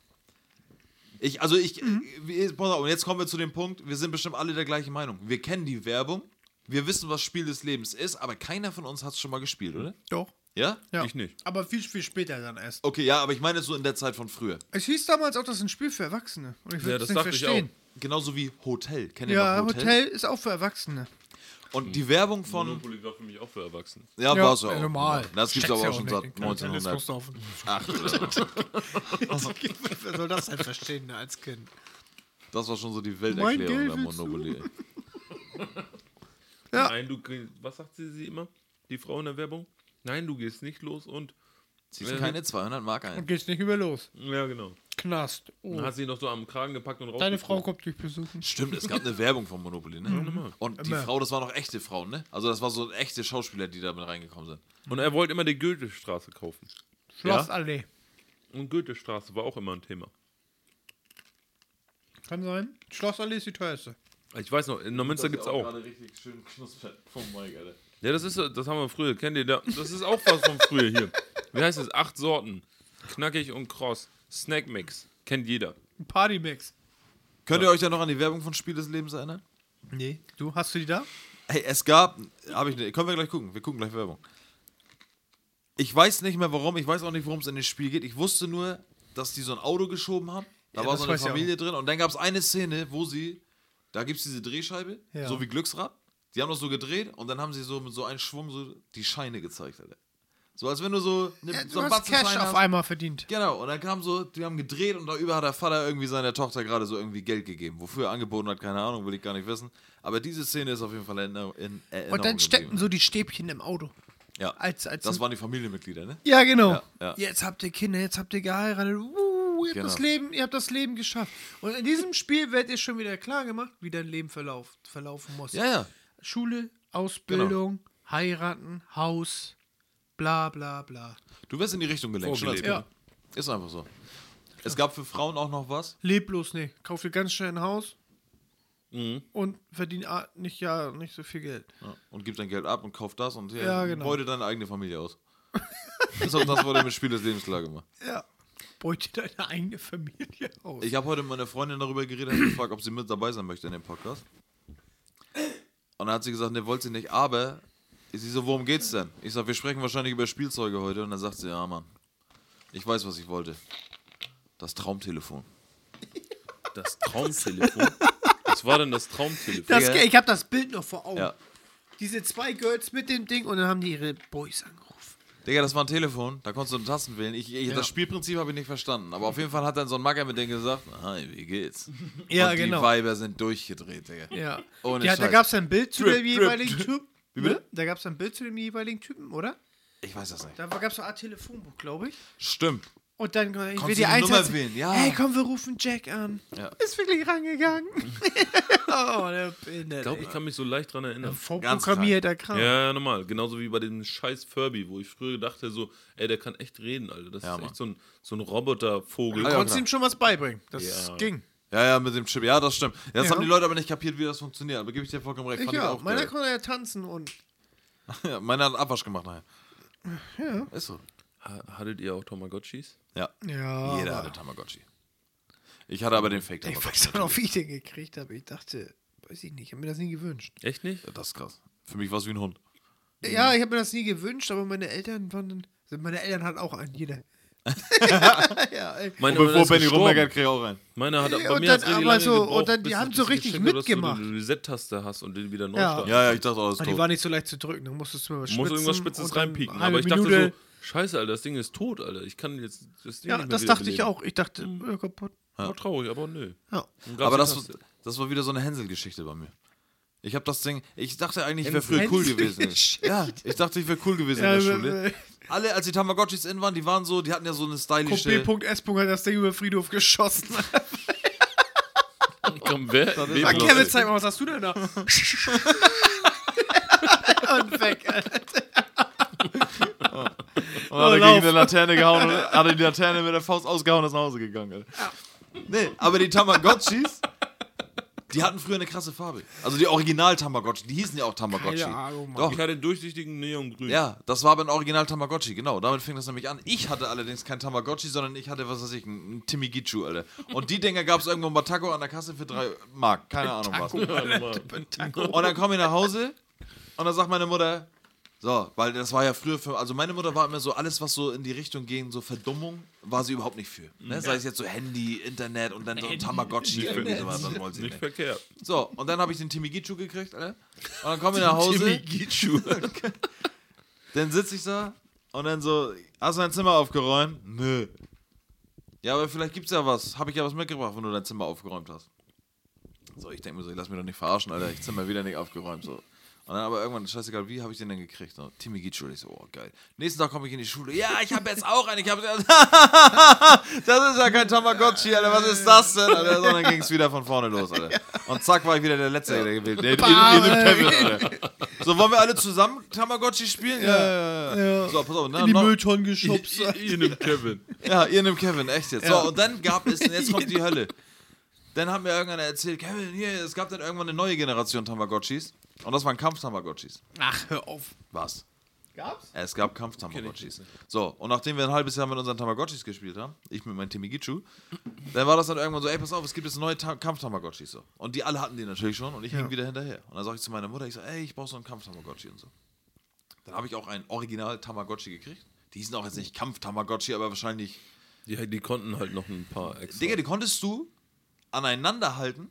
A: Ich, also ich, wie- pass auf, und jetzt kommen wir zu dem Punkt, wir sind bestimmt alle der gleichen Meinung. Wir kennen die Werbung, wir wissen, was Spiel des Lebens ist, aber keiner von uns hat es schon mal gespielt, oder?
B: Doch.
A: Ja?
B: Ja.
C: Ich nicht.
B: Aber viel, viel später dann erst.
A: Okay, ja, aber ich meine so in der Zeit von früher.
B: Es hieß damals auch, das ist ein Spiel für Erwachsene. Und ich will
C: Ja,
B: das
C: das
B: nicht
C: dachte ich
B: verstehen.
A: Genauso wie Hotel. Kennt ihr
B: Ja,
A: noch
B: Hotel?
A: Hotel?
B: ist auch für Erwachsene.
A: Und die Werbung von.
C: Monopoly war für mich auch für Erwachsene.
A: Ja,
B: Ja,
A: war es ja
B: äh,
A: auch.
B: normal.
A: Das gibt's
B: Check's
A: aber
B: ja
A: auch schon
B: nicht.
A: seit
B: Den kleinen Tennis
A: 1908
B: musst du auf-
A: oder so.
B: *laughs* Wer soll das denn verstehen ne, als Kind?
A: Das war schon so die
B: Geld
A: Welterklärung der
B: willst du?
A: Monopoly. ey.
B: Ja.
C: Nein, du geh- was sagt sie, sie immer? Die Frau in der Werbung? Nein, du gehst nicht los und.
A: Ziehst keine 200 Mark
B: Und *laughs*
A: ein.
B: geht's nicht über los.
C: Ja, genau.
B: Knast. Oh.
C: Dann hat sie ihn noch so am Kragen gepackt und raus.
B: Deine Frau kommt dich besuchen.
A: Stimmt, es gab eine Werbung von Monopoly, ne? Und die
B: Immer.
A: Frau, das waren noch echte Frauen, ne? Also das war so echte Schauspieler, die da mit reingekommen sind.
C: Und er wollte immer die Goethestraße kaufen.
B: Schlossallee.
C: Und Goethestraße war auch immer ein Thema.
B: Kann sein. Schlossallee ist die teuerste.
C: Ich weiß noch, in Neumünster gibt es auch.
A: richtig schön Oh knuspert vom Mike, Alter.
C: Ja, das ist, das haben wir früher, kennt ihr da? Das ist auch was von früher hier. Wie heißt das? Acht Sorten. Knackig und kross. Snackmix. Kennt jeder.
B: Ein Partymix.
A: Könnt ihr euch da noch an die Werbung von Spiel des Lebens erinnern?
B: Nee. Du, hast du die da?
A: Hey, es gab, habe ich, ne- können wir gleich gucken. Wir gucken gleich Werbung. Ich weiß nicht mehr warum, ich weiß auch nicht, worum es in dem Spiel geht. Ich wusste nur, dass die so ein Auto geschoben haben. Da
B: Ja,
A: war
B: das
A: so eine
B: weiß ich auch.
A: Familie drin und dann gab es eine Szene, wo sie, da gibt es diese Drehscheibe,
B: Ja.
A: so wie Glücksrad. Die haben das so gedreht und dann haben sie so mit so einem Schwung so die Scheine gezeigt, Alter. So als wenn du so, ne, so
B: du
A: einen
B: hast
A: Batzen
B: Cash
A: Scheine
B: auf
A: hast.
B: einmal verdient.
A: Genau, und dann kam so, die haben gedreht und darüber hat der Vater irgendwie seiner Tochter gerade so irgendwie Geld gegeben. Wofür er angeboten hat, keine Ahnung, will ich gar nicht wissen. Aber diese Szene ist auf jeden Fall in, in Erinnerung.
B: Und dann stecken
A: Genau geblieben.
B: so die Stäbchen im Auto.
A: Ja,
B: als- als
A: das
B: ein-
A: waren die Familienmitglieder, ne?
B: Ja, genau.
A: Ja, ja.
B: Jetzt habt ihr Kinder, jetzt habt ihr geheiratet. Uh, ihr, habt
A: Genau.
B: das Leben, ihr habt das Leben geschafft. Und in diesem Spiel werdet ihr schon wieder klar gemacht, wie dein Leben verlauf, verlaufen muss.
A: Ja, Genau. ja.
B: Schule, Ausbildung, heiraten, Haus, bla bla bla.
A: Du wirst in die Richtung gelenkt. schon als
C: Vorgelebt.
A: Kind. Ist einfach so. Es gab für Frauen auch noch was.
B: Leb bloß nicht. Kauf dir ganz schnell ein Haus und verdien a- nicht, ja, nicht so viel Geld.
A: Mhm. Ja, und gib dein Geld ab und kauf das und ja,
B: Ja, genau.
A: beute deine eigene Familie aus. *laughs* das, das wurde mit Spiel des Lebens klar gemacht.
B: Ja. Beute deine eigene Familie aus.
A: Ich habe heute mit meiner Freundin darüber geredet und gefragt, ob sie mit dabei sein möchte in dem Podcast. Und dann hat sie gesagt, ne, wollte sie nicht, aber sie so, worum geht's denn? Ich sag, wir sprechen wahrscheinlich über Spielzeuge heute. Und dann sagt sie, ja, Mann, ich weiß, was ich wollte. Das Traumtelefon.
C: Das Traumtelefon. was war denn das Traumtelefon?
B: das,
A: Digga.
B: ich habe das Bild noch vor Augen.
A: Ja.
B: Diese zwei Girls mit dem Ding und dann haben die ihre Boys angerufen.
A: Digga, das war ein Telefon, da konntest du Tasten wählen. Ich, ich, Das Spielprinzip habe ich nicht verstanden. Aber auf jeden Fall hat dann so ein Macker mit denen gesagt, hi, wie geht's?
B: Ja,
A: und
B: genau.
A: Die Weiber sind durchgedreht, Digga.
B: Ja.
A: Ohne
B: ja da
A: Scheiß.
B: gab es ein Bild zu
C: Drip,
B: dem
C: drip,
B: jeweiligen
C: drip.
B: Typen.
C: Wie bitte?
B: Da gab es ein Bild zu dem jeweiligen Typen, oder?
A: Ich weiß das nicht.
B: Da gab es so eine Art Telefonbuch, glaube ich.
A: Stimmt.
B: Und dann, äh, ich will
A: Konntest
B: die
A: du die Nummer
B: Einsatz.
A: wählen? Ja.
B: Hey, komm, wir rufen Jack an.
A: Ja.
B: Ist
A: *laughs*
B: wirklich rangegangen. oh, der Binder.
C: Ich glaube, ich kann mich so leicht dran erinnern.
B: Vorprogrammiert, der Kram.
C: Ja, ja, normal. Genauso wie bei dem scheiß Furby, wo ich früher dachte so, ey, der kann echt reden, Alter. Das
A: Ja,
C: ist
A: Mann.
C: echt so ein, so ein Robotervogel.
B: Du konntest
A: klar.
B: ihm schon was beibringen. Das
C: Ja.
B: ging.
A: Ja, ja, mit dem Chip. Ja, das stimmt. Jetzt
B: Ja.
A: haben die Leute aber nicht kapiert, wie das funktioniert. Aber gebe ich dir vollkommen recht.
B: Ich
A: Fand ich
B: ja,
A: auch
B: meiner
A: geil.
B: konnte ja tanzen und.
A: Ja, meiner hat einen Abwasch gemacht nachher. Ja. Ist so.
C: Ha- Hattet ihr auch Tamagotchis?
A: Ja.
B: Ja.
A: Jeder hatte Tamagotchi. Ich hatte aber den Fake
B: Ich
A: Tamagotchi.
B: weiß auch noch, wie ich den gekriegt habe. Ich dachte, weiß ich nicht, ich habe mir das nie gewünscht.
C: Echt nicht?
A: Das ist krass. Für mich war es wie ein Hund.
B: Ja, ich habe mir das nie gewünscht, aber meine Eltern waren dann. Also meine Eltern hatten auch einen, *laughs* jeder. ja, ey.
A: Und
C: Meine Mutter
A: bevor
C: ist
A: Benny
C: gestorben.
A: rummeckert, krieg ich auch rein.
C: Meine hat bei
B: Und
C: mir
B: dann
C: hat's richtig
B: aber
C: lange
B: so-
C: gebraucht,
B: und dann- die
C: bis
B: haben
C: ich
B: so
C: das
B: richtig
C: geschenkt hab, dass du
B: mitgemacht.
C: eine Reset-Taste hast und den wieder neu
B: Ja.
C: starten.
A: Ja, ja, ich dachte auch, das ist
B: Ah, die
A: tot.
B: war nicht so leicht zu drücken, da musstest du immer was
C: Muss
B: spitzen
C: irgendwas Spitzes
B: und dann
C: reinpieken.
B: eine
C: Aber ich
B: Minute-
C: dachte so, scheiße, Alter, das Ding ist tot, Alter. Ich kann jetzt das Ding
B: Ja,
C: nicht mehr
B: das dachte ich
C: wiederbeleben.
B: auch. Ich dachte,
C: Mhm.
B: äh, kaputt.
C: War traurig, aber nö.
B: Ja.
C: Dann gab's
A: aber
C: die
A: das,
B: *laughs*
C: Taste.
A: das war wieder so eine Hänsel-Geschichte bei mir. Ich habe das Ding, ich dachte eigentlich, ich wäre
B: Hänsel-
A: früher cool gewesen.
B: Hänsel-Geschichte.
A: Ja, ich dachte, ich wäre cool gewesen in der Schule. Alle, als die Tamagotchis in waren, die waren so, die hatten ja so eine stylische.
B: B.S. hat das Ding über Friedhof
C: *laughs*
B: geschossen.
C: Komm, wer? wem
B: Sag,
C: los?
B: Ah, Kevin, zeig mal, was hast du denn da? *laughs* Und weg,
C: *laughs*
B: Alter.
A: Und hat er
B: Lauf.
A: gegen eine Laterne gehauen und hat er die Laterne mit der Faust ausgehauen und ist nach Hause gegangen. Alter. Nee, aber die Tamagotchis, die hatten früher eine krasse Farbe. Also die Original-Tamagotchi, die hießen ja auch Tamagotchi.
B: Keine Ahnung, Mann.
A: Doch,
C: Ich hatte den durchsichtigen Neongrün.
A: ja, das war aber ein Original Tamagotchi, genau. Damit fing das nämlich an. Ich hatte allerdings kein Tamagotchi, sondern ich hatte, was weiß ich, einen Timigichu, Alter. Und die Dinger gab es irgendwo bei Taco an der Kasse für drei Mark. Keine Ahnung was. Und dann komme ich nach Hause und dann sagt meine Mutter, so, weil das war ja früher für, also meine Mutter war immer so, alles was so in die Richtung ging, so Verdummung, war sie überhaupt nicht für. Ne? Sei es jetzt so Handy, Internet und dann so ein Tamagotchi, irgendwie sowas, das wollte sie
C: Nicht
A: nicht.
C: verkehrt.
A: So, und dann habe ich den Timigichu gekriegt, Alter. Und dann komme ich
C: *laughs*
A: nach Hause,
C: Gichu.
A: *laughs* dann sitze ich da und dann so, hast du dein Zimmer aufgeräumt? Nö. Ja, aber vielleicht gibt's ja was. Habe ich ja was mitgebracht, wenn du dein Zimmer aufgeräumt hast. So, ich denke mir so, lass mich doch nicht verarschen, Alter. Ich Zimmer wieder nicht aufgeräumt. So. Und dann aber irgendwann, scheißegal, wie habe ich den denn gekriegt? So, Timmy geht schuld. Ich so, oh, geil. Nächsten Tag komme ich in die Schule. Ja, ich habe jetzt auch einen. Ich habe das ist ja kein Tamagotchi, Alter. Was ist das denn? Alter? So, dann ging es wieder von vorne los, Alter. Und zack, war ich wieder der Letzte, der gewählt der- der- der- der- der- der- der- So, wollen wir alle zusammen Tamagotchi spielen? Ja, ja, ja. ja. So, pass auf. ne?
B: In die
A: Noch-
C: *laughs*
B: Mülltonne geschubst.
A: *laughs*
C: Ihr nimmt Kevin.
A: ja, ihr nimmt Kevin, echt jetzt. So, und dann gab es, jetzt kommt die Hölle. Dann hat mir irgendeiner erzählt, Kevin, hier, es gab dann irgendwann eine neue Generation Tamagotchis. Und das waren Kampf-Tamagotchis.
B: Ach, hör auf.
A: Was?
B: Gab's?
A: Es gab Kampf-Tamagotchis. So, und nachdem wir ein halbes Jahr mit unseren Tamagotchis gespielt haben, ich mit meinem Timigichu, dann war das dann irgendwann so, ey, pass auf, es gibt jetzt neue Ta Kampf-Tamagotchis. So. Und die alle hatten die natürlich schon und ich hing wieder hinterher. Und dann sag ich zu meiner Mutter, ich so, ey, ich brauch so einen Kampf-Tamagotchi und so. Dann habe ich auch einen Original-Tamagotchi gekriegt. Die hießen auch jetzt nicht Kampf-Tamagotchi, aber wahrscheinlich
C: Die, die konnten halt noch ein paar extra.
A: Digga, die konntest du aneinander halten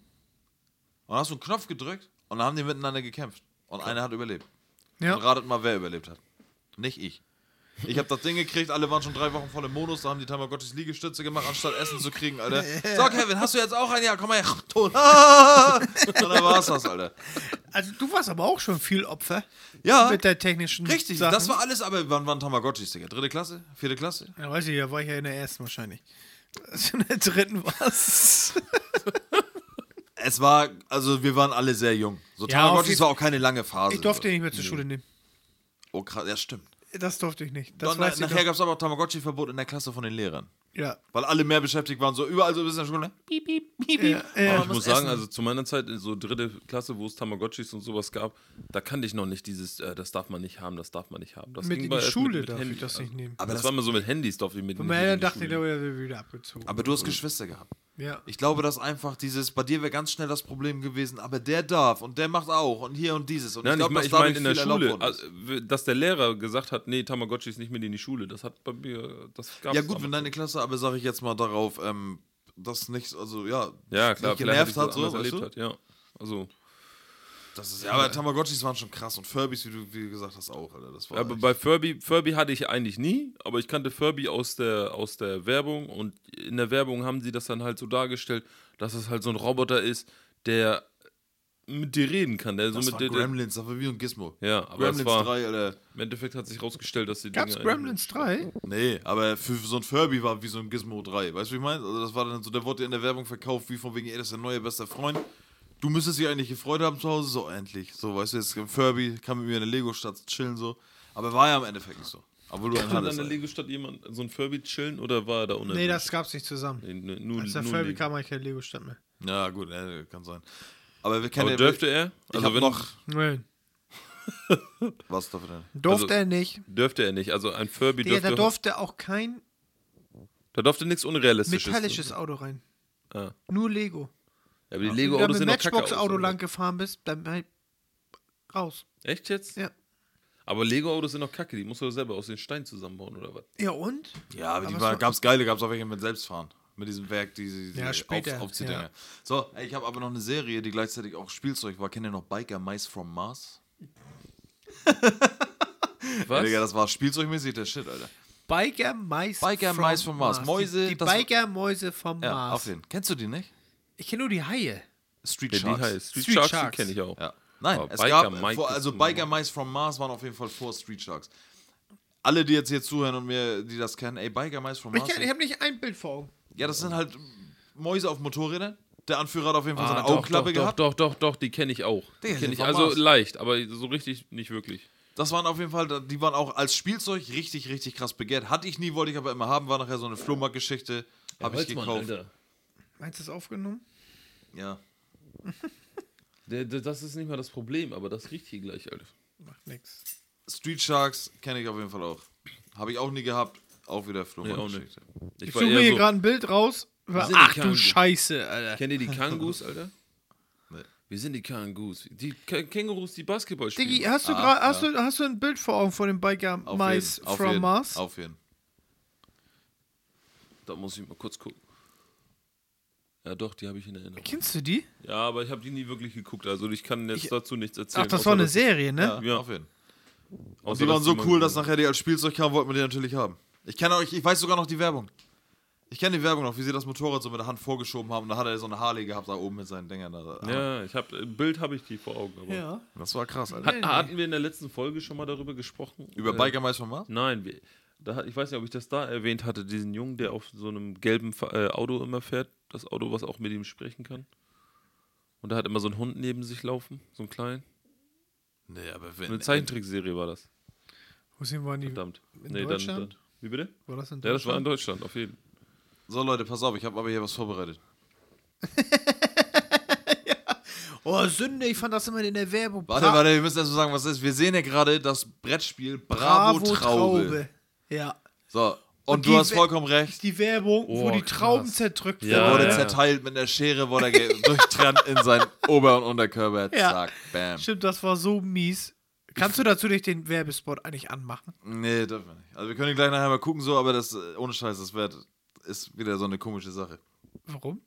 A: und hast so einen Knopf gedrückt und dann haben die miteinander gekämpft. Und einer hat überlebt.
B: Ja.
A: Und ratet mal, wer überlebt hat. Nicht ich. Ich hab das Ding gekriegt, alle waren schon drei Wochen voll im Modus, da haben die Tamagotchis Liegestütze gemacht, anstatt Essen zu kriegen,
B: *laughs*
A: Alter. So, Kevin, hast du jetzt auch einen? Ja, komm mal her. Tot. Ah! Und dann war's das, Alter.
B: Also, du warst aber auch schon viel Opfer.
A: Ja.
B: Mit der technischen.
A: Richtig,
B: Sachen.
A: das war alles, aber wann waren Tamagotchis, Digga? Dritte Klasse? Vierte Klasse?
B: Ja, weiß ich, da war ich ja in der ersten wahrscheinlich. Also in der dritten war's.
A: Es war, also wir waren alle sehr jung. So
B: Ja, auf
A: Tamagotchis
B: jeden-
A: war auch keine lange Phase.
B: Ich durfte nicht mehr zur Schule nehmen.
A: Oh, krass, ja, stimmt.
B: Das durfte ich nicht. Das
A: Und
B: weiß
A: na,
B: ich
A: nachher
B: noch.
A: gab es aber auch Tamagotchi-Verbot in der Klasse von den Lehrern.
B: Ja.
A: Weil alle mehr beschäftigt waren, so überall so ein bisschen in der Schule. ne?
B: Ja, ja.
C: Ich muss sagen, also zu meiner Zeit, in so dritte Klasse, wo es Tamagotchis und sowas gab, da kannte ich noch nicht dieses, äh, das darf man nicht haben, das darf man nicht haben. Das
B: Mit
C: ging
B: in
C: bei-
B: die
C: erst
B: Schule darf ich das nicht
C: also.
B: nehmen.
A: Aber
C: das,
A: das-
C: war immer so mit Handys, darf ich mit
B: Und
C: Also nicht
B: meine
C: in
B: Eltern
C: die
B: dachten, ich,
C: Schule.
B: da wird wieder abgezogen.
A: Aber du hast Geschwister gehabt.
B: ja.
A: Ich glaube, dass einfach dieses, bei dir wäre ganz schnell das Problem gewesen, aber der darf und der macht auch und hier und dieses. Und
C: Nein, ich,
A: glaub,
C: mein-
A: dass
C: ich meine
A: dadurch
C: in der
A: viel erlaubt
C: Schule,
A: worden ist.
C: also, w- dass der Lehrer gesagt hat, nee, Tamagotchi ist nicht mit in die Schule. Das hat bei mir, das gab
A: ja gut, wenn deine Klasse, aber sage ich jetzt mal darauf, ähm, das nicht, also ja,
C: ja, klar,
A: nicht
C: vielleicht
A: genervt
C: hat,
A: hat,
C: so,
A: so, weißt
C: erlebt
A: du?
C: hat, ja. Also,
A: Das ist, ja, aber Tamagotchis waren schon krass und Furbys, wie du, wie du gesagt hast, auch, Alter. Das war
C: aber
A: echt-
C: bei Furby, Furby hatte ich eigentlich nie, aber ich kannte Furby aus der, aus der Werbung und in der Werbung haben sie das dann halt so dargestellt, dass es halt so ein Roboter ist, der mit dir reden kann. Der so
A: Das
C: mit
A: war
C: der, der,
A: Gremlins, das war wie ein Gizmo.
C: ja, aber
A: Gremlins
C: es war,
A: 3, Alter.
C: im Endeffekt hat sich rausgestellt, dass die
B: Gab's
C: eigentlich-
B: Gremlins 3?
A: Nee, aber für so ein Furby war wie so ein Gizmo 3. Weißt du, wie ich meine? Also das war dann so, der wurde in der Werbung verkauft, wie von wegen, ey, das ist der neue bester Freund. Du müsstest dich eigentlich gefreut haben zu Hause, so endlich. So, weißt du, jetzt Furby kann mit mir in der Lego-Stadt chillen, so. Aber war ja im Endeffekt nicht so. Obwohl
C: *laughs*
A: du einen
C: Konnte in
A: hattest.
C: der
A: Alter.
C: Lego-Stadt jemand so ein Furby chillen oder war er da unerwünscht?
B: Nee, das gab's nicht zusammen.
C: Nee, nee, nur,
B: Als der
C: nur
B: Furby
C: Lego.
B: kam, eigentlich kein Lego-Stadt mehr.
A: Ja, gut, äh, kann sein. Aber wir kennen
C: Aber dürfte er?
A: Ich also hab
C: wenn-
A: noch.
B: Nein.
A: Was dafür denn?
B: Durfte
C: Also,
B: er nicht.
C: Dürfte er nicht. Also ein Furby
B: Digga, da
C: dürfte.
B: durfte auch kein
C: da durfte nichts Unrealistisches.
B: metallisches Auto rein.
C: Ah.
B: Nur Lego.
C: Ja, aber die
B: Wenn du
C: Lego-Autos
B: mit
C: sehen
B: dem
C: auch kacke aus.
B: Matchbox-Auto lang gefahren bist, dann halt raus.
C: Echt jetzt?
B: Ja.
C: Aber Lego-Autos sind doch kacke. Die musst du doch selber aus den Steinen zusammenbauen oder was?
B: Ja und?
A: Ja, aber, die
B: es
A: war,
B: war-
A: gab's geile, gab's auch welche mit Selbstfahren. Mit diesem Werk, die sie
B: Ja, später,
A: auf, Aufziehdinger.
B: ja.
A: So, ey, ich habe aber noch eine Serie, die gleichzeitig auch Spielzeug war. Kennt ihr noch Biker Mice from Mars?
C: Was?
A: Digga, das war spielzeugmäßig der Shit, Alter.
B: Biker Mice
A: Biker
B: from
A: Mice vom Mars. Mäuse,
B: Die, die
A: das-
B: Biker Mäuse vom
A: Ja,
B: Mars.
A: auf jeden. Kennst du die nicht?
B: Ich kenne nur die Haie.
A: Street
C: ja, die
A: Sharks.
C: heißt. Street,
B: Street
C: Sharks,
B: Sharks.
C: die kenne ich auch.
A: Ja. Nein,
C: Aber
A: es
C: Biker
A: gab,
C: Mike
A: vor,
C: ist
A: also
C: ein-
A: Biker Mice from Mars waren auf jeden Fall vor Street Sharks. Alle, die jetzt hier zuhören und mir, die das kennen, ey, Biker Mice from
B: Ich,
A: Mars.
B: kenn- ich habe nicht ein Bild vor Augen.
A: ja, das sind halt Mäuse auf Motorrädern. Der Anführer hat auf jeden Fall
C: Ah,
A: seine
C: doch,
A: Augenklappe
C: doch, doch,
A: gehabt.
C: doch, doch, doch, die kenne ich auch. Die
A: Digga,
C: kenn
A: die
C: ich,
A: vom
C: also
A: Mars.
C: leicht, aber so richtig nicht wirklich.
A: Das waren auf jeden Fall, die waren auch als Spielzeug richtig, richtig krass begehrt. Hatte ich nie, wollte ich aber immer haben, war nachher so eine Flohmarktgeschichte. Habe ich gekauft.
B: Meinst du das aufgenommen?
A: Ja.
C: Der, der, das ist nicht mal das Problem, aber das riecht hier gleich, Alter.
B: Macht nix.
A: Street Sharks kenne ich auf jeden Fall auch. Habe ich auch nie gehabt. Auch wieder Flohmarktgeschichte.
C: Ich,
B: Ich
C: war
B: suche mir
C: eher
B: hier
C: so,
B: gerade ein Bild raus.
C: sind die
B: Ach du
C: Kangu.
B: Scheiße, Alter.
C: Kennt ihr *laughs* die Kangus, Alter?
A: Nee.
C: Wir sind die Kangus. Die Ka- Kängurus, die Basketball spielen.
B: Diggi, hast du, grad, hast, du, hast du ein Bild vor Augen von dem Biker
A: Ah, Auf
B: Mice
A: jeden, auf
B: from
A: jeden,
B: Mars?
A: Auf jeden.
C: Da muss ich mal kurz gucken. Ja, doch, die habe ich in Erinnerung.
B: Kennst du die?
C: Ja, aber ich habe die nie wirklich geguckt. Also ich kann jetzt
B: Ich-
C: dazu nichts erzählen.
B: Ach, das war eine Serie, ne?
A: Ja,
C: Ja.
A: auf jeden. Also
C: Und
A: Die waren so cool, dass nachher die als Spielzeug kamen, wollten wir die natürlich haben. Ich kenne euch, ich weiß sogar noch die Werbung. Ich kenne die Werbung noch, wie sie das Motorrad so mit der Hand vorgeschoben haben und da hat er so eine Harley gehabt da oben mit seinen Dingern. Da.
C: Ja, ich hab, im Bild habe ich die vor Augen. Aber
B: Ja.
A: Das war krass, Alter.
C: Hat, hatten wir in der letzten Folge schon mal darüber gesprochen?
A: Über
C: Äh,
A: Biker Mice von Mars?
C: Nein, wir, da, hat- ich weiß nicht, ob ich das da erwähnt hatte, diesen Jungen, der auf so einem gelben Fa- äh, Auto immer fährt, das Auto, was auch mit ihm sprechen kann. Und da hat immer so ein Hund neben sich laufen, so einen kleinen.
A: Nee, aber
C: Eine
A: wenn.
C: Zeichentrickserie war das.
B: Wo sind wir die?
C: Verdammt.
B: in Deutschland?
C: wie bitte?
B: War das in
C: Ja, das war in
B: Deutschland?
C: Deutschland, auf jeden Fall.
A: So Leute, pass auf, ich habe aber hier was vorbereitet.
B: Oh, Sünde, ich fand das immer in der Werbung.
A: Warte,
B: Bra-
A: warte, wir müssen erst mal sagen, was das ist. Wir sehen ja gerade das Brettspiel Bravo, Traube.
B: Ja.
A: So, und,
B: Und
A: du
B: die
A: hast
B: We-
A: vollkommen recht.
B: Die Werbung, wo
C: Oh,
B: die Trauben
C: krass.
B: zerdrückt
C: Ja.
A: Der
B: werden.
A: wurde
C: ja.
A: zerteilt mit einer Schere, wurde er ge- *laughs* durchtrennt in seinen Ober- und Unterkörper.
B: Ja.
A: Zack, bam.
B: Stimmt, das war so mies. Kannst du dazu nicht den Werbespot eigentlich anmachen?
A: Nee, dürfen wir nicht. Also wir können gleich nachher mal gucken, so, aber das, äh, ohne Scheiß, das wird, ist wieder so eine komische Sache.
B: Warum?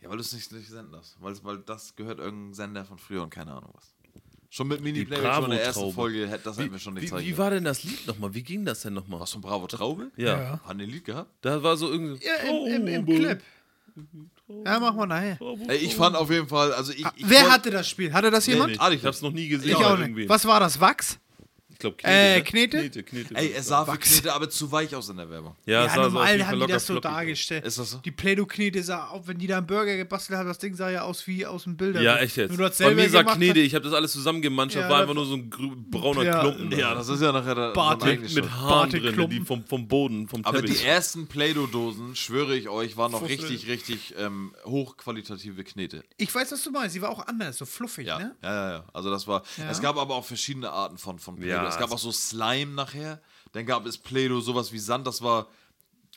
A: Ja, weil du es nicht, nicht senden darfst. Weil, weil das gehört irgendein Sender von früher und keine Ahnung was. Schon mit Mini-Playback schon in der ersten
C: Bravo-Traube.
A: Folge, hätt- das hätten wir schon nicht
C: wie,
A: zeigen
C: wie
A: können.
C: war denn das Lied nochmal? Wie ging das denn nochmal?
A: Was von Bravo Traube?
C: Ja.
B: Ja.
A: Haben die ein Lied gehabt?
C: Da war so irgendwie.
B: Ja, im, im, im Clip. Ja, machen wir nachher.
A: Ey, ich fand auf jeden Fall, also ich. ich
B: Wer
A: wollt-
B: hatte das Spiel? Hatte das jemand?
C: Ah, Ich hab's noch nie gesehen.
B: Ich
C: bei
B: auch
C: irgendwem.
B: nicht. Was war das? Wachs?
C: Ich glaube, Knete.
B: Äh,
C: ne?
B: Knete?
C: Knete, Knete.
A: Ey, es sah für
B: Wachs.
A: Knete aber zu weich aus in der Werbung.
C: ja, es
B: ja,
C: sah so auf jeden
B: normal
C: Fall
B: haben die
C: locker
B: das so
C: flockig aus.
B: dargestellt.
A: Ist das so?
B: Die Play-Doh-Knete sah, auch wenn die da einen Burger gebastelt haben, das Ding sah ja aus wie aus dem Bilder.
C: Ja, echt jetzt.
B: Nur du hast
C: Bei
B: selber
C: mir sah
B: gemacht,
C: Knete, ich habe das alles zusammengemanscht,
B: Ja,
C: war
B: da-
C: einfach nur so ein grü- brauner
B: Ja.
C: Klumpen.
A: Ja, das ist ja nachher der.
B: Bartik
A: sein eigenes
C: mit, mit
A: Schuld.
C: Haaren drin,
B: Barteklumpen.
C: die vom, vom Boden, vom
A: aber die
C: Teppich.
A: ersten Play-Doh-Dosen, schwöre ich euch, waren noch
B: Fussel.
A: richtig, richtig ähm, hochqualitative Knete.
B: Ich weiß, was du meinst. Sie war auch anders, so fluffig,
A: Ja,
B: ne?
A: ja, ja, ja. Also das war.
B: Ja.
A: Es gab aber auch verschiedene Arten von, von Play-Doh.
C: Ja, also
A: es gab
C: es-
A: auch so Slime nachher. Dann gab es Play-Doh, sowas wie Sand, das war,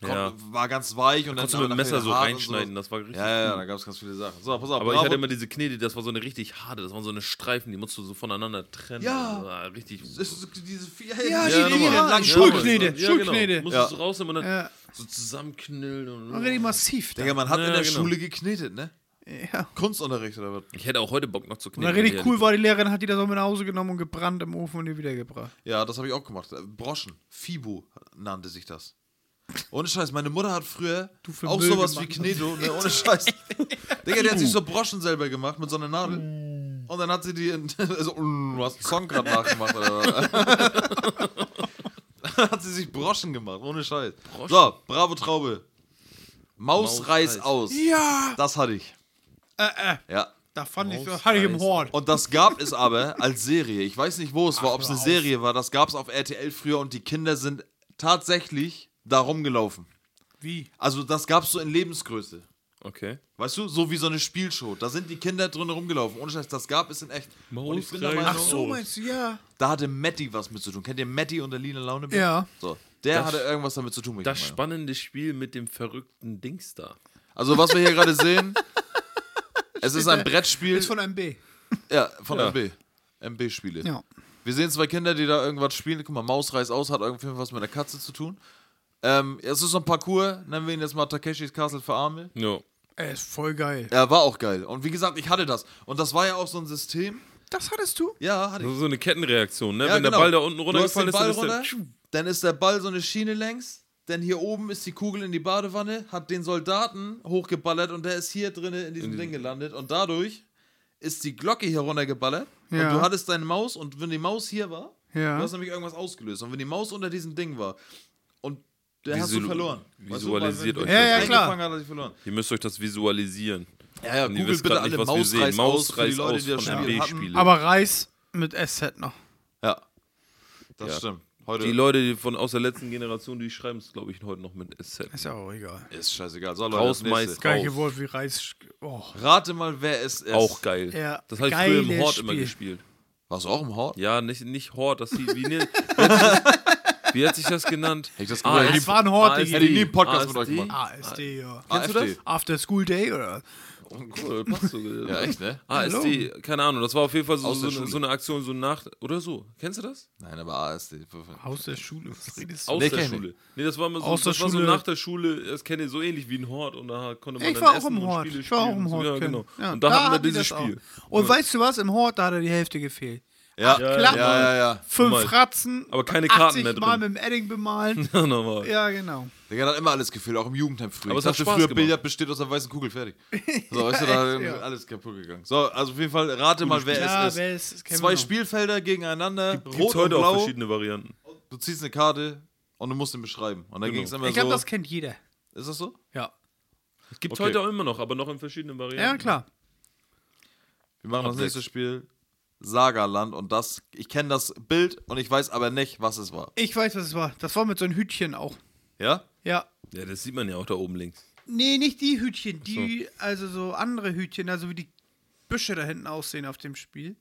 A: kon-
C: Ja.
A: war ganz weich und dann
C: Konntest du mit dem
A: nachher
C: Messer so
A: hart und
C: reinschneiden,
A: sowas.
C: das war richtig
A: Ja, ja, ja,
C: cool.
A: da gab es ganz viele Sachen. So, pass auf,
C: Aber ich
A: Bravo-
C: hatte immer diese Knete, das war so eine richtig harte, das waren so eine Streifen, die musst du so voneinander trennen.
A: Ja.
C: Das war richtig.
A: Es ist so diese vier
B: Ja,
A: diese
B: die-
A: Dinger,
B: ja,
A: lang-
B: Schulknete,
C: Genau.
B: Schulknete.
C: Musstest
A: Ja.
C: du rausnehmen und dann
B: Ja.
C: so zusammenknüllen.
B: War
C: Und
B: richtig massiv. Da.
A: Digga, man hat
C: Ja,
A: in der
C: genau.
A: Schule geknetet, ne?
B: Ja.
A: Kunstunterricht oder was?
C: ich hätte auch heute Bock noch zu
B: Und
C: kneten.
B: dann richtig
C: ehrlich.
B: cool war, die Lehrerin hat die das auch mit nach Hause genommen und gebrannt im Ofen und die wiedergebracht.
A: Ja, das habe ich auch gemacht. Äh, Broschen. Fibo nannte sich das. Ohne Scheiß, meine Mutter hat früher
B: Du für
A: auch
B: Müll
A: sowas wie
B: gemacht. *laughs*
A: Knedo, ne? Ohne Scheiß. Digga, der hat sich so Broschen selber gemacht mit so einer Nadel.
B: Mm.
A: Und dann hat sie die. in- *laughs* Also, mm, du hast einen Song gerade nachgemacht,
B: *laughs*
A: oder? Dann *laughs* hat sie sich Broschen gemacht, ohne Scheiß. So, bravo Traube. Maus,
C: Maus
A: reiß
C: reiß.
A: aus.
B: Ja!
A: Das hatte ich.
B: Äh, äh,
A: Ja.
B: da fand ich, das hatte ich im
C: Maus-
B: Horn.
A: Und das gab es aber als Serie. Ich weiß nicht, wo es war, ob es
B: hör
A: eine
B: auf.
A: Serie war. Das gab es auf RTL früher und die Kinder sind tatsächlich da rumgelaufen.
B: Wie?
A: Also, das gab es so in Lebensgröße.
C: Okay.
A: Weißt du, so wie so eine Spielshow. Da sind die Kinder drin rumgelaufen. Ohne Scheiß, das gab es in echt. Und ich bin der
C: Maus
A: Meinung,
C: reißt
B: Ach so,
C: Maus.
B: meinst du, ja.
A: da hatte Matti was mit zu tun. Kennt ihr Matti und der lila Laune?
B: Ja.
A: So, der
C: Das-
A: hatte irgendwas damit zu tun. bin ich
C: Das
A: der Meinung.
C: spannende Spiel mit dem verrückten Dings da.
A: also, was wir hier gerade
B: *laughs*
A: sehen, es ist ein Brettspiel.
B: Ist von einem B.
A: ja, von
C: Ja.
A: MB. MB-Spiele.
B: Ja.
A: Wir sehen zwei Kinder, die da irgendwas spielen. Guck mal, Maus reißt aus, hat irgendwie was mit der Katze zu tun. Ähm, es ist so ein Parcours, nennen wir ihn jetzt mal Takeshis Castle für Arme.
C: No.
B: Er ist voll geil.
A: Ja, war auch geil. Und wie gesagt, ich hatte das. Und das war ja auch so ein System.
B: Das hattest du?
A: Ja, hatte ich.
C: Das ist so eine Kettenreaktion, ne?
A: Ja,
C: Wenn
A: genau.
C: der Ball da unten
A: Du hast den
C: runtergefallen ist, dann
A: Ball
C: ist der.
A: runter, dann ist der Ball so eine Schiene längs. Dann hier oben ist die Kugel in die Badewanne, hat den Soldaten hochgeballert und der ist hier drinnen in diesem Ding gelandet. Und dadurch ist die Glocke hier runtergeballert.
B: Ja.
A: Und du hattest deine Maus und wenn die Maus hier war,
B: Ja.
A: du hast nämlich irgendwas ausgelöst. Und wenn die Maus unter diesem Ding war und der hast du
C: Visual-
A: verloren.
C: visualisiert euch
A: das.
B: das. Ja, ja, klar.
A: Hat, hat sie verloren.
C: Ihr müsst euch das visualisieren.
A: Ja, ja,
C: Und ihr
A: googelt
C: wisst
A: bitte
C: grad
A: alle
C: nicht, was wir
A: Maus
C: sehen.
A: reißt
C: Maus
A: aus für die
C: reißt
A: Leute,
C: aus
A: die das
C: von
A: Spiel
C: MB
A: hatten.
C: Spiele.
B: Aber Reis mit SZ noch.
A: Ja, das
C: Ja.
A: stimmt. Heute
C: Die Leute die von aus der letzten Generation, die schreiben es, glaube ich, heute noch mit SZ.
B: Ist ja auch egal.
A: ist scheißegal. So, Leute, das
C: Raus,
A: nächste.
C: Mais,
B: Gleiche
C: Auf.
B: Wort wie Reis. Oh.
A: Rate mal, wer es ist.
C: Auch geil.
B: Ja,
C: das habe ich früher im
B: geiles
C: Hort immer
B: Spiel.
C: gespielt.
A: Warst du auch im Hort?
C: Ja, nicht, nicht Hort, das hie- wie,
A: *laughs*
C: ne, wie hat sich das genannt?
A: Hätte ich das
C: Ah,
A: gewusst.
B: Das war ein Hort,
C: ASD.
B: Digga.
A: Hätte ich nie einen Podcast mit euch
C: ASD?
A: gemacht.
B: ASD, ja.
A: Kennst du AfD.
B: After School Day oder?
C: Ah, Cool, passt so.
A: *laughs* Ja, echt, ne?
C: ASD, Ah, keine Ahnung, das war auf jeden Fall so,
A: Aus
C: so,
A: der
C: eine,
A: Schule.
C: so eine Aktion, so nach oder so. Kennst du das?
A: Nein, aber ASD.
B: Aus der Schule. Was redest
C: Aus
A: Nee,
C: der
A: kenn ich
C: Schule. Nee, das war mal so,
B: Aus der
C: das war so
B: Schule.
C: nach der Schule, das kenne ich so ähnlich wie ein Hort und da konnte man
B: Ich
C: dann
B: war auch
C: essen
B: im
C: und
B: Hort.
C: Spiele
B: Ich war auch
C: spielen
B: im
C: und so.
B: Hort.
C: Ja,
B: Ken.
C: genau.
B: Ja,
C: und da, hatten wir
B: hatten die
C: dieses
B: das
C: Spiel.
B: Auch. Und weißt du was? Im Hort, da hat er die Hälfte gefehlt.
A: Ja,
B: klar.
A: ja, ja, ja.
B: Fünf
C: Mal.
B: Ratzen.
C: Aber keine Karten
B: 80
C: mehr drin.
B: Mal mit dem Edding
C: *laughs*
B: bemalen.
C: Ja, nochmal.
B: ja, genau.
A: Digga, hat immer alles gefehlt, auch im Jugendheim früher.
C: Aber
A: Ich
C: es hat
A: dachte,
C: Spaß
A: früher
C: gemacht.
A: Billard besteht aus einer weißen Kugel,
B: *laughs*
A: fertig. So, weißt du, da
B: ja.
A: alles kaputt gegangen. So, also auf jeden Fall, rate mal, wer
B: Ja,
A: es ist.
B: wer es ist, kennen wir
A: Zwei
B: noch.
A: Spielfelder gegeneinander,
C: Gibt's
A: rot und
C: heute auch
A: blau.
C: verschiedene Varianten.
A: Du ziehst eine Karte und du musst ihn beschreiben. Und dann
C: Genau.
A: ging es immer
B: Ich glaube,
A: so.
B: das kennt jeder.
A: ist das so?
B: Ja.
C: Gibt
A: Okay.
C: heute auch immer noch, aber noch in verschiedenen Varianten.
B: Ja, klar.
A: Wir machen das
C: Komplex.
A: nächste Spiel. Sagaland und das, ich kenne das Bild und ich weiß aber nicht, was es war.
B: Ich weiß, was es war. Das war mit so einem Hütchen auch.
A: Ja?
B: Ja.
C: Ja, das sieht man ja auch da oben links.
B: Nee, nicht die Hütchen. Die, also so andere Hütchen, also wie die Büsche da hinten aussehen auf dem Spiel.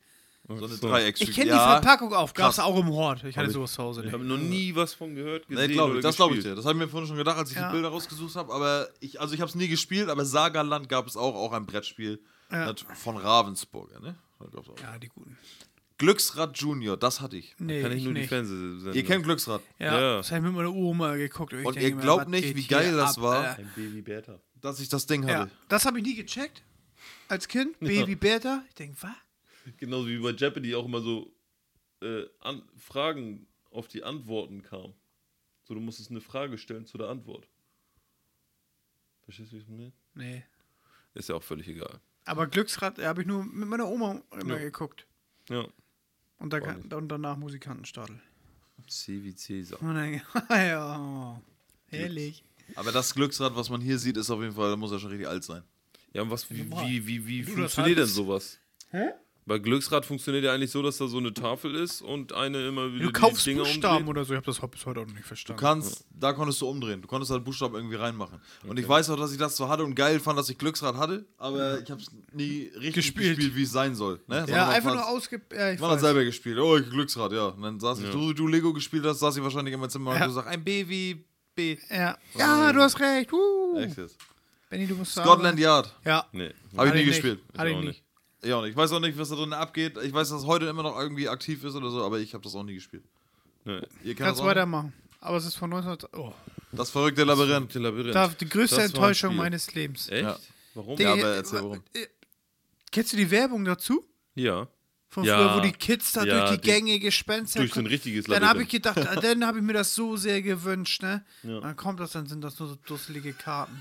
A: So eine
C: So.
A: Dreiecksstück.
B: Ich kenne
A: ja.
B: die Verpackung auch. Gab's
A: Krass.
B: auch im Hort. Ich hatte sowas zu Hause.
C: Ich
B: nicht.
C: habe noch nie was von gehört, gesehen
A: Nee, glaub
C: oder
A: ich, das glaube ich
C: gespielt.
A: dir. Das habe ich mir vorhin schon gedacht, als ich
B: Ja.
A: die Bilder rausgesucht habe. Aber ich, also ich habe es nie gespielt, aber Sagaland gab es auch, auch ein Brettspiel
B: Ja.
A: Nat- von Ravensburger, ne? Da gab's auch.
B: Ja, die guten.
A: Glücksrad Junior, das hatte ich.
B: Nee,
C: Kann ich nur die
B: nicht.
C: Fernsehsendung.
A: Ihr kennt Glücksrad.
B: Ja,
C: Ja.
B: das habe ich mit meiner Oma geguckt. ich
A: Und
B: denke
A: ihr
B: mir,
A: glaubt
B: was
A: nicht,
B: geht
A: wie geil
B: hier
A: das war.
B: Äh,
C: ein Baby Bertha.
A: Dass ich das Ding
B: ja,
A: hatte.
B: das habe ich nie gecheckt. Als Kind, Baby Bertha. Ich denke, was?
C: Genauso wie bei Jeopardy auch immer so äh, an, Fragen auf die Antworten kam. So, du musstest eine Frage stellen zu der Antwort. Verstehst du, wie ich meine?
B: Nee.
C: Ist ja auch völlig egal.
B: Aber Glücksrad ja, habe ich nur mit meiner Oma immer
C: Ja.
B: geguckt.
C: Ja.
B: Und, da,
C: Auch nicht.
B: und danach Musikantenstadel.
C: C wie Cäsar.
B: Und dann, *laughs* ja, oh, herrlich.
A: Aber das Glücksrad, was man hier sieht, ist auf jeden Fall, da muss er schon richtig alt sein.
C: Ja, und was, wie,
B: Boah.
C: wie, wie, wie
B: das
C: funktioniert denn
B: hattest.
C: sowas?
B: Hä?
C: Bei Glücksrad funktioniert ja eigentlich so, dass da so eine Tafel ist und eine immer wieder
B: Du
C: die
B: kaufst
C: Dinge
B: Buchstaben
C: umdreht.
B: oder so. Ich habe das bis heute auch noch nicht
A: Du
B: verstanden.
A: kannst, da konntest du umdrehen. Du konntest halt Buchstaben irgendwie reinmachen. Und ich weiß auch, dass ich das so hatte und geil fand, dass ich Glücksrad hatte, aber ich habe es nie richtig
B: Gespielt.
A: gespielt, wie es sein soll. Ne? Sondern
B: ja,
A: man
B: einfach
A: fand's-
B: nur ausge... Ja, ich
A: Ich war dann
B: weiß.
A: selber gespielt. Oh, ich Glücksrad, ja. Und dann saß ich, du, du Lego gespielt hast, saß ich wahrscheinlich in meinem Zimmer und
B: Ja.
A: du sagst, ein B wie B.
B: Ja. ja, du hast recht. Uh.
A: Echt jetzt.
B: Benni, du musst
A: Scotland Yard.
B: Ja.
C: Nee.
A: Habe ich
B: Hatte
A: nie
B: nicht.
A: gespielt.
B: Hatte ich
C: auch
B: nicht.
C: nicht.
A: Ich auch nicht. Ich weiß auch nicht, was da drin abgeht. Ich weiß, dass es heute immer noch irgendwie aktiv ist oder so, aber ich habe das auch nie gespielt.
C: nee.
A: Ihr kennt
B: Kannst
A: das auch nicht?
B: weitermachen. Aber es ist von 19... Oh.
A: Das verrückte Labyrinth.
C: Labyrinth.
B: Da, die größte
C: Das war ein
B: Enttäuschung
C: Spiel.
B: meines Lebens.
C: Echt?
A: Ja.
C: Warum?
A: Ja,
B: Die- äh,
A: aber erzähl warum.
B: Kennst du die Werbung dazu?
C: Ja.
B: Von
C: Ja.
B: früher, wo die Kids da
C: Ja,
B: durch die,
C: die-
B: Gänge gespenstert
C: durch so ein
B: kommen.
C: richtiges
B: Dann
C: Labyrinth.
B: habe ich gedacht, ah, dann habe ich mir das so sehr gewünscht, ne? Dann kommt das, dann sind das nur so dusselige Karten.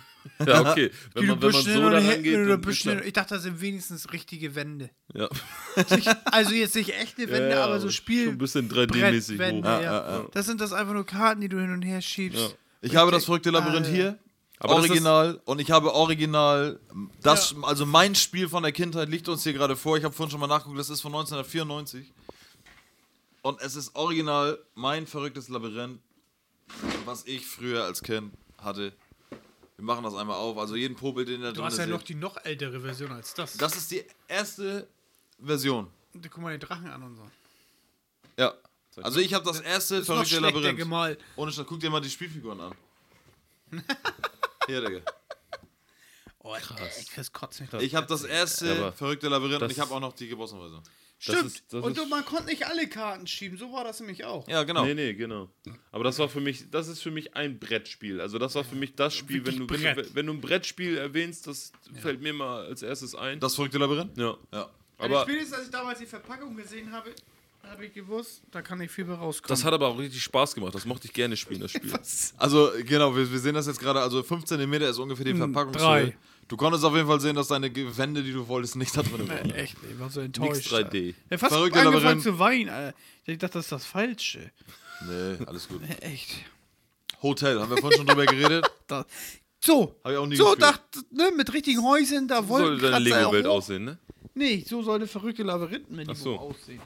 B: *laughs*
C: Ja, okay. Wenn
B: Die
C: man,
B: du
C: wenn man
B: pushen
C: so
B: hin und
C: da
B: her-
C: rangeht.
B: oder
C: dann-
B: pushen hin- Ich dachte, das sind wenigstens richtige Wände. *laughs*
C: Ja. *laughs*
B: Also jetzt nicht echte Wände,
C: Ja,
B: aber so
C: Schon ein
B: Spiel.
C: bisschen 3D-mäßig hoch.
B: Brettwände, ja. Das sind das einfach nur Karten, die du hin und her schiebst.
A: Ich habe das verrückte Labyrinth
B: Ah, ja.
A: hier.
C: Aber das ist-
A: original. Und ich habe original. Das, Also mein Spiel von der Kindheit liegt uns hier gerade vor. Ich habe vorhin schon mal nachgeguckt, das ist von 1994. Und es ist original mein verrücktes Labyrinth, was ich früher als Kind hatte. Wir machen das einmal auf. Also jeden Popel, den er
B: Du
A: drin
B: hast
A: ist.
B: ja noch die noch ältere Version als das.
A: das ist die erste Version.
B: Guck mal den Drachen an und so.
A: Ja. Also ich habe das erste
B: Ist noch
A: verrückte
B: schlechter
A: Labyrinth.
B: gemalt.
A: Ohne Scheiß, guck dir mal die Spielfiguren
B: *laughs*
A: an. Hier, Digga.
B: Oh, Krass. Ich krieg's kotzen.
A: Ich habe das erste
C: Aber
A: verrückte Labyrinth
C: das-
A: und ich habe auch noch die Geburtsanweisung.
B: Stimmt.
C: Das ist- das
B: und
C: ist-
B: du, man konnte nicht alle Karten schieben. So war das nämlich auch.
A: Ja, genau.
C: Nee, nee, genau. Aber das war für mich, das ist für mich ein Brettspiel. Also das war für mich das Spiel, wenn du, wenn
B: Brett.
C: du, wenn du ein Brettspiel erwähnst, das fällt mir mal als erstes ein.
A: Das verrückte Labyrinth?
C: ja.
A: Ja.
B: Aber
C: Aber
B: spätestens, als ich damals die Verpackung gesehen habe, habe ich gewusst, da kann nicht viel mehr rauskommen.
C: das hat aber auch richtig Spaß gemacht. Das mochte ich gerne spielen, das Spiel.
A: Also, genau, wir, wir sehen das jetzt gerade. Also, 5 cm ist ungefähr die Verpackungshöhe.
B: drei.
A: Du konntest auf jeden Fall sehen, dass deine Ge- Wände, die du wolltest, nicht da drin waren.
B: Echt, ich war so enttäuscht.
C: Nix 3D.
B: Ich hab fast
A: Verrückter
B: angefangen
A: Labyrinth.
B: zu weinen, Alter. Ich dachte, das ist das Falsche.
A: Nee, alles gut.
B: Echt.
A: Hotel, haben wir vorhin schon drüber geredet?
B: Da. So,
A: Hab ich auch nie
B: so
A: gespielt.
B: dachte, ne, mit richtigen Häusern, da
C: So
B: wollte
C: sollte deine Lego-Welt aussehen, ne?
B: Nee, so sollte verrückte Labyrinthen mit
C: Ach so.
B: aussehen.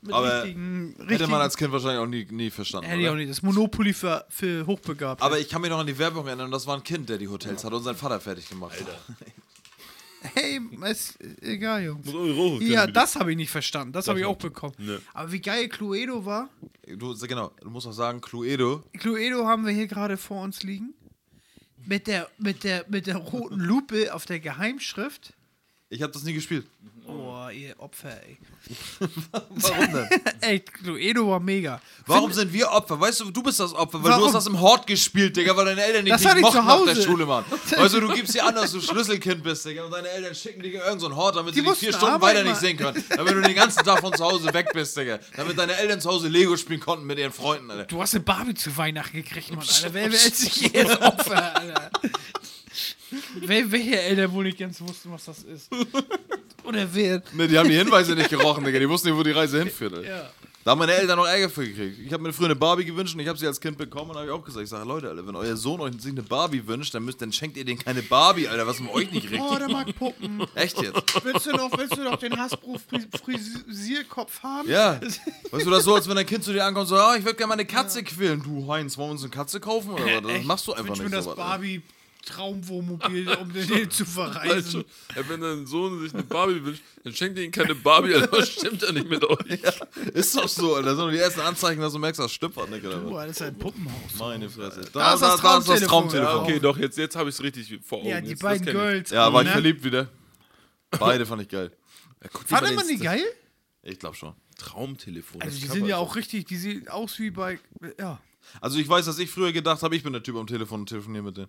B: Mit
A: Aber
B: richtigen, richtigen.
A: Hätte man als Kind wahrscheinlich auch nie, nie verstanden.
B: Hätte ich auch
A: Oder?
B: nicht. Das Monopoly für, für Hochbegabte.
A: Aber ich kann mich noch an die Werbung erinnern. Das war ein Kind, der die Hotels hatte und sein Vater fertig gemacht hat.
B: hey, ist egal, Jungs.
C: Muss eure Rohre können,
B: Ja,
C: bitte.
B: das habe ich nicht verstanden. Das habe ich auch bekommen.
C: Ne.
B: Aber wie geil Cluedo war.
A: Du, genau, du musst auch sagen, Cluedo.
B: Cluedo haben wir hier gerade vor uns liegen. Mit der, mit der, mit der roten Lupe auf der Geheimschrift.
A: Ich habe das nie gespielt.
B: Oh, ihr Opfer, ey. *laughs*
A: Warum denn?
B: Ey, Cluedo war mega.
A: Warum sind wir Opfer? Weißt du, du bist das Opfer, weil
B: Warum?
A: du hast das im Hort gespielt, Digga, weil deine Eltern dich
B: Das
A: nicht
B: hatte ich zu
A: mochten nach der
B: Hause.
A: Schule, Mann. Weißt du, du gibst dir an, dass du Schlüsselkind bist, Digga, und deine Eltern schicken dich in irgendeinen so einen Hort, damit
B: Die
A: sie dich vier
B: mussten
A: Stunden
B: arbeiten,
A: weiter nicht
B: Mann.
A: sehen können. Damit du den ganzen Tag von zu Hause weg bist, Digga. Damit deine Eltern zu Hause Lego spielen konnten mit ihren Freunden, Alter.
B: Du hast eine Barbie zu Weihnachten gekriegt, Mann, Alter. Wer wäre sich hier das Opfer, Alter? Wel welche Eltern wohl nicht ganz wussten, was das ist? Oder wer?
A: Ne, die haben die Hinweise nicht gerochen, Digga. Die wussten nicht, wo die Reise hinführt, Alter.
B: Ja.
A: Da haben meine Eltern noch Ärger für gekriegt. Ich habe mir früher eine Barbie gewünscht und ich habe sie als Kind bekommen und habe ich auch gesagt, ich sage, Leute, Alter, wenn euer Sohn euch sich eine Barbie wünscht, dann, müsst, dann schenkt ihr denen keine Barbie, Alter. Was ist mit euch nicht
B: Oh,
A: richtig?
B: der mag Puppen.
A: Echt jetzt?
B: Willst du noch, willst du noch den Hasbro Fris Frisierkopf haben? *laughs*
A: Ja. Weißt du, das ist so, als wenn ein Kind zu dir ankommt und sagt, ah, ich würde gerne meine Katze quälen. Du Heinz, wollen wir uns eine Katze kaufen oder was? Das
B: Echt?
A: machst du einfach
B: Wünsch mir
A: nicht
B: das
A: so was, ey.
B: Barbie Traumwohnmobil,
A: *laughs*
B: um den Hill zu
C: Also,
B: verreisen.
C: ey, wenn dein Sohn sich eine Barbie wünscht, dann schenkt ihr ihm keine Barbie, *laughs* Alter. Was stimmt ja nicht mit euch?
A: Ist doch so, Alter. Das sind doch die ersten Anzeichen, dass du merkst, das stimmt was nicht, oder
B: Boah,
A: was?
B: das ist ein Puppenhaus.
A: Meine Fresse.
B: Da ist das Traumtelefon.
C: Ja,
B: Telefon.
C: okay, doch, jetzt, jetzt habe ich es richtig vor Augen.
B: Ja, die
C: Oh, jetzt, das
B: beiden
C: kenn ich.
B: Girls.
A: Ja, war ich
B: ne?
A: verliebt wieder. Beide fand ich geil.
C: Ja, guck dir mal
B: Fand
C: den-
B: man die
C: das
B: geil?
A: Ich glaube schon.
C: Traumtelefon.
B: Also, die
C: Das
B: sind
C: Cover
B: ja
C: ist-
B: auch richtig, die sehen aus wie bei. Ja.
A: Also ich weiß, dass ich früher gedacht habe, ich bin der Typ am Telefon und telefoniere mit denen.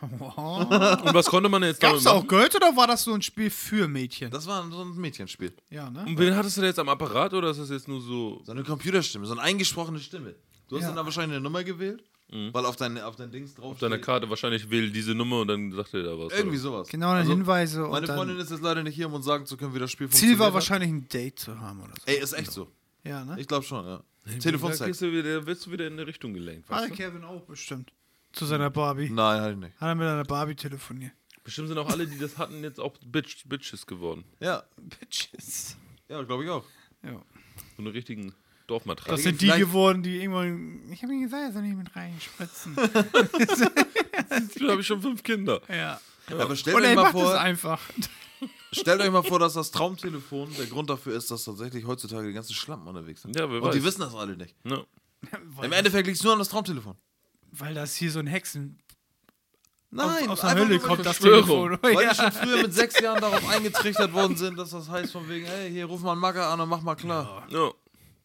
C: Und was konnte man jetzt
B: Gab's
C: damit
B: da
C: machen?
B: auch Girls oder war das so ein Spiel für Mädchen?
A: Das war so ein Mädchenspiel.
B: Ja, ne?
C: Und wen hattest du da jetzt am Apparat oder ist das jetzt nur so?
A: So eine Computerstimme, so eine eingesprochene Stimme. Du hast
B: Ja. Mhm.
A: dann da wahrscheinlich eine Nummer gewählt, weil auf dein, auf dein Dings drauf
C: Auf deiner Karte wahrscheinlich wähl diese Nummer und dann sagt er da was.
A: Irgendwie sowas.
B: Genau, dann Hinweise und
A: Also, Meine Freundin
B: dann.
A: ist jetzt leider nicht hier, um uns sagen zu können, wie das Spiel
B: Ziel
A: funktioniert.
B: war
A: hat.
B: wahrscheinlich ein Date zu haben oder so.
A: Ey, ist echt so.
B: Ja, ne?
A: Ich glaube schon, ja.
C: Da
A: Telefonsex.
C: kriegst du wieder, wirst du wieder in eine Richtung gelenkt.
B: Hatte
C: Weißt
A: ne?
C: du?
B: Kevin auch bestimmt. Zu seiner Barbie.
A: Nein, halt nicht.
B: Hat er mit einer
A: *laughs*
B: Barbie telefoniert.
C: Bestimmt sind auch alle, die das hatten, jetzt auch Bitch, Bitches geworden.
A: Ja,
B: Bitches.
A: ja glaube ich auch.
B: Ja.
C: So eine richtigen Dorfmatratze.
B: Das sind die
A: vielleicht-
B: geworden, die irgendwann. Ich habe ihm gesagt, er soll nicht
A: *laughs*
B: mit reinspritzen.
C: Da habe ich schon fünf Kinder.
B: ja.
A: Aber stellt
B: Oder
A: euch,
B: er
A: mal
B: macht es
A: vor, *laughs*
B: einfach.
A: stellt euch mal vor, dass das Traumtelefon der Grund dafür ist, dass tatsächlich heutzutage die ganzen Schlampen unterwegs sind.
C: Ja, wer
A: Und die
C: weiß. Oh
A: wissen das alle nicht.
C: Ja.
B: Weil,
A: Im Endeffekt liegt es nur an das Traumtelefon.
B: weil das hier so ein Hexen.
A: Nein,
B: aus der
A: einfach
B: Hölle
A: nur, weil
B: kommt
A: die-
B: das
C: Verschwörung.
B: Telefon.
A: Weil
B: Ja.
A: die schon früher mit sechs Jahren
B: *laughs*
A: darauf eingetrichtert worden sind, dass das heißt von wegen, hey, hier ruf mal einen Macker an und mach mal klar.
C: Ja.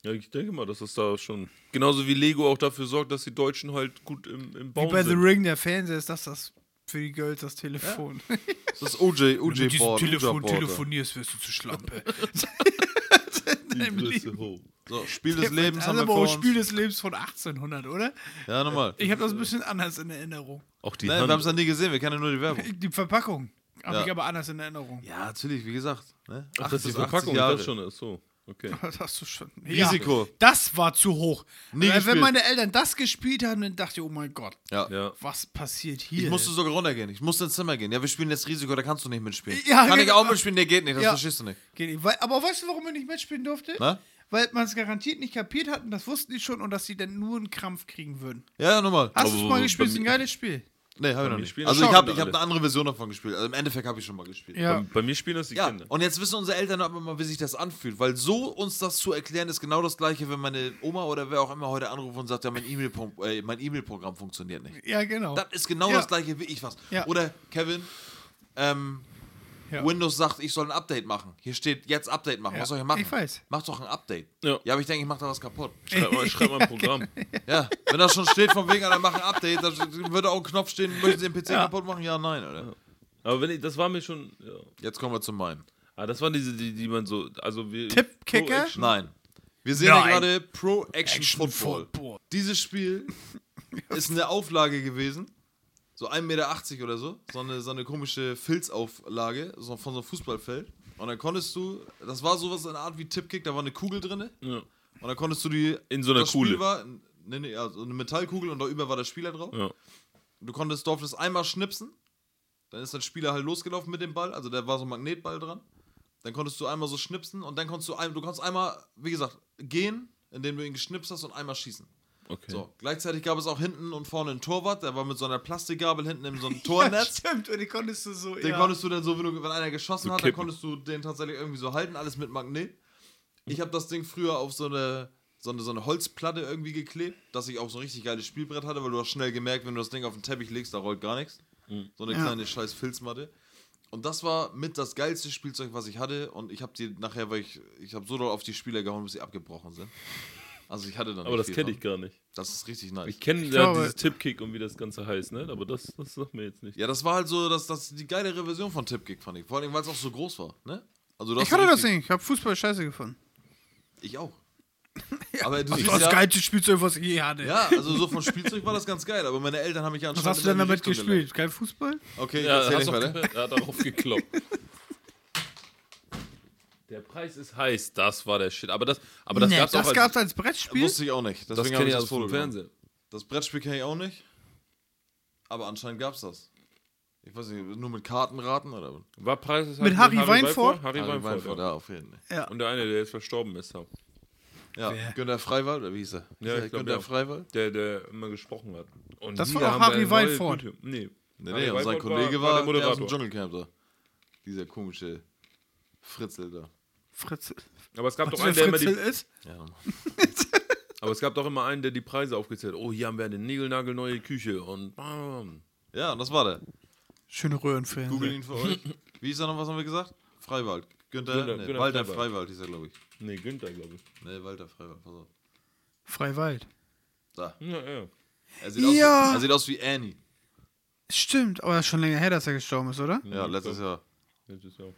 C: ja, ich denke mal, dass das da schon. Genauso wie Lego auch dafür sorgt, dass die Deutschen halt gut im, im
B: Wie
C: Bauen
B: bei The
C: sind.
B: Ring, der Fernseher ist das das für die Girls das Telefon. *laughs*
A: Das ist OJ, OJ-Board.
B: Telefon
A: Telefon, *laughs*
B: *laughs* telefonierst, wirst du zu Schlampe.
C: die Blüsse hoch.
A: So, Spiel des Lebens haben wir
B: aber
A: vor
B: auch
A: uns.
B: Spiel des Lebens von 1800, oder?
A: Ja, nochmal.
B: Ich habe das ein bisschen anders in Erinnerung.
C: Auch die
A: Nein, wir haben es
C: Hand.
A: ja nie gesehen, wir kennen ja nur die Werbung.
B: Die Verpackung habe
A: Ja.
B: ich aber anders in Erinnerung.
A: Ja, natürlich, wie gesagt. Ne?
C: Ach, das ist
A: 80 bis
C: die
A: 80
C: Verpackung,
A: Jahre.
C: das schon ist. So, okay.
B: *laughs* Das hast du schon.
A: Risiko.
B: Ja, das war zu hoch.
A: Nie
B: Weil
A: gespielt.
B: wenn meine Eltern das gespielt haben, dann dachte ich, oh mein Gott,
A: Ja.
C: Ja.
B: was passiert hier?
A: Ich musste sogar runtergehen. Ich musste ins Zimmer gehen. Ja, wir spielen jetzt Risiko, da kannst du nicht mitspielen.
B: Ja,
A: Kann ich
B: genau.
A: auch mitspielen, der geht nicht, das
B: Ja.
A: verstehst du nicht.
B: Geht nicht. Weil- Aber weißt du, warum er nicht mitspielen durfte?
A: Na?
B: Weil man es garantiert nicht kapiert hat und das wussten die schon und dass sie dann nur einen Krampf kriegen würden.
A: Ja, ja, nochmal.
B: Hast du
C: Aber
B: es mal
C: bei
B: gespielt? Das ist ein
C: mir-
B: geiles Spiel.
A: Nee, habe ich noch
C: mir
A: nicht.
C: spielen
A: Also
C: das
A: ich
C: schon
A: habe ich
C: alle.
A: hab eine andere Version davon gespielt. Also im Endeffekt habe ich schon mal gespielt.
B: Ja.
C: Bei mir spielen das die
A: Ja,
C: Kinder.
A: und jetzt wissen unsere Eltern aber mal, wie sich das anfühlt, weil so uns das zu erklären ist genau das gleiche, wenn meine Oma oder wer auch immer heute anruft und sagt, ja, mein E-Mail-Pro- äh, mein E-Mail-Programm funktioniert nicht.
B: Ja, genau.
A: Das ist genau
B: Ja.
A: das gleiche wie ich was.
B: Ja.
A: Oder Kevin, ähm,
B: Ja.
A: Windows sagt, ich soll ein Update machen. Hier steht jetzt Update machen.
B: Ja.
A: Was soll ich machen?
B: Ich weiß.
A: Mach doch ein Update.
C: Ja.
A: ja aber ich denke, ich mache da was kaputt.
C: Schreib, mal, schreib mal
A: *laughs*
C: ein Programm.
A: Ja, wenn das schon steht von wegen, dann mach ein Update, dann wird auch ein Knopf stehen, möchten Sie den PC kaputt machen? Ja, nein, oder?
C: Aber wenn ich, das war mir schon. Ja.
A: Jetzt kommen wir zu meinem.
C: Ah, das waren diese, die, die man so. Also wir,
B: Tippkicker?
C: Pro-Action-
A: Nein. Wir sehen
B: Nein.
A: ja gerade Pro Action, Football.
B: Football.
A: Dieses Spiel ist eine Auflage gewesen. So 1,80 Meter oder so. So eine, so eine komische Filzauflage so von so einem Fußballfeld. Und dann konntest du, das war sowas in einer Art wie Tippkick, da war eine Kugel drin.
C: Ja.
A: Und dann konntest du die.
C: In so einer
A: das Spiel
C: Kuhle.
A: War, nee, nee, ja, so eine Metallkugel und da über war der Spieler drauf.
C: Ja.
A: Du konntest, durftest einmal schnipsen. Dann ist der Spieler halt losgelaufen mit dem Ball. Also da war so ein Magnetball dran. Dann konntest du einmal so schnipsen und dann konntest du einmal, du konntest einmal, wie gesagt, gehen, indem du ihn geschnipst hast und einmal schießen.
C: Okay.
A: So, gleichzeitig gab es auch hinten und vorne einen Torwart, der war mit so einer Plastikgabel hinten in so einem Tornetz.
B: stimmt, und die konntest du so.
A: den
B: ja.
A: konntest du dann so, wenn, du, wenn einer geschossen
C: So
A: hat, dann
C: kippen.
A: konntest du den tatsächlich irgendwie so halten, alles mit Magnet. Ich habe das Ding früher auf so eine, so, eine, so eine Holzplatte irgendwie geklebt, dass ich auch so ein richtig geiles Spielbrett hatte, weil du hast schnell gemerkt, wenn du das Ding auf den Teppich legst, da rollt gar nichts.
C: Mhm.
A: So eine
B: Ja.
A: kleine scheiß Filzmatte. Und das war mit das geilste Spielzeug, was ich hatte. Und ich habe die nachher, weil ich, ich habe so doll auf die Spieler gehauen, bis sie abgebrochen sind. Also ich hatte dann
C: Aber das kenne ich gar nicht.
A: Das ist richtig nice.
C: Ich kenne ja
B: glaube-
C: dieses Tippkick und wie das Ganze heißt, ne? Aber das, das sagt mir jetzt nicht.
A: Ja, das war halt so, das, das die geilere Version von Tipkick, fand ich. Vor allem, weil es auch so groß war, ne? Also, du
B: Ich
A: hast
B: konnte das
A: richtig-
B: nicht. Ich habe Fußball scheiße gefunden.
A: Ich
B: *laughs*
A: auch. Aber du siehst
B: Das
A: ja,
B: geilste Spielzeug, ne. was ich je hatte.
A: ja, also so von Spielzeug war das ganz geil, aber meine Eltern haben mich ja
B: Was
A: anscheinend.
B: hast du
A: in
B: denn
A: die
B: damit
A: Richtung
B: gespielt? Kein Fußball?
A: gelenkt. Okay, ich
C: Ja,
A: erzähl
C: hast
A: nicht
C: doch
A: weiter.
C: gehört, er hat darauf gekloppt. Der Preis ist heiß, das war der Shit. Aber das, aber das
B: Nee,
C: gab's auch
B: das
C: als,
B: gab's als Brettspiel.
A: Wusste ich auch nicht.
C: das
A: Deswegen
C: kenne
A: habe
C: ich
A: ich
C: aus
A: das
C: vom
A: Foto gemacht.
C: Fernsehen.
A: Das Brettspiel kenne ich auch nicht. Aber anscheinend gab's das. Ich weiß nicht, nur mit Karten raten oder.
C: War Preis ist heiß
B: Mit Harry Weinfurt?
C: Harry
A: Harry
C: Weinfurt.
A: Weinfurt,
C: ja.
A: ja, auf jeden Fall.
B: ja.
C: Und der eine, der jetzt verstorben ist, ja.
A: Ja,
B: Wer?
A: Günther Freiwald, oder wie hieß er?
C: Ja,
A: Hieß er
C: ich glaub,
A: Günther
C: ja.
A: Freiwald?
C: der, der immer gesprochen hat. Und
B: Das
C: nie
B: war doch
C: haben wir
B: Harry
C: eine neue
B: Weinfurt.
C: Güte. Nee.
A: Nee,
C: Harry
A: nee, und sein
C: Weinfurt
A: Kollege war,
C: der
A: der aus dem
C: Moderator.
A: Dschungelcamp da. Dieser komische Fritzel da.
B: Fritzel.
C: aber es gab doch
B: Wer
C: einen, der immer
B: Fritzel
C: die,
B: ist?
A: Ja, Mann.
C: aber es gab doch immer einen, der die Preise aufgezählt. hat. Oh, hier haben wir eine negelnagelneue Küche und bam.
A: ja, das war der.
B: Schöne Röhrenfilme.
A: Google ihn für euch. *laughs* Wie hieß er noch, was haben wir gesagt? Freiwald. Günther,
C: Günther-
A: nee,
C: Günther
A: Walter
C: Freiwald.
A: Freiwald hieß er, glaube ich.
C: Nee, Günther, glaube ich.
A: Nee, Walter Freiwald, pass auf.
B: Freiwald.
A: Da.
C: Ja, ja.
A: Er sieht, aus,
B: Ja.
A: wie, er sieht aus wie Annie.
B: Stimmt, aber schon länger her, dass er gestorben ist, oder?
A: Ja, letztes Jahr.
C: Letztes Jahr.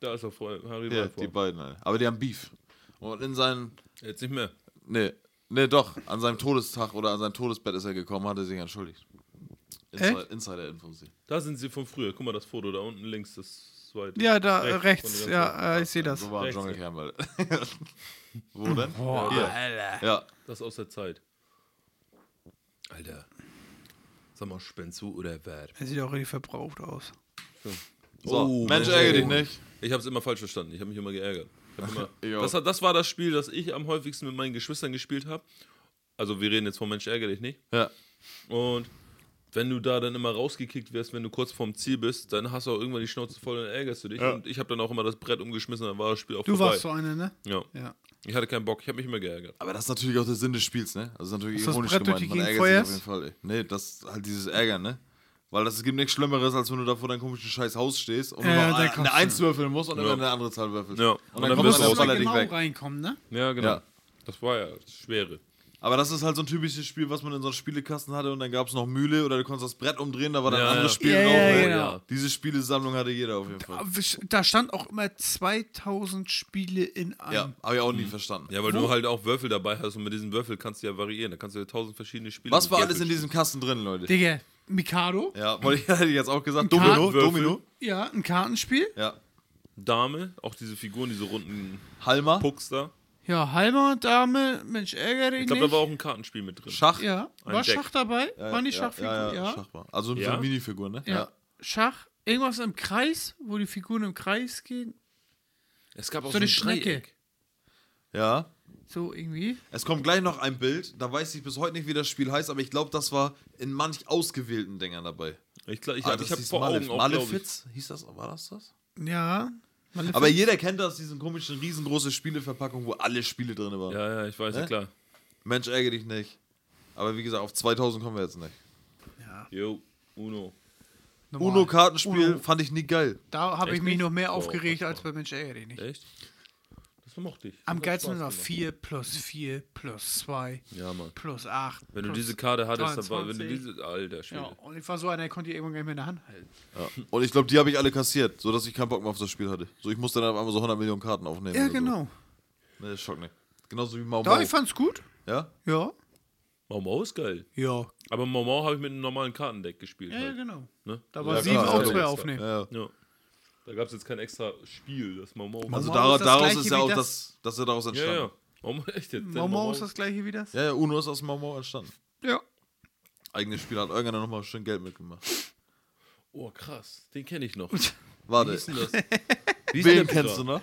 C: Da ist er vor Harry
A: Ja, die
C: Weinfurt.
A: beiden, Alter. Aber die haben Beef. Und in seinen.
C: Jetzt nicht mehr.
A: Nee, nee, doch. An seinem Todestag oder an sein Todesbett ist er gekommen, hat er sich entschuldigt. Insider- Insider-Infos.
C: Da sind sie von früher. Guck mal, das Foto da unten links, das zweite.
B: Ja, da äh,
C: von
B: rechts.
C: der ganzen-
B: Ja, äh, ich sehe das.
A: So war ein
C: Rechts,
A: Dschungelcamp, Alter. *laughs* Wo denn? Boah,
B: Alter.
A: Ja.
C: Das aus der Zeit. Alter. Sag mal, spinnst du oder wer?
B: Er sieht auch richtig verbraucht aus.
A: So,
C: Oh,
A: Mensch,
C: Mensch,
A: ärgere dich
C: oh.
A: nicht.
C: Ich hab's immer falsch verstanden. Ich habe mich immer geärgert. Ich hab
A: *laughs*
C: immer,
A: Ich auch.
C: das, hat- das war das Spiel, das ich am häufigsten mit meinen Geschwistern gespielt habe. Also, wir reden jetzt von Mensch, ärgere dich nicht.
A: Ja.
C: Und wenn du da dann immer rausgekickt wirst, wenn du kurz vorm Ziel bist, dann hast du auch irgendwann die Schnauze voll und ärgerst du dich. Und ich habe dann auch immer das Brett umgeschmissen, dann war das Spiel auch
B: Du
C: vorbei.
B: warst so eine, ne?
C: ja.
B: Ja.
C: Ich hatte keinen Bock, ich habe mich immer geärgert.
A: Aber das ist natürlich auch der Sinn des Spiels, ne? Also das ist natürlich
B: Dass das
A: ironisch
B: Brett durch
A: gemeint.
B: die
A: Man
B: Gegend
A: ärgert sich auf jeden Fall. Ey. Nee, das halt dieses Ärgern, ne? Weil das, es gibt nichts Schlimmeres, als wenn du da vor deinem komischen scheiß Haus stehst und
B: Ja,
A: du
B: ja,
A: noch
B: da
A: ein-
B: kommst
A: eine
B: du.
A: Eins würfeln musst und
C: Ja.
A: dann eine andere Zahl würfelst.
C: Ja.
A: Und, dann, kommt
B: genau
C: bist
A: kommt
C: du
A: dann
C: aus
A: der Baller dich weg.
B: reinkommen, ne?
C: Ja, genau.
A: Ja.
C: Das war ja das Schwere.
A: Aber das ist halt so ein typisches Spiel, was man in so einem Spielekasten hatte und dann gab es noch Mühle oder du konntest das Brett umdrehen, da war dann
C: Ja,
A: ein anderes
C: ja.
A: Spiel
B: Ja,
A: drauf.
B: ja,
A: ne?
B: genau.
A: Diese Spielesammlung hatte jeder auf jeden Fall.
B: Da stand auch immer 2000 Spiele in einem.
A: Ja, habe ich auch nie verstanden.
C: Mhm. Ja, weil du halt auch Würfel dabei hast und mit diesen Würfeln kannst du ja variieren. Da kannst du ja tausend verschiedene Spiele.
A: Was
C: mit
A: war alles in
C: Würfeln
A: diesem Kasten drin, Leute?
B: Digga, Mikado?
A: Ja, wollte ich, *laughs* hätte ich jetzt auch gesagt.
B: Ein
A: Domino,
C: Kartenwürfel.
A: Domino.
B: Ja, ein Kartenspiel.
A: Ja.
C: spielen. Dame, auch diese Figuren, diese runden
A: Halma,
C: Pucks da.
B: Ja, Halmer, Dame, Mensch, ärgere dich
C: Ich glaube,
B: nicht.
C: da war auch ein Kartenspiel mit drin.
A: Schach.
B: ja,
C: ein
B: war
C: Deck.
B: Schach dabei?
A: Ja,
B: Waren die
A: Äh, ja,
B: Schachfiguren?
A: Ja,
B: Ja,
A: ja, Schach war. Also so
C: Ja.
A: eine Minifigur, ne?
B: Ja. Schach, irgendwas im Kreis, wo die Figuren im Kreis gehen.
C: Es gab auch
B: So eine Schnecke.
C: Dreieck.
A: Ja.
B: So irgendwie.
A: Es kommt gleich noch ein Bild, da weiß ich bis heute nicht, wie das Spiel heißt, aber ich glaube, das war in manch ausgewählten Dingern dabei.
C: Ich, glaub, ich,
A: Ah,
C: hab-
A: das
C: ich habe
A: hieß
C: vor
A: Malef-
C: Augen auch, glaub ich.
A: Malefiz, hieß das? War das das?
B: Ja.
A: Aber jeder kennt das, diesen komischen, riesengroße Spieleverpackung, wo alle Spiele drin waren.
C: Ja, ja, ich weiß, ja
A: Hä?
C: klar.
A: Mensch, ärgere dich nicht. Aber wie gesagt, auf 2000 kommen wir jetzt nicht.
C: Jo, Uno.
B: Normal.
A: UNO-Kartenspiel
B: Uno.
A: fand ich nie geil.
B: Da habe ich
C: Echt
B: mich
C: nicht?
B: noch mehr
C: Boah,
B: aufgeregt
C: boah.
B: als bei Mensch ärgere dich nicht.
C: Echt? Das mochte ich.
B: Am
C: Das hat
B: geilsten
C: Spaß
B: war
C: gemacht.
B: 4 plus 4 plus 2
C: Ja, Mann.
B: plus 8.
C: Wenn du
B: plus
C: diese Karte hattest, dann war, wenn du
B: 23.
C: diese. Alter
B: Ja,
C: Schwede.
B: und ich war so einer, der konnte die irgendwann gar nicht mehr in der Hand halten.
A: Und ich glaube, die habe ich alle kassiert, sodass ich keinen Bock mehr auf das Spiel hatte. So, ich musste dann auf einmal so 100 Millionen Karten aufnehmen.
B: Ja,
A: oder
B: genau.
A: So. Nee, Schock nicht. Genauso wie Mau
B: Da,
A: Mau.
B: ich fand's gut.
A: Ja?
B: Ja.
C: Mau Mau ist geil.
B: Ja.
C: Aber Mau Mau habe ich mit einem normalen Kartendeck gespielt.
B: Ja, ja,
C: halt.
B: genau.
C: ne?
B: Da war
A: Ja,
B: sieben
A: klar,
B: auch
A: ja,
B: zwei
C: ja.
B: aufnehmen.
A: Ja.
C: Ja. Da gab es jetzt kein extra Spiel, das Mau Mau.
A: Also
B: Mau
A: dara-
B: ist das
A: daraus
B: gleiche
A: ist ja
B: wie
A: auch
B: das-
A: das, das ist ja daraus
C: ja,
A: entstanden.
C: ja. Mau Mau, echt jetzt.
B: Mau Mau ist das gleiche wie das?
A: Ja, ja, UNO ist aus Mau Mau entstanden.
B: Ja.
A: Eigenes Spiel hat irgendeiner nochmal schön Geld mitgemacht.
C: Oh, krass. Den kenne
B: *laughs*
C: ich noch. Wie
A: Warte,
C: ist denn das? Wie ist
A: wen
C: der
A: kennst du noch?
C: Pirat?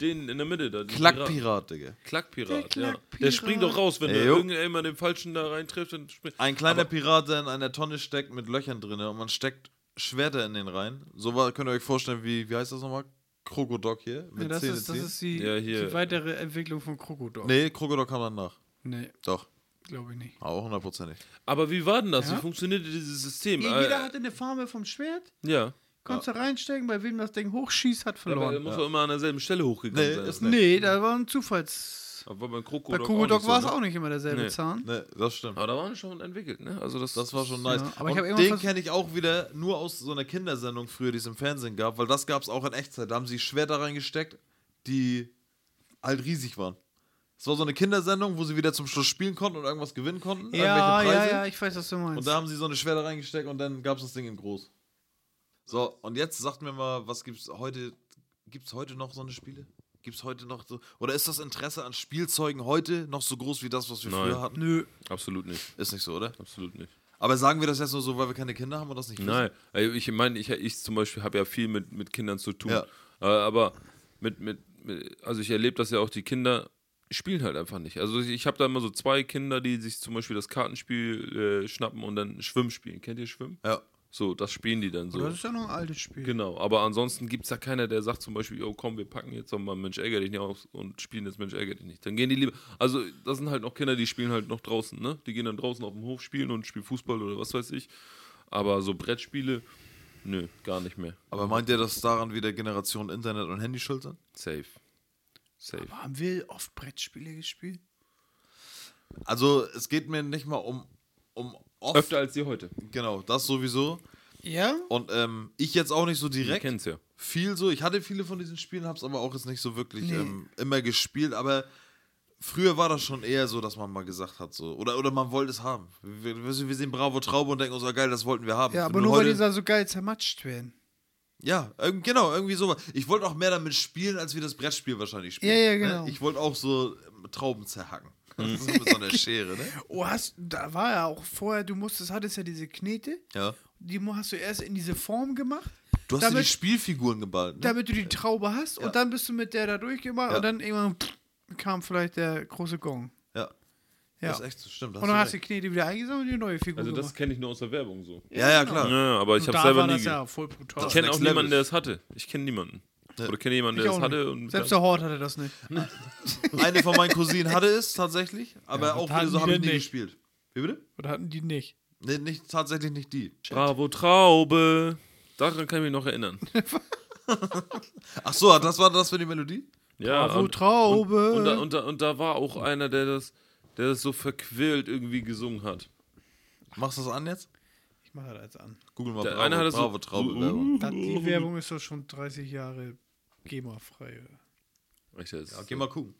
C: Den in der Mitte da. den Pirat.
A: Klackpirat, Digga.
C: Klackpirat,
B: Der
C: ja.
B: Klackpirat.
C: Der springt doch raus, wenn
A: Ey,
C: du
A: jo.
C: irgendjemand den Falschen da reintrifft, dann springt.
A: Ein kleiner Pirat, der in einer Tonne steckt mit Löchern drin und man steckt Schwerter in den rein. So war, könnt ihr euch vorstellen, wie, wie heißt das nochmal? Krokodok hier? Mit
B: ja das,
A: Zähne
B: ist, das
A: ziehen?
B: ist die,
C: Ja, hier.
B: die weitere Entwicklung von Krokodok.
A: Nee, Krokodok kam danach.
B: nee
A: Doch,
B: glaube ich nicht.
A: auch hundertprozentig.
C: Aber wie war denn das?
B: Ja.
C: Wie funktionierte dieses System?
B: Jeder
C: Äh,
B: hatte eine Farbe vom Schwert,
C: ja.
B: konntest du reinstecken, bei wem das Ding hochschießt, hat
C: Aber er
B: verloren.
C: muss doch immer an derselben Stelle hochgegangen
A: Nee,
C: sein.
A: ist nicht.
B: nee, da war ein Zufalls...
C: Aber beim Krokodok.
B: Bei Krokodok war es
C: auch. nicht
B: auch nicht ne? immer derselbe
C: Nee.
B: Zahn.
A: Nee, das stimmt.
C: so, ne? Aber da waren schon entwickelt, ne? Also das,
A: Das war schon nice.
B: Ja, aber ich hab
A: und
B: irgendwann
A: den
B: vers-
A: kenne ich auch wieder nur aus so einer Kindersendung früher, die es im Fernsehen gab, weil das gab es auch in Echtzeit. Da haben sie Schwerter reingesteckt, die halt riesig waren. Es war so eine Kindersendung, wo sie wieder zum Schluss spielen konnten und irgendwas gewinnen konnten.
B: Ja,
A: irgendwelche
B: ja,
A: Preise.
B: ja, ich weiß, was du meinst.
A: Und da haben sie so eine Schwerter reingesteckt und dann gab es das Ding in groß. So, und jetzt sagt mir mal, was gibt's heute? Gibt's heute noch so eine Spiele? Gibt's heute noch so? Oder ist das Interesse an Spielzeugen heute noch so groß wie das, was wir
C: Nein.
A: früher hatten?
B: Nö.
C: Absolut nicht.
A: Ist nicht so, oder?
C: Absolut nicht.
A: Aber sagen wir das jetzt nur so, weil wir keine Kinder haben und das nicht wissen?
C: Nein, also ich meine, ich, ich zum Beispiel habe ja viel mit, mit Kindern zu tun.
A: Ja.
C: Äh, aber mit, mit, mit, also ich erlebe das ja auch, die Kinder spielen halt einfach nicht. Also ich, ich habe da immer so zwei Kinder, die sich zum Beispiel das Kartenspiel äh, schnappen und dann Schwimmen spielen. Kennt ihr Schwimmen?
A: Ja.
C: So, das spielen die dann so.
B: Das ist ja noch ein altes Spiel.
C: Genau, aber ansonsten gibt es ja keiner, der sagt zum Beispiel, oh komm, wir packen jetzt nochmal Mensch ärger dich nicht aus und spielen jetzt Mensch ärger dich nicht. Dann gehen die lieber, also das sind halt noch Kinder, die spielen halt noch draußen, ne? Die gehen dann draußen auf dem Hof spielen und spielen Fußball oder was weiß ich. Aber so Brettspiele, nö, gar nicht mehr.
A: Aber meint ihr, dass daran wieder Generation Internet und Handy schuld sind?
C: Safe. Safe.
B: Aber haben wir oft Brettspiele gespielt?
A: Also, es geht mir nicht mal um, um oft.
C: Öfter als die heute.
A: Genau, das sowieso.
B: Ja?
A: Und ähm, ich jetzt auch nicht so
C: Ihr
A: direkt.
C: kennt's ja.
A: viel so. Ich hatte viele von diesen Spielen, hab's aber auch jetzt nicht so wirklich
B: Nee.
A: ähm, immer gespielt, aber früher war das schon eher so, dass man mal gesagt hat so. Oder, oder man wollte es haben. Wir, wir wir sehen Bravo Traube und denken uns, oh geil, das wollten wir haben.
B: Ja, aber
A: Nur
B: nur weil die
A: heute-
B: da so geil zermatscht werden.
A: Ja, irgend- genau, irgendwie sowas. Ich wollte auch mehr damit spielen, als wir das Brettspiel wahrscheinlich spielen.
B: Ja, ja,
A: ne?
B: genau.
A: Ich wollte auch so ähm, Trauben zerhacken.
C: *laughs* Mhm.
A: So mit so einer Schere, ne?
B: Oh, hast, da war ja auch vorher, du musstest, hattest ja diese Knete.
A: Ja.
B: Die mu- hast du erst in diese Form gemacht,
A: Du hast ja
B: Damit-
A: die Spielfiguren geballt, ne?
B: damit du die Traube hast.
A: Ja.
B: Und dann bist du mit der da durchgemacht.
A: Ja.
B: Und dann irgendwann pff, kam vielleicht der große Gong.
A: ja.
B: Ja.
A: Das ist echt so, stimmt. da
B: und dann hast
A: du
B: du
A: recht.
B: die Knete wieder eingesammelt und die neue Figur
C: Also das
B: gemacht.
C: kenne ich nur aus der Werbung so.
A: ja, ja, klar.
C: Ja, aber ich
B: Und
C: habe
B: da
C: selber
B: war
C: nie.
B: das
C: ge-
B: ja voll brutal.
C: Ich kenne auch
A: Next Level.
C: niemanden, der das hatte. Ich kenne niemanden. Oder kenne jemanden,
B: Ich
C: der Hm?
B: auch
C: das hatte.
B: nicht.
C: Und
B: Selbst der Hort hatte das nicht.
A: *laughs* Eine von meinen Cousinen hatte es tatsächlich, aber
B: Ja,
A: auch
B: hatten
A: wieder so
B: die
A: habe ich
B: denn
A: nie
B: nicht?
A: gespielt. Wie bitte?
B: Oder hatten die nicht?
A: Nee, nicht, tatsächlich nicht die.
C: Bravo Traube. Daran kann ich mich noch erinnern.
A: Ach so, das war das für die Melodie?
C: Ja,
B: Bravo,
C: und,
B: Traube.
C: Und, und, da, und, da, und da war auch einer, der das, der das so verquält irgendwie gesungen hat.
A: Machst du das an jetzt?
B: Ich mache das jetzt an.
A: Google mal
C: Der eine hat das so-
A: Bravo
C: Uh,
A: Traube.
B: Das, die Werbung ist doch schon 30 Jahre GEMA-frei.
C: Echt, das ist-
A: Geh mal gucken.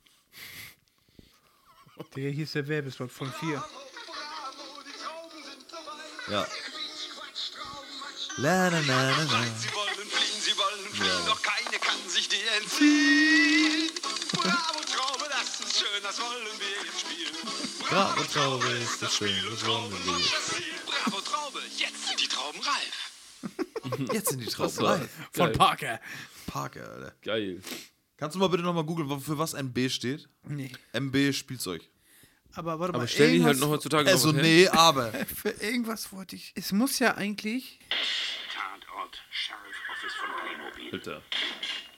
B: Der hier ist der Werbespot von 4.
A: Ja. La, na, na, na, na.
C: *laughs*
E: Sie wollen fliehen, sie wollen fliehen, doch keine kann sich dir
A: *laughs*
E: entziehen. Bravo, Traube, das ist schön, das wollen wir jetzt spielen.
A: Bravo Traube ist das schön, das wollen wir
E: Das Ziel. Bravo, Traube, jetzt sind die Trauben reif.
A: Jetzt sind die Trauben
C: war-
A: live.
B: Von
C: Geil.
B: Parker.
A: Parker, Alter.
C: Geil.
A: Kannst du mal bitte nochmal googeln, für was MB steht?
B: Nee.
A: MB Spielzeug.
B: Aber warte mal.
C: Aber stellen die halt noch
B: irgendwas-
C: heutzutage noch
A: Also
C: was her?
A: nee, aber.
B: Für irgendwas wollte ich. Es muss ja eigentlich.
E: Tatort, Sheriff Office von Playmobil.
C: Alter.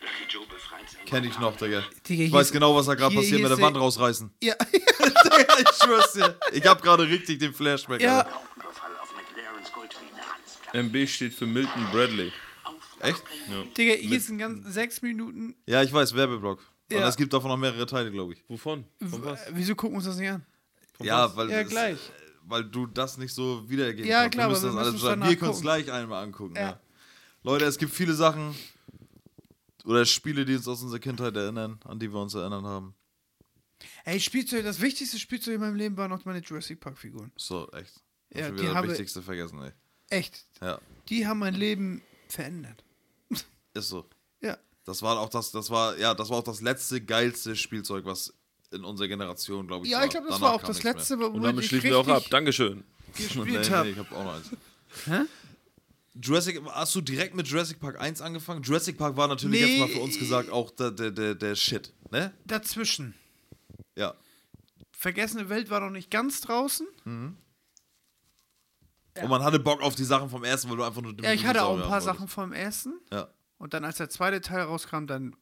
E: Lucky Joe befreit seinen
A: Kenn ich noch, Digga.
B: Digga,
A: Ich
B: hier
A: weiß
B: ist-
A: genau, was da gerade
B: hier-
A: passiert
B: hier
A: mit der
B: ist
A: Wand
B: der-
A: rausreißen. *laughs*
B: Ja, *laughs*
A: Digga, ich schwör's dir. Ich hab gerade richtig den Flashback. Alter.
B: ja.
E: Überfall auf McLaren's Goldmine Hans.
C: MB steht für Milton Bradley.
A: Echt?
B: Digga, hier ist ein ganz. Sechs Minuten.
A: Ja, ich weiß, Werbeblock. Und
B: Ja.
A: es gibt davon noch mehrere Teile, glaube ich.
C: Wovon? Von was?
B: Äh, Wieso gucken wir uns das nicht an?
A: Ja, weil,
B: Ja,
A: es-
B: gleich.
A: weil du das nicht so wiedergeben
B: Ja,
A: kannst.
B: klar,
A: wir müssen
B: aber
A: das
B: wir
A: alles
B: müssen es
A: zusammen-
B: danach
A: Wir können es
B: gucken.
A: gleich einmal angucken. Ja.
B: Ja.
A: Leute, es gibt viele Sachen oder Spiele, die uns aus unserer Kindheit erinnern, an die wir uns erinnern haben.
B: Ey, Spielzeug, das wichtigste Spielzeug in meinem Leben waren noch meine Jurassic Park-Figuren.
A: So, echt.
B: Ja,
A: Ja,
B: die
A: wir das
B: habe-
A: Wichtigste vergessen, ey.
B: Echt.
A: Ja,
B: Die haben mein Leben verändert.
A: ist so.
B: Ja.
A: Das war auch das, das war, ja, das war auch das letzte geilste Spielzeug, was in unserer Generation, glaube ich,
B: Ja,
A: war.
B: ich glaube, das
A: Danach
B: war auch
A: kam
B: das
A: nichts mehr.
B: letzte, wo
C: Und damit
B: ich
C: schließen wir auch ab.
A: *laughs*
B: richtig
C: Dankeschön.
B: gespielt
A: nee, nee,
B: habe.
A: ich hab auch noch eins. Hä? Jurassic, hast du direkt mit Jurassic Park 1 angefangen? Jurassic Park war natürlich
B: Nee.
A: jetzt mal für uns gesagt auch der, der, der, der Shit, ne?
B: Dazwischen.
A: Ja.
B: Vergessene Welt war noch nicht ganz draußen.
A: Hm, Und man hatte Bock auf die Sachen vom ersten, weil du einfach nur den
B: Ja, ich hatte auch ein
A: Dinosaurier
B: paar
A: haben
B: Sachen vom ersten.
A: wolltest. Ja.
B: Und dann, als der zweite Teil rauskam, dann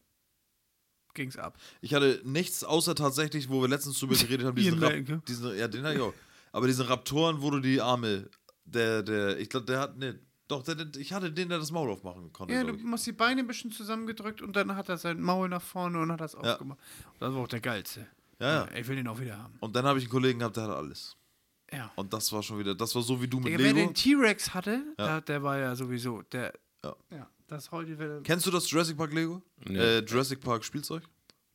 B: ging's ab.
A: Ich hatte nichts außer tatsächlich, wo wir letztens
B: *laughs*
A: drüber geredet haben, diesen,
B: Ian
A: Rap
B: Malcolm.
A: diesen ja, den hatte ich auch. Aber diesen Raptoren, wo du die Arme, der, der, ich glaube, der hat, ne, doch, der, der, ich hatte den, der das Maul aufmachen konnte,
B: Ja, du
A: glaub ich.
B: hast die Beine ein bisschen zusammengedrückt und dann hat er sein Maul nach vorne und hat das aufgemacht. Und das war auch der geilste.
A: Ja, ja.
B: Ich will den auch wieder haben.
A: Und dann habe ich einen Kollegen gehabt, der hatte alles.
B: Ja.
A: Und das war schon wieder, das war so wie du mit
B: Digga, wer
A: Lego.
B: den T-Rex hatte, da, der war ja sowieso der.
A: Ja.
B: Ja. das heute wäre.
A: Kennst du das Jurassic Park Lego?
C: Nee.
A: Äh, Jurassic Park Spielzeug?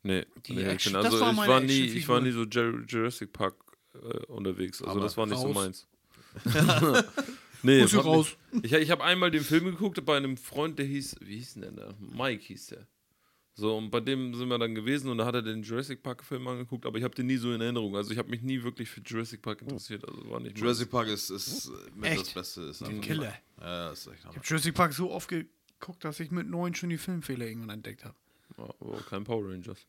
C: Nee, nee ich
B: Action-
C: bin
B: das
C: also
B: war
C: ich
B: meine
C: war nie, ich
B: Actionfigur.
C: war nie so Jer- Jurassic Park äh, unterwegs. Also
A: Aber
C: das war nicht so
A: raus.
B: *laughs*
C: meins. nee,
B: Muss hier
C: hab
B: raus.
C: nicht- Ich, ich habe einmal den Film geguckt bei einem Freund, der hieß, wie hieß denn der? Mike hieß der. So, und bei dem sind wir dann gewesen und da hat er den Jurassic Park-Film angeguckt, aber ich habe den nie so in Erinnerung. Also ich habe mich nie wirklich für Jurassic Park interessiert. Also war nicht
A: Jurassic Park ist, ist äh, mit
B: Echt?
A: das Beste. Ist einfach-
B: Killer.
A: Ja, ist echt
B: Ich
A: Hammer.
B: habe Jurassic Park so oft geguckt, dass ich mit neun schon die Filmfehler irgendwann entdeckt habe.
C: mein- aber auch kein Power Rangers.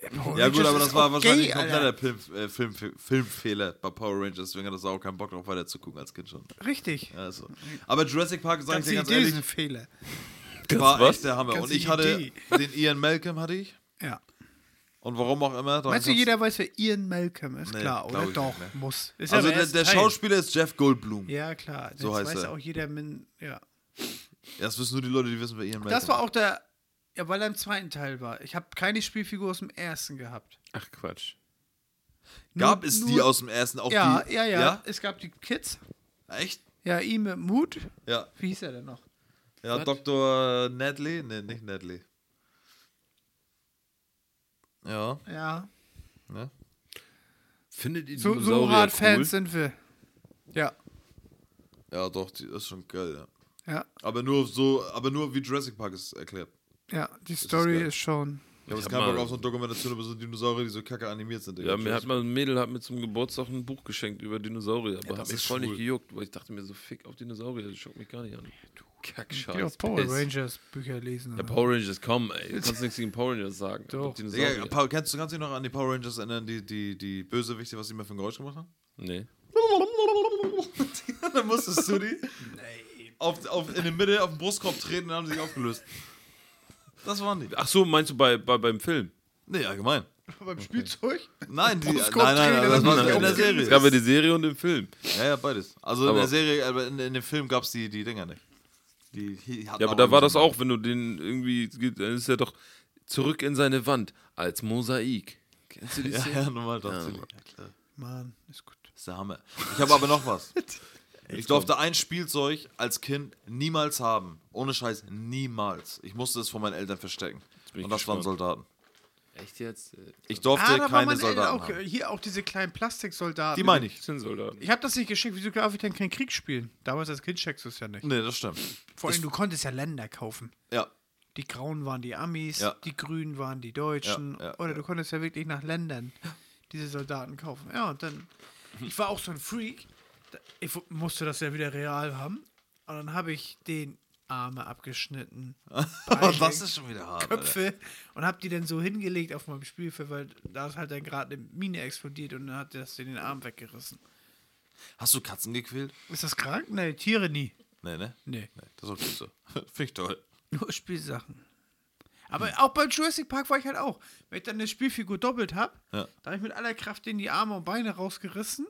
A: Ja gut, aber das war wahrscheinlich
B: gay,
A: ein kompletter Film, äh, Film, Filmfehler bei Power Rangers, deswegen hat das auch keinen Bock drauf weiter zu gucken als Kind schon.
B: Richtig.
A: Ja, ist so. Aber Jurassic Park, sag ich
B: Ganze
A: dir ganz
B: Idee ist
A: ehrlich,
B: ein Fehler.
A: war
C: was?
A: echt der Hammer.
B: Ganze
A: Und ich hatte
B: Idee.
A: den Ian Malcolm hatte ich
B: Ja.
A: und warum auch immer.
B: Meinst du, jeder weiß, wer Ian Malcolm ist?
A: Nee,
B: Klar,
A: glaub
B: oder?
A: ich
B: Doch,
A: nicht, ne?
B: muss. Ist
A: Also
B: ja aber
A: der,
B: erst
A: der
B: Teil.
A: Schauspieler ist Jeff Goldblum.
B: Ja, klar.
A: So
B: So das
A: heißt
B: weiß
A: er.
B: auch jeder. Min ja.
A: Ja, Das wissen nur die Leute, die wissen, wer Ian Malcolm
B: Das war auch der. Ja, weil er im zweiten Teil war. Ich habe keine Spielfigur aus dem ersten gehabt.
C: Ach Quatsch.
A: ist. Gab
B: Nur-
A: es
B: nur-
A: die aus dem ersten auch
B: Ja,
A: die?
B: ja, ja, Es gab die Kids.
A: ja? Echt?
B: Ja, ihm mit Mut.
A: Ja.
B: Wie hieß er denn noch?
A: Ja, Dr. Nedley? Ne, nicht Nedley. Ja,
B: Ja.
A: ne?
C: Findet ihr
B: So, so
C: Dinosaurier
B: hart
C: cool?
B: Fans sind wir. Ja.
A: Ja, doch, die ist schon geil, ja.
B: Ja.
A: Aber nur so, aber nur wie Jurassic Park es erklärt.
B: Ja, die Story
A: geil.
B: ist schon.
A: Ich habe jetzt
C: Ich hab
A: keinen Bock
C: mal-
A: auf so eine Dokumentation über so Dinosaurier, die so kacke animiert sind. Digga.
C: Ja, mir hat
A: Jurassic-
C: mal ein Mädel hat mir zum Geburtstag ein Buch geschenkt über Dinosaurier, aber
A: das
C: hat mich
A: ist
C: voll
A: schwul.
C: nicht gejuckt, weil ich dachte mir so, fick auf Dinosaurier, das schaut mich gar nicht an. Du Kackscheiß.
B: Die auch Power
C: Piss.
B: Rangers Bücher lesen.
C: Ja, Power Rangers, komm, ey, du kannst nichts gegen Power Rangers sagen. aber
B: Doch.
C: Dinosaurier.
A: Digga, Paul, kennst du ganz dich noch an die Power Rangers erinnern, die, die, die Bösewichte, was die mir für ein Geräusch gemacht haben? *laughs*
C: nee.
A: Dann musstest du die auf, auf, in der Mitte auf den Brustkorb treten und haben sie sich aufgelöst. Das waren die.
C: Ach so, meinst du bei, bei beim Film?
A: Nee, allgemein.
B: beim Spielzeug?
A: Nein, die, nein,
B: Brustkorb
A: nein, nein,
B: treten,
A: das
B: dann
A: war
B: haben sie
A: in der
B: aufgelöst.
A: Serie.
C: Es gab ja die Serie und den Film.
A: Ja, ja, beides. Also in
C: Aber-
A: der Serie, aber in, in dem Film gab es die, die Dinger nicht. Die, hi- hatten
C: Ja, aber
A: auch
C: da war
A: einen
C: das
A: Sinn.
C: auch, wenn du den irgendwie, dann ist er doch zurück in seine Wand als Mosaik. Kennst du
A: *laughs*
C: die
A: Ja,
C: Szene?
A: ja, normal doch.
C: Ja.
A: Silly. Ja, klar.
B: Mann, ist gut.
A: Same. Ich habe aber noch
B: *laughs*
A: was. Ich durfte ein Spielzeug als Kind niemals haben. Ohne Scheiß, niemals. Ich musste es von meinen Eltern verstecken.
C: bin ich
A: Und das waren
C: gespannt.
A: Soldaten.
C: Echt jetzt? Äh,
A: Ich durfte
B: Ah, da waren
A: keine
B: meine Eltern
A: Soldaten
B: auch,
A: haben.
B: hier auch diese kleinen Plastiksoldaten.
A: Die meine ich.
C: sind Soldaten.
B: Ich habe das nicht geschickt, wieso darf ich denn keinen Krieg spielen? Damals als Kind checkst du es ja nicht.
A: Nee, das stimmt.
B: Vor allem, du konntest ja Länder kaufen.
A: Ja.
B: Die Grauen waren die Amis,
A: Ja.
B: die Grünen waren die Deutschen.
A: Ja, ja,
B: oder du konntest ja wirklich nach Ländern diese Soldaten kaufen. Ja, und dann. Ich war auch so ein Freak. Da- Ich wu- musste das ja wieder real haben. Und dann habe ich den
A: *laughs*
B: Arme abgeschnitten. Beine,
A: Und das ist schon wieder hart. Alter.
B: Köpfe. Und habe die dann so hingelegt auf meinem Spielfeld, weil da ist halt dann gerade eine Mine explodiert und dann hat das den Arm weggerissen.
A: Hast du Katzen gequält?
B: Ist das krank? Nee, Tiere nie.
A: Nee, ne?
B: Nee.
A: Nee, das ist okay so.
B: *laughs*
A: Finde ich toll.
B: Nur Spielsachen. Aber auch bei Jurassic Park war ich halt auch. Wenn ich dann eine Spielfigur doppelt habe,
A: Ja.
B: da habe ich mit aller Kraft denen die Arme und Beine rausgerissen,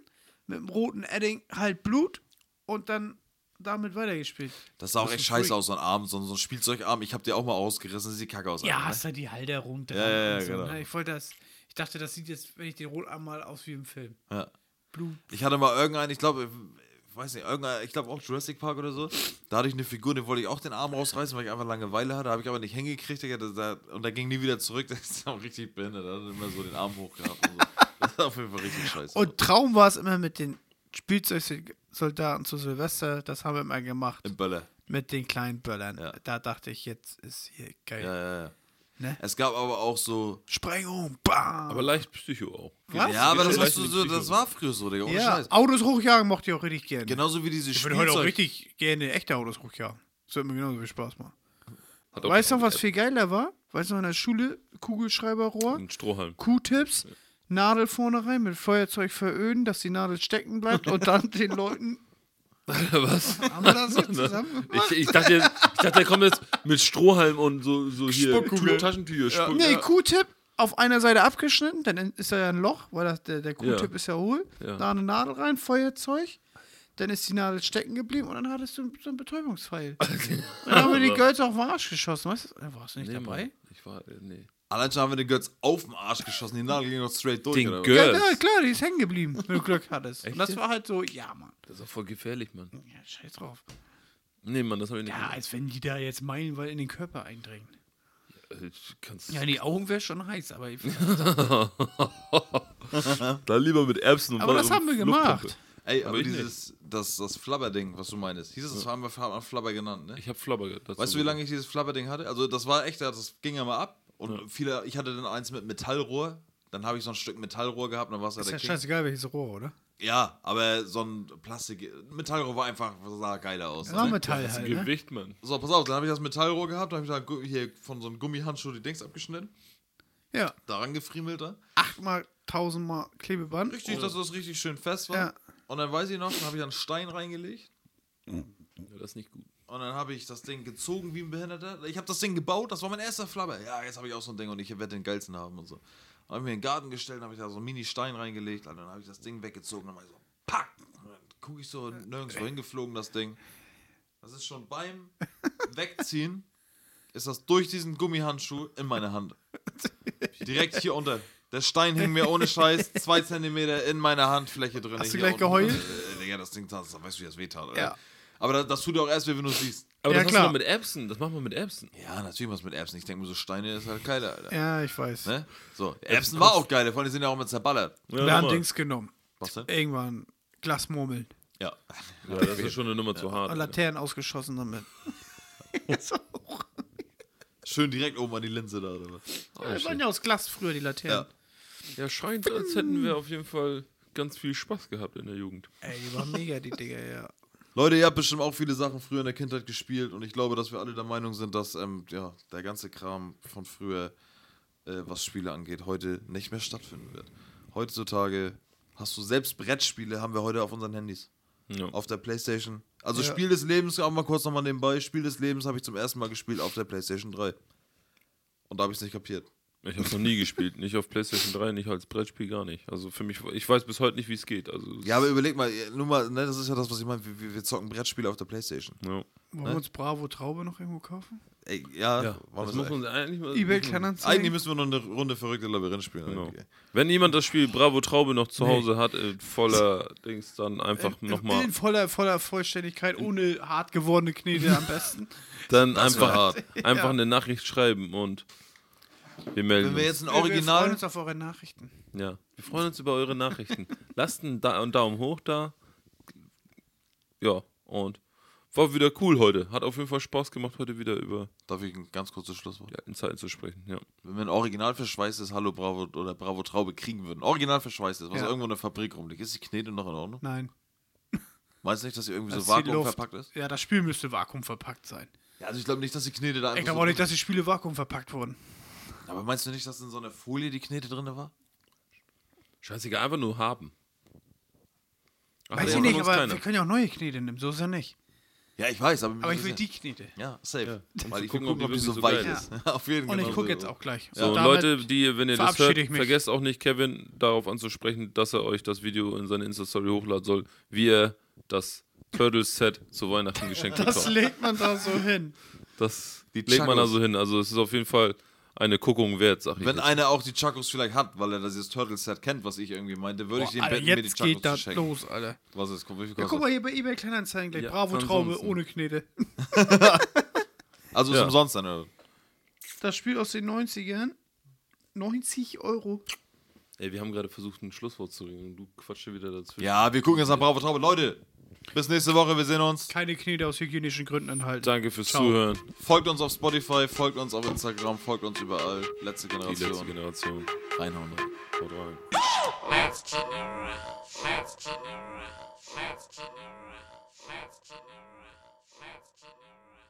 B: mit dem roten Edding halt Blut und dann damit weitergespielt.
A: Das sah auch
B: Das
A: echt
B: ist
A: scheiße
B: freak.
A: aus, so ein Arm, so, so ein Spielzeugarm. Ich hab dir auch mal ausgerissen, sieht kacke aus. ne?
B: Ja,
A: Alter,
B: hast du die Halterung dran.
A: Ja, ja, ja,
B: und so,
A: genau.
B: ne? Ich wollte das, ich dachte, das sieht jetzt, wenn ich den Rotarm mal aus wie im Film.
A: ne? ja.
B: Blut.
A: Ich hatte mal irgendeinen, ich glaube, ich weiß nicht, irgendein, ich glaube auch Jurassic Park oder so. Da hatte ich eine Figur, den wollte ich auch den Arm rausreißen, weil ich einfach Langeweile hatte, habe ich aber nicht hingekriegt, Digga, das- da, und da ging nie wieder zurück. *laughs* Das ist auch richtig behindert. Da hat er immer so den Arm hochgehabt. Und so. Das ist auf jeden Fall richtig scheiße.
B: Und Traum war es immer mit den Spielzeugsoldaten zu Silvester, das haben wir immer gemacht.
A: Im Böller.
B: Mit den kleinen Böllern.
A: Ja.
B: Da dachte ich, jetzt ist hier geil.
A: Ja, ja, ja.
B: Ne?
A: Äh. Es gab aber auch so.
B: Sprengung, bam.
C: Aber leicht Psycho auch.
B: Was?
A: Ja, aber das,
C: Vielleicht
A: hast du
C: nicht
A: so,
C: Psycho.
A: das war früher so, Digga. Ohne
B: Ja,
A: Scheiß.
B: Autos hochjagen mochte ich auch richtig gerne.
A: Genauso wie diese
B: Ich würde heute auch
A: Spielzeug.
B: richtig gerne echte Autos hochjagen. Das würde mir genauso viel Spaß machen.
C: Hat auch
B: Weißt du noch, was viel geiler war? Weißt du noch, in der Schule, Kugelschreiberrohr,
A: Hm.
C: Ein Strohhalm. *laughs*
B: Q-Tips, Nadel vorne rein, mit Feuerzeug veröden, dass die Nadel stecken bleibt und dann
A: *laughs*
B: den Leuten.
C: was?
B: Haben wir das jetzt zusammen?
C: Ich, ich, dachte, jetzt- ich dachte, der kommt jetzt mit Strohhalm und so, so hier
B: Spuckkugel.
C: Tu- Taschentücher. Spuck-
B: Nee, Q-Tip auf einer Seite abgeschnitten, dann ist da ja ein Loch, weil das, der, der Q-Tip
C: Ja.
B: ist ja hohl.
C: Ja.
B: Da eine Nadel rein, Feuerzeug. Dann ist die Nadel stecken geblieben und dann hattest du so einen
C: *laughs*
B: Betäubungspfeil. Dann haben wir die Girls auf den Arsch geschossen. Weißt du, da warst du nicht
C: Nee,
B: dabei?
C: Mann. Ich war, äh, nee.
A: Allein schon haben wir den Götz auf den Arsch geschossen, die Nadel ging noch straight durch.
C: Den
A: oder was?
C: Götz.
B: Ja, ja, klar, die ist hängen geblieben, wenn du Glück hattest.
C: Echt
B: Und das
C: jetzt?
B: war halt so, ja, Mann.
C: Das ist auch voll gefährlich, Mann.
B: Ja, scheiß drauf.
C: Nee, Mann, das habe ich nicht.
B: Ja, als wenn die da jetzt meilenweit in den Körper eindringen.
C: Äh, ich kann's-
B: Ja, die Augen wäre schon heiß, aber ich,
C: *laughs* Da lieber mit Erbsen und
B: Aber das
C: Wasser
B: haben wir
C: und Luftpumpe.
B: gemacht.
A: Ey, aber,
C: ich
A: dieses, das, das Flabberding, was du meinst, hieß es, das haben wir haben wir Flabber genannt, ne?
C: Ich habe Flubber dazu
A: Weißt du, wie lange ich dieses Flabberding hatte? Also, das war echt, das ging ja mal ab. Und viele, ich hatte dann eins mit Metallrohr. Dann habe ich so ein Stück Metallrohr gehabt und dann war es ja der
B: ist ja
A: King.
B: scheißegal, welches Rohr, oder?
A: Ja, aber so ein Plastik. Metallrohr war einfach, sah geiler aus.
B: Ja,
A: ne?
B: Metall
C: Das
B: halt, ne?
C: Gewicht, Mann.
A: So, pass auf, dann habe ich das Metallrohr gehabt, dann habe ich da gu- hier von so einem Gummihandschuh die Dings abgeschnitten,
B: Ja,
A: daran gefriemelt da.
B: achtmal, tausendmal Klebeband.
A: Richtig, dass das richtig schön fest war.
B: Ja.
A: Und dann weiß ich noch, dann habe ich einen Stein reingelegt.
C: Ja, das ist nicht gut.
A: Und dann habe ich das Ding gezogen wie ein Behinderter. Ich habe das Ding gebaut, das war mein erster Flabber. Ja, jetzt habe ich auch so ein Ding und ich werde den geilsten haben und so. Dann habe ich mir in den Garten gestellt, habe ich da so einen Mini-Stein reingelegt. Alter, dann habe ich das Ding weggezogen und dann war ich so, pack! Und dann gucke ich so, nirgendwo hingeflogen, das Ding. Das ist schon beim Wegziehen, *laughs* ist das durch diesen Gummihandschuh in meine Hand. Direkt hier unter. Der Stein hing mir ohne Scheiß zwei Zentimeter in meiner Handfläche drin.
B: Hast
A: Hier
B: du gleich
A: unten.
B: geheult?
A: Äh, Digga, das Ding tat, da weißt du, wie das wehtat. Alter.
B: Ja.
A: Aber das, das tut dir auch erst, weh, wenn du es siehst.
C: Aber
B: Ja,
C: das
B: klar.
C: hast du doch mit Erbsen. Das machen wir mit Erbsen.
A: Ja, natürlich was mit Erbsen. Ich denke mir so, Steine ist halt geiler, Alter.
B: Ja, ich weiß.
A: Ne? So, Erbsen war auch geil, vor allem die sind ja auch immer zerballert.
C: Ja,
B: Wir haben
C: nochmal.
B: Dings genommen.
A: Was denn?
B: Irgendwann Glasmurmeln
A: Ja.
C: ja, das ist schon eine Nummer zu hart.
B: und Laternen
A: *laughs*
B: ausgeschossen damit. Ist auch-
A: *laughs* Schön direkt oben an die Linse da, oder was?
B: Die waren ja aus Glas früher, die Laternen.
C: Ja, scheint, als hätten wir auf jeden Fall ganz viel Spaß gehabt in der Jugend.
B: Ey, die waren mega, die Dinger, ja.
A: Leute, ihr habt bestimmt auch viele Sachen früher in der Kindheit gespielt und ich glaube, dass wir alle der Meinung sind, dass ähm, ja, der ganze Kram von früher, äh, was Spiele angeht, heute nicht mehr stattfinden wird. Heutzutage hast du selbst Brettspiele, haben wir heute auf unseren Handys.
C: Ja.
A: Auf der Playstation. Also
B: Ja.
A: Spiel des Lebens, auch mal kurz nochmal nebenbei, Spiel des Lebens habe ich zum ersten Mal gespielt auf der Playstation 3. Und da habe ich es nicht kapiert.
C: Ich habe noch nie gespielt. Nicht auf PlayStation 3, nicht als Brettspiel, gar nicht. Also für mich, ich weiß bis heute nicht, wie es geht. Also,
A: Ja, aber überleg mal, nur mal, ne, das ist ja das, was ich meine. Wir, wir, wir zocken Brettspiele auf der Playstation.
C: ja.
B: Wollen wir uns Bravo Traube noch irgendwo kaufen?
A: Ey, ja,
C: Ja,
A: war
C: das
A: das
C: muss
A: echt.
C: man eigentlich mal.
B: Ebay
A: Äh, Eigentlich
B: Kleinanzeigen.
A: müssen wir noch eine Runde verrückte Labyrinth spielen.
C: Genau.
A: Okay.
C: Wenn jemand das Spiel Bravo Traube noch zu Hause hat, äh,
B: *laughs*
C: voller Dings, dann einfach
B: Äh,
C: nochmal.
B: In voller, voller Vollständigkeit,
A: Äh.
B: ohne hart gewordene Knete
A: *laughs*
B: am besten.
C: Dann
A: Das war
C: einfach,
A: hart.
C: *laughs* einfach eine Nachricht schreiben und wir melden
A: Wenn wir
C: uns.
A: jetzt ein
B: Wir freuen
A: Original.
B: uns auf eure Nachrichten.
C: Ja. Wir freuen uns über
B: *laughs*
C: eure Nachrichten. Lasst einen, da einen Daumen hoch da. Ja, und war wieder cool heute. Hat auf jeden Fall Spaß gemacht, heute wieder über
A: Darf ich ein ganz kurzes Schlusswort?
C: die alten Zeiten zu sprechen. Ja.
A: Wenn wir ein original verschweißtes Hallo Bravo oder Bravo Traube kriegen würden, original verschweißtes, was
B: Ja.
A: irgendwo in der Fabrik rumliegt, ist die Knete noch in Ordnung?
B: Nein.
A: Meinst du nicht, dass sie irgendwie
B: Das
A: so
B: ist die
A: Vakuum
B: Luft.
A: verpackt ist?
B: Ja, das Spiel müsste vakuumverpackt sein.
A: Ja, also ich glaube nicht, dass die Knete da
B: Ich
A: einfach
B: glaube
A: so
B: auch nicht, dass die Spiele vakuumverpackt wurden.
A: Aber meinst du nicht, dass in so einer Folie die Knete drin war?
C: Scheißegal, einfach nur haben. Ach,
B: Weiß
C: der
B: ich
C: kann
B: nicht,
C: uns
B: aber
C: keiner.
B: wir können ja auch neue Knete nehmen, so ist ja nicht.
A: Ja, ich weiß, aber... mir
B: Aber ich
A: ist
B: will
A: ja-
B: die Knete.
A: Ja, safe.
C: Ja. Um
A: Weil
C: zu
A: ich
C: gucken,
A: will gucken, ob die so
C: geil
A: weich
B: ist.
A: ist. *laughs* Auf jeden
B: Und
A: Fall.
B: ich gucke jetzt auch gleich.
C: Genau So, und
B: damit-
C: Leute, die, wenn ihr das hört,
B: verabschiede ich mich.
C: vergesst auch nicht, Kevin darauf anzusprechen, dass er euch das Video in seine Insta-Story hochladen soll, wie er das Turtles-Set zu Weihnachten
B: *laughs*
C: geschenkt
B: Das
C: bekommt.
B: legt man da so
C: *laughs*
B: hin.
C: Das
A: Die
C: legt man
A: Chagos.
C: also hin. Also es ist auf jeden Fall eine Guckung wert, sag ich
A: Wenn
C: jetzt.
A: einer auch die Chacos vielleicht hat, weil er das jetzt Turtle-Set kennt, was ich irgendwie meinte, würde ich
B: Boah,
A: den
B: Alter,
A: betten, mir die
B: jetzt
A: Chacos
B: geht
A: zu
B: das
A: schenken.
B: los, Alter.
A: Was ist, wie viel
B: Ja, guck
A: kostet
B: mal hier bei eBay Kleinanzeigen gleich.
C: Ja,
B: Bravo Traube
C: ansonsten.
B: ohne Knete. *laughs*
A: das? Also ist
C: Ja.
A: umsonst dann, oder?
B: Das Spiel aus den 90ern. 90 Euro.
C: Ey, wir haben gerade versucht, ein Schlusswort zu reden und du quatschst hier wieder dazwischen.
A: Ja, wir gucken jetzt nach Bravo Traube. Leute, bis nächste Woche, wir sehen uns.
B: Keine Knete aus hygienischen Gründen enthalten.
C: Danke fürs
B: Ciao.
C: Zuhören,
A: Folgt uns auf Spotify, folgt uns auf Instagram, folgt uns überall. Letzte
C: die
A: Generation.
C: letzte Generation.
A: Reinhauen.
C: Haut rein.
F: Let's get it right. Let's get it right. Let's get it right.